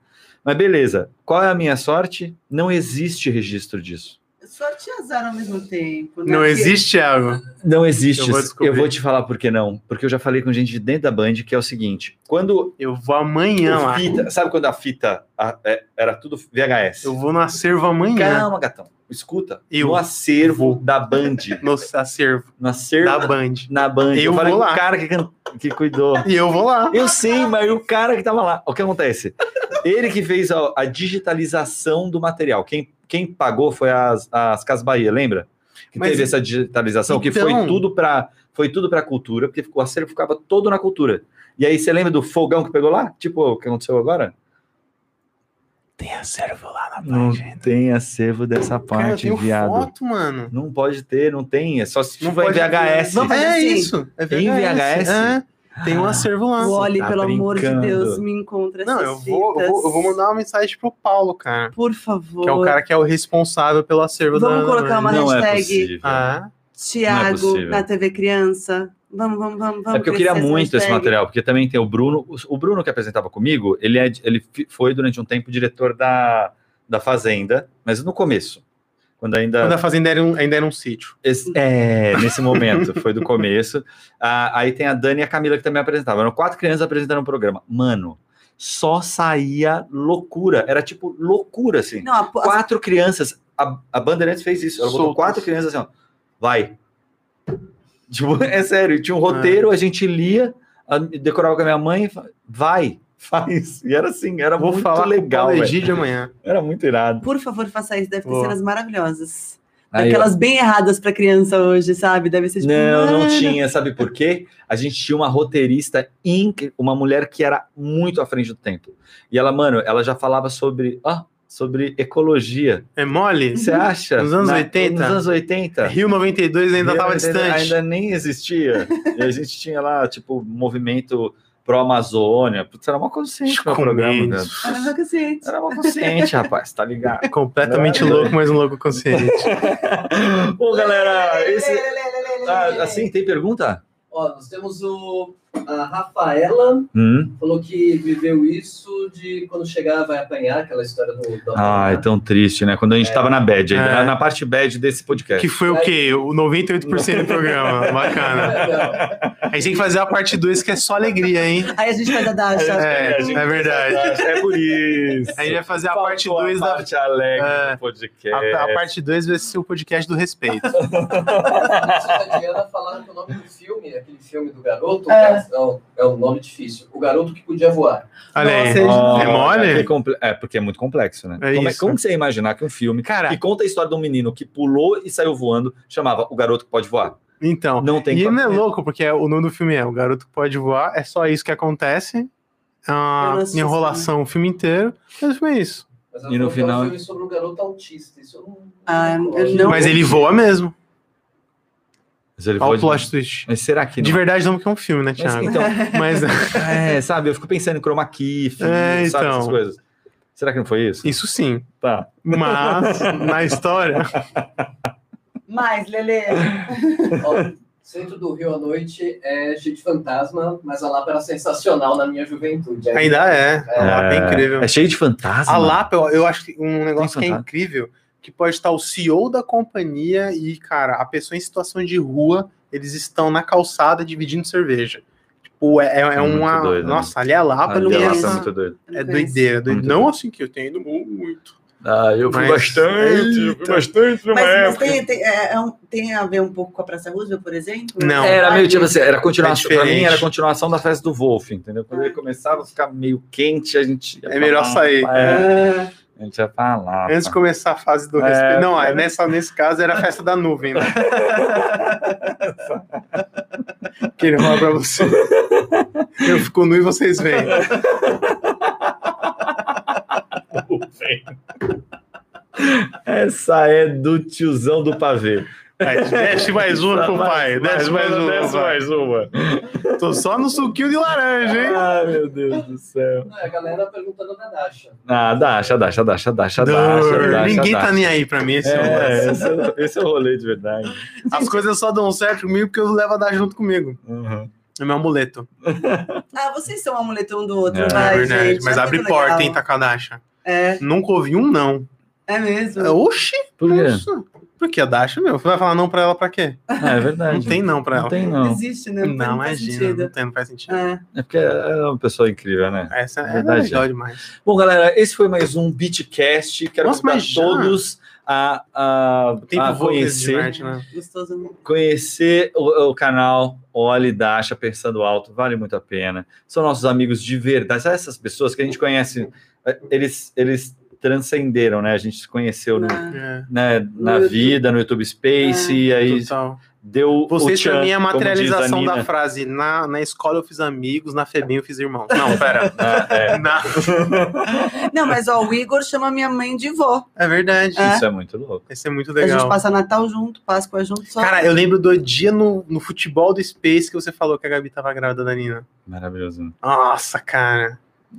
Speaker 1: Mas beleza, qual é a minha sorte? Não existe registro disso.
Speaker 3: Sorte e azar ao mesmo tempo. né?
Speaker 2: Não
Speaker 3: Porque-
Speaker 2: existe algo.
Speaker 1: Não existe.
Speaker 2: Eu vou descobrir.
Speaker 1: eu vou te falar por que não. Porque eu já falei com gente de dentro da Band que é o seguinte: quando
Speaker 2: Eu vou amanhã
Speaker 1: o
Speaker 2: lá.
Speaker 1: fita, sabe quando a fita a- é- era tudo VHS?
Speaker 2: Eu vou no acervo amanhã.
Speaker 1: Calma, gatão. Escuta,
Speaker 2: Eu
Speaker 1: no acervo da Band,
Speaker 2: No acervo
Speaker 1: no
Speaker 2: da
Speaker 1: acervo
Speaker 2: Band.
Speaker 1: na Band,
Speaker 2: Eu
Speaker 1: falei
Speaker 2: vou
Speaker 1: com
Speaker 2: lá.
Speaker 1: o cara que, can- que cuidou.
Speaker 2: E eu vou lá.
Speaker 1: Eu sei, mas o cara que tava lá. O que acontece? Ele que fez a, a digitalização do material. Quem, quem pagou foi as, as Casas Bahia, lembra? Que
Speaker 2: Mas
Speaker 1: teve
Speaker 2: e-
Speaker 1: essa digitalização, que
Speaker 2: Então-
Speaker 1: foi tudo para foi tudo para cultura, porque o acervo ficava todo na cultura. E aí você lembra do fogão que pegou lá? Tipo, o que aconteceu agora?
Speaker 2: Tem acervo lá na
Speaker 1: Não tem acervo dessa
Speaker 2: Ah, tá, Cara, eu
Speaker 1: parte,
Speaker 2: tenho
Speaker 1: viado.
Speaker 2: foto, mano.
Speaker 1: Não pode ter, não tem, é só se
Speaker 2: Não
Speaker 1: tiver
Speaker 2: pode ter.
Speaker 1: VHS.
Speaker 3: Vamos fazer
Speaker 2: é
Speaker 3: assim.
Speaker 2: isso. É
Speaker 1: Em VHS?
Speaker 2: É. Tem um acervo lá.
Speaker 3: O Oli,
Speaker 1: tá
Speaker 3: pelo amor de
Speaker 1: brincando.
Speaker 3: Deus, me encontra
Speaker 2: Não,
Speaker 3: essas
Speaker 2: eu vou, eu, vou, eu vou
Speaker 3: fitas.
Speaker 2: mandar uma mensagem pro Paulo, cara.
Speaker 3: Por favor.
Speaker 2: Que é o cara que é o responsável pelo acervo da.
Speaker 3: Vamos
Speaker 2: Ana
Speaker 3: colocar uma
Speaker 2: Maria.
Speaker 1: Não é
Speaker 3: hashtag.
Speaker 1: possível.
Speaker 2: Ah,
Speaker 3: Tiago,
Speaker 1: é possível.
Speaker 3: na TV Criança. Vamos, vamos, vamos. vamos
Speaker 1: É porque eu queria
Speaker 3: crescer
Speaker 1: muito esse
Speaker 3: hashtag.
Speaker 1: material, porque também tem o Bruno. O Bruno que apresentava comigo, ele, é, ele fi- foi durante um tempo diretor da, da Fazenda, mas no começo. Quando ainda.
Speaker 2: quando a fazenda era um- ainda era um sítio.
Speaker 1: Esse- é, nesse momento, foi do começo. Ah, aí tem a Dani e a Camila que também apresentavam. Eram quatro crianças apresentando o programa. Mano, só saía loucura. Era tipo loucura, assim.
Speaker 3: Não, a, a-
Speaker 1: Quatro crianças. A, a Bandeirantes fez isso. Ela botou
Speaker 2: Soltas.
Speaker 1: quatro crianças assim, ó. Vai. Tipo, é sério, tinha um roteiro, a gente lia, a- decorava com a minha mãe, e fa- vai, faz. E era assim, era
Speaker 2: Vou
Speaker 1: muito
Speaker 2: falar
Speaker 1: legal.
Speaker 2: com o Paulo
Speaker 1: velho.
Speaker 2: Egídio amanhã.
Speaker 1: Era muito irado.
Speaker 3: por favor, faça isso. Deve ter
Speaker 2: Vou.
Speaker 3: cenas maravilhosas.
Speaker 1: Aí,
Speaker 3: Daquelas bem erradas pra criança hoje, sabe? Deve ser tipo.
Speaker 1: Não, não
Speaker 3: "Mano,
Speaker 1: tinha, sabe por quê? A gente tinha uma roteirista incrível, uma mulher que era muito à frente do tempo. E ela, mano, ela já falava sobre, ó, sobre ecologia.
Speaker 2: É mole?
Speaker 1: Você acha?
Speaker 2: Nos anos 80?
Speaker 1: Nos anos 80.
Speaker 2: Rio 92
Speaker 1: Rio
Speaker 2: ainda estava distante.
Speaker 1: Ainda nem existia. e a gente tinha lá, tipo, movimento pró-Amazônia. Putz, era uma consciente o programa,
Speaker 2: Comunismo.
Speaker 1: velho.
Speaker 3: Era meu cacete.
Speaker 1: Era uma consciente, rapaz, tá ligado?
Speaker 2: Completamente
Speaker 1: Não.
Speaker 2: louco, mas um louco consciente.
Speaker 1: Bom, galera, esse...
Speaker 4: Lê, lê, lê, lê, lê, lê, lê.
Speaker 1: Ah, assim, tem pergunta?
Speaker 4: Ó, nós temos o, a Rafaela,
Speaker 1: Hum.
Speaker 4: falou que viveu isso de quando chegar vai apanhar, aquela história do... do
Speaker 1: Ai, tão triste, né? Quando a gente tava na bad,
Speaker 2: É.
Speaker 1: na- na parte bad desse podcast.
Speaker 2: Que foi o quê? O 98% do programa. Bacana.
Speaker 4: Não,
Speaker 2: Aí tem que fazer a parte 2, que é só alegria, hein?
Speaker 3: Aí a gente faz a Dasha.
Speaker 2: É, é verdade.
Speaker 1: É por isso.
Speaker 2: Aí vai fazer a
Speaker 1: Faltou
Speaker 2: parte 2 da.
Speaker 1: parte alegre
Speaker 2: É.
Speaker 1: do podcast.
Speaker 2: A, a parte 2 vai ser o podcast do respeito.
Speaker 4: a Diana falaram que o nome do filme, aquele filme do garoto,
Speaker 3: É.
Speaker 4: é, não, é um nome difícil. O garoto que podia voar.
Speaker 2: Olha aí.
Speaker 3: Nossa,
Speaker 1: Ó,
Speaker 2: É mole?
Speaker 1: que comple- É, porque é muito complexo, né?
Speaker 2: É
Speaker 1: como,
Speaker 2: isso.
Speaker 1: como que você ia imaginar que um filme
Speaker 2: Cara,
Speaker 1: que conta a história de um menino que pulou e saiu voando chamava O Garoto que Pode Voar?
Speaker 2: então.
Speaker 1: Não tem
Speaker 2: E
Speaker 1: como.
Speaker 2: não é louco, porque o nome do filme é O Garoto que Pode Voar, é só isso que acontece. É
Speaker 3: Eu
Speaker 2: Uma
Speaker 3: não assisti
Speaker 2: enrolação o filme inteiro. Mas o filme é isso.
Speaker 4: Mas
Speaker 1: E no
Speaker 4: ela falou que é
Speaker 1: final-
Speaker 4: um filme sobre um garoto autista. Isso eu não...
Speaker 3: Ah,
Speaker 4: não
Speaker 3: eu
Speaker 4: gosto.
Speaker 3: não-
Speaker 2: Mas ele voa mesmo.
Speaker 1: Mas ele
Speaker 2: Olha o
Speaker 1: voa
Speaker 2: plot twist.
Speaker 1: de- Mas será que não?
Speaker 2: De verdade, não que é um filme, né,
Speaker 1: Mas,
Speaker 2: Thiago?
Speaker 1: então,
Speaker 2: Mas
Speaker 1: é, sabe? Eu fico pensando em chroma key, filme,
Speaker 2: É,
Speaker 1: sabe?
Speaker 2: então.
Speaker 1: Essas coisas. Será que não foi isso?
Speaker 2: isso sim.
Speaker 1: Tá.
Speaker 2: Mas na história.
Speaker 3: Mais, Lele.
Speaker 2: É
Speaker 4: Ó, Centro do Rio à noite é cheio de fantasma, mas a Lapa era sensacional na minha juventude. Aí-
Speaker 2: Ainda é. A Lapa é incrível.
Speaker 1: É cheio de fantasma.
Speaker 2: A Lapa, eu, eu acho que um negócio que é
Speaker 1: fantasma.
Speaker 2: incrível, que pode estar o CEO da companhia e, cara, a pessoa em situação de rua, eles estão na calçada dividindo cerveja. Tipo, é, é- é
Speaker 1: Muito
Speaker 2: uma.
Speaker 1: doido, né?
Speaker 2: nossa, ali é a Lapa,
Speaker 1: Ali
Speaker 2: não
Speaker 1: a
Speaker 2: é,
Speaker 1: Lapa
Speaker 3: essa-
Speaker 1: é muito doido.
Speaker 2: é doideira. doideira.
Speaker 1: Muito
Speaker 2: não
Speaker 1: doido.
Speaker 2: assim que eu tenho ido muito.
Speaker 1: Ah, eu fui
Speaker 2: Mas-
Speaker 1: bastante, eu fui
Speaker 2: Eita.
Speaker 1: bastante numa
Speaker 3: Mas, mas
Speaker 1: época.
Speaker 3: tem, tem- é- é um- tem a ver um pouco com a Praça Roosevelt, por exemplo?
Speaker 2: Não.
Speaker 1: Era meio tipo assim, era continuação.
Speaker 2: É
Speaker 1: pra mim
Speaker 2: diferente.
Speaker 1: era continuação da festa do Wolf, entendeu? Quando ele começava a ficar meio quente, a gente. ia
Speaker 2: É melhor
Speaker 1: falar, É,
Speaker 2: sair.
Speaker 3: Ah,
Speaker 1: a gente ia falar.
Speaker 2: Antes de começar a fase do
Speaker 1: É,
Speaker 2: respeito. Não, é, nessa, nesse caso era a festa da nuvem, né? Queria falar pra você. Eu fico nu e vocês veem.
Speaker 1: Essa é do tiozão do pavê.
Speaker 2: Aí, Desce mais uma, compadre. Desce mais um, uma.
Speaker 1: um, Desce
Speaker 2: compadre.
Speaker 1: mais um. uma.
Speaker 2: Tô só no suquinho de laranja, hein?
Speaker 1: Ah, meu Deus do céu.
Speaker 4: Não, é a galera perguntando da Dasha.
Speaker 1: Ah, dacha, dacha, dacha, dacha,
Speaker 2: Dor.
Speaker 1: dacha, dacha.
Speaker 2: Ninguém tá nem aí pra mim. Esse
Speaker 1: É,
Speaker 2: negócio.
Speaker 1: esse é, o- esse é o rolê de verdade.
Speaker 2: As coisas só dão certo comigo porque eu levo a dar junto comigo.
Speaker 1: Uhum.
Speaker 2: É meu amuleto.
Speaker 3: ah, vocês são um amuleto um do outro,
Speaker 1: É,
Speaker 3: vai,
Speaker 2: é verdade.
Speaker 3: gente.
Speaker 2: Mas
Speaker 3: é
Speaker 2: abre
Speaker 3: muito
Speaker 2: porta,
Speaker 3: legal.
Speaker 2: hein, tá- Takadasha.
Speaker 3: É,
Speaker 2: Nunca ouvi um não.
Speaker 3: é mesmo.
Speaker 2: Oxi,
Speaker 1: Por quê?
Speaker 2: nossa. Por que a Dasha, meu? Vai falar não pra ela pra quê?
Speaker 1: É verdade.
Speaker 2: Não tem não pra
Speaker 1: Não
Speaker 2: ela.
Speaker 1: tem,
Speaker 3: Não
Speaker 1: não.
Speaker 3: existe, né?
Speaker 2: Não,
Speaker 3: faz
Speaker 2: imagina.
Speaker 3: sentido.
Speaker 2: Não, tem, não faz sentido.
Speaker 3: É.
Speaker 1: É porque ela é uma pessoa incrível, né?
Speaker 2: Essa é
Speaker 1: Verdade,
Speaker 2: legal demais.
Speaker 1: Bom, galera, esse foi mais um Beatcast. Quero
Speaker 2: Nossa,
Speaker 1: convidar
Speaker 2: mas já?
Speaker 1: todos a, a,
Speaker 2: O tempo
Speaker 1: a
Speaker 2: voa nesse
Speaker 1: Ah, conhecer,
Speaker 2: diverte, né?
Speaker 3: Gostoso. né?
Speaker 1: conhecer o, o canal Olhe Dasha Pensando Alto. Vale muito a pena. São nossos amigos de verdade. Sabe essas pessoas que a gente conhece, eh, eles, eles transcenderam, né? A gente se conheceu no-
Speaker 3: Ah,
Speaker 2: É,
Speaker 1: né, na
Speaker 3: No YouTube. Ah.
Speaker 1: vida, no YouTube Space, e aí
Speaker 2: total.
Speaker 1: deu
Speaker 2: Vocês,
Speaker 1: o tchan,
Speaker 2: pra mim, é a
Speaker 1: como diz a
Speaker 2: materialização
Speaker 1: Nina.
Speaker 2: da frase. Na, na escola eu fiz amigos, na Febem eu fiz irmãos. Não, pera.
Speaker 1: Ah, é.
Speaker 2: Na-
Speaker 3: Não, mas ó, o Igor chama minha mãe de vó.
Speaker 2: É verdade.
Speaker 3: É.
Speaker 1: Isso é muito louco.
Speaker 2: Vai ser muito
Speaker 3: A gente
Speaker 2: legal.
Speaker 3: passa Natal junto, Páscoa junto. Só...
Speaker 2: Cara, eu lembro do dia no, no futebol do Space que você falou que a Gabi tava grávida da Nina.
Speaker 1: Maravilhoso.
Speaker 2: Nossa, cara.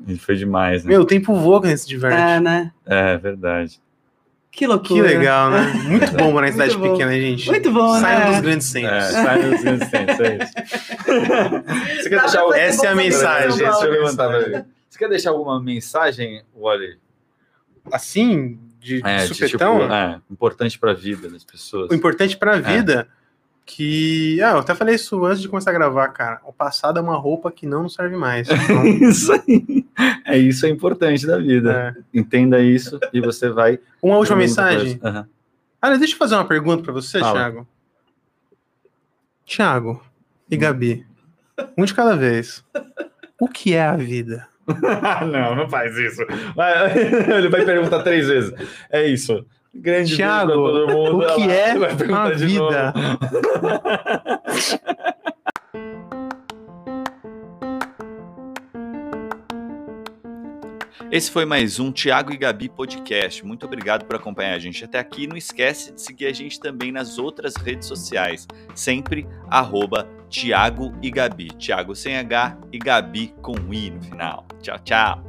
Speaker 1: E foi demais, né?
Speaker 2: Meu, o tempo voa quando a gente se diverte.
Speaker 3: é, né?
Speaker 1: É, verdade.
Speaker 3: Que loucura.
Speaker 2: Que legal, né? Muito bom morar em cidade
Speaker 3: Muito bom.
Speaker 2: pequena, hein, gente.
Speaker 3: Muito bom,
Speaker 2: Saiam dos
Speaker 3: né?
Speaker 2: grandes
Speaker 1: É,
Speaker 2: centros.
Speaker 1: sai nos incêndios, é isso.
Speaker 2: Você
Speaker 3: Dá
Speaker 1: Tá
Speaker 2: quer
Speaker 3: pra
Speaker 2: deixar o-
Speaker 3: fazer
Speaker 2: Essa é a
Speaker 3: bom
Speaker 2: mensagem.
Speaker 3: trabalho.
Speaker 2: essa
Speaker 1: Deixa
Speaker 2: é
Speaker 1: eu
Speaker 2: a
Speaker 1: levantar
Speaker 2: mensagem.
Speaker 1: pra ele. Você quer deixar alguma mensagem, Wally?
Speaker 2: Assim, de de
Speaker 1: É, de,
Speaker 2: supetão,
Speaker 1: tipo, é, importante pra vida das pessoas.
Speaker 2: o importante pra vida que. Ah, eu até falei isso antes de começar a gravar, cara. O passado é uma roupa que não serve mais. Então,
Speaker 1: Isso aí. É isso é importante da vida.
Speaker 2: é.
Speaker 1: Entenda isso e você vai.
Speaker 2: Uma última
Speaker 1: Pergunta
Speaker 2: mensagem.
Speaker 1: pra- Aham.
Speaker 2: Aliás, deixa eu fazer uma pergunta pra você,
Speaker 1: Fala.
Speaker 2: Thiago. Thiago
Speaker 1: Hum.
Speaker 2: e Gabi, um de cada vez. O que é a vida?
Speaker 1: não, não faz isso. Vai- Ele vai perguntar três vezes. É isso. Grande
Speaker 2: Thiago,
Speaker 1: beijo pra todo mundo.
Speaker 2: o que
Speaker 1: Olha lá,
Speaker 2: é
Speaker 1: ele vai perguntar
Speaker 2: a
Speaker 1: de novo.
Speaker 2: vida?
Speaker 5: Esse foi mais um Tiago e Gabi Podcast. Muito obrigado por acompanhar a gente até aqui. Não esquece de seguir a gente também nas outras redes sociais. Sempre arroba Tiago e Gabi. Tiago sem H e Gabi com I no final. Tchau, tchau.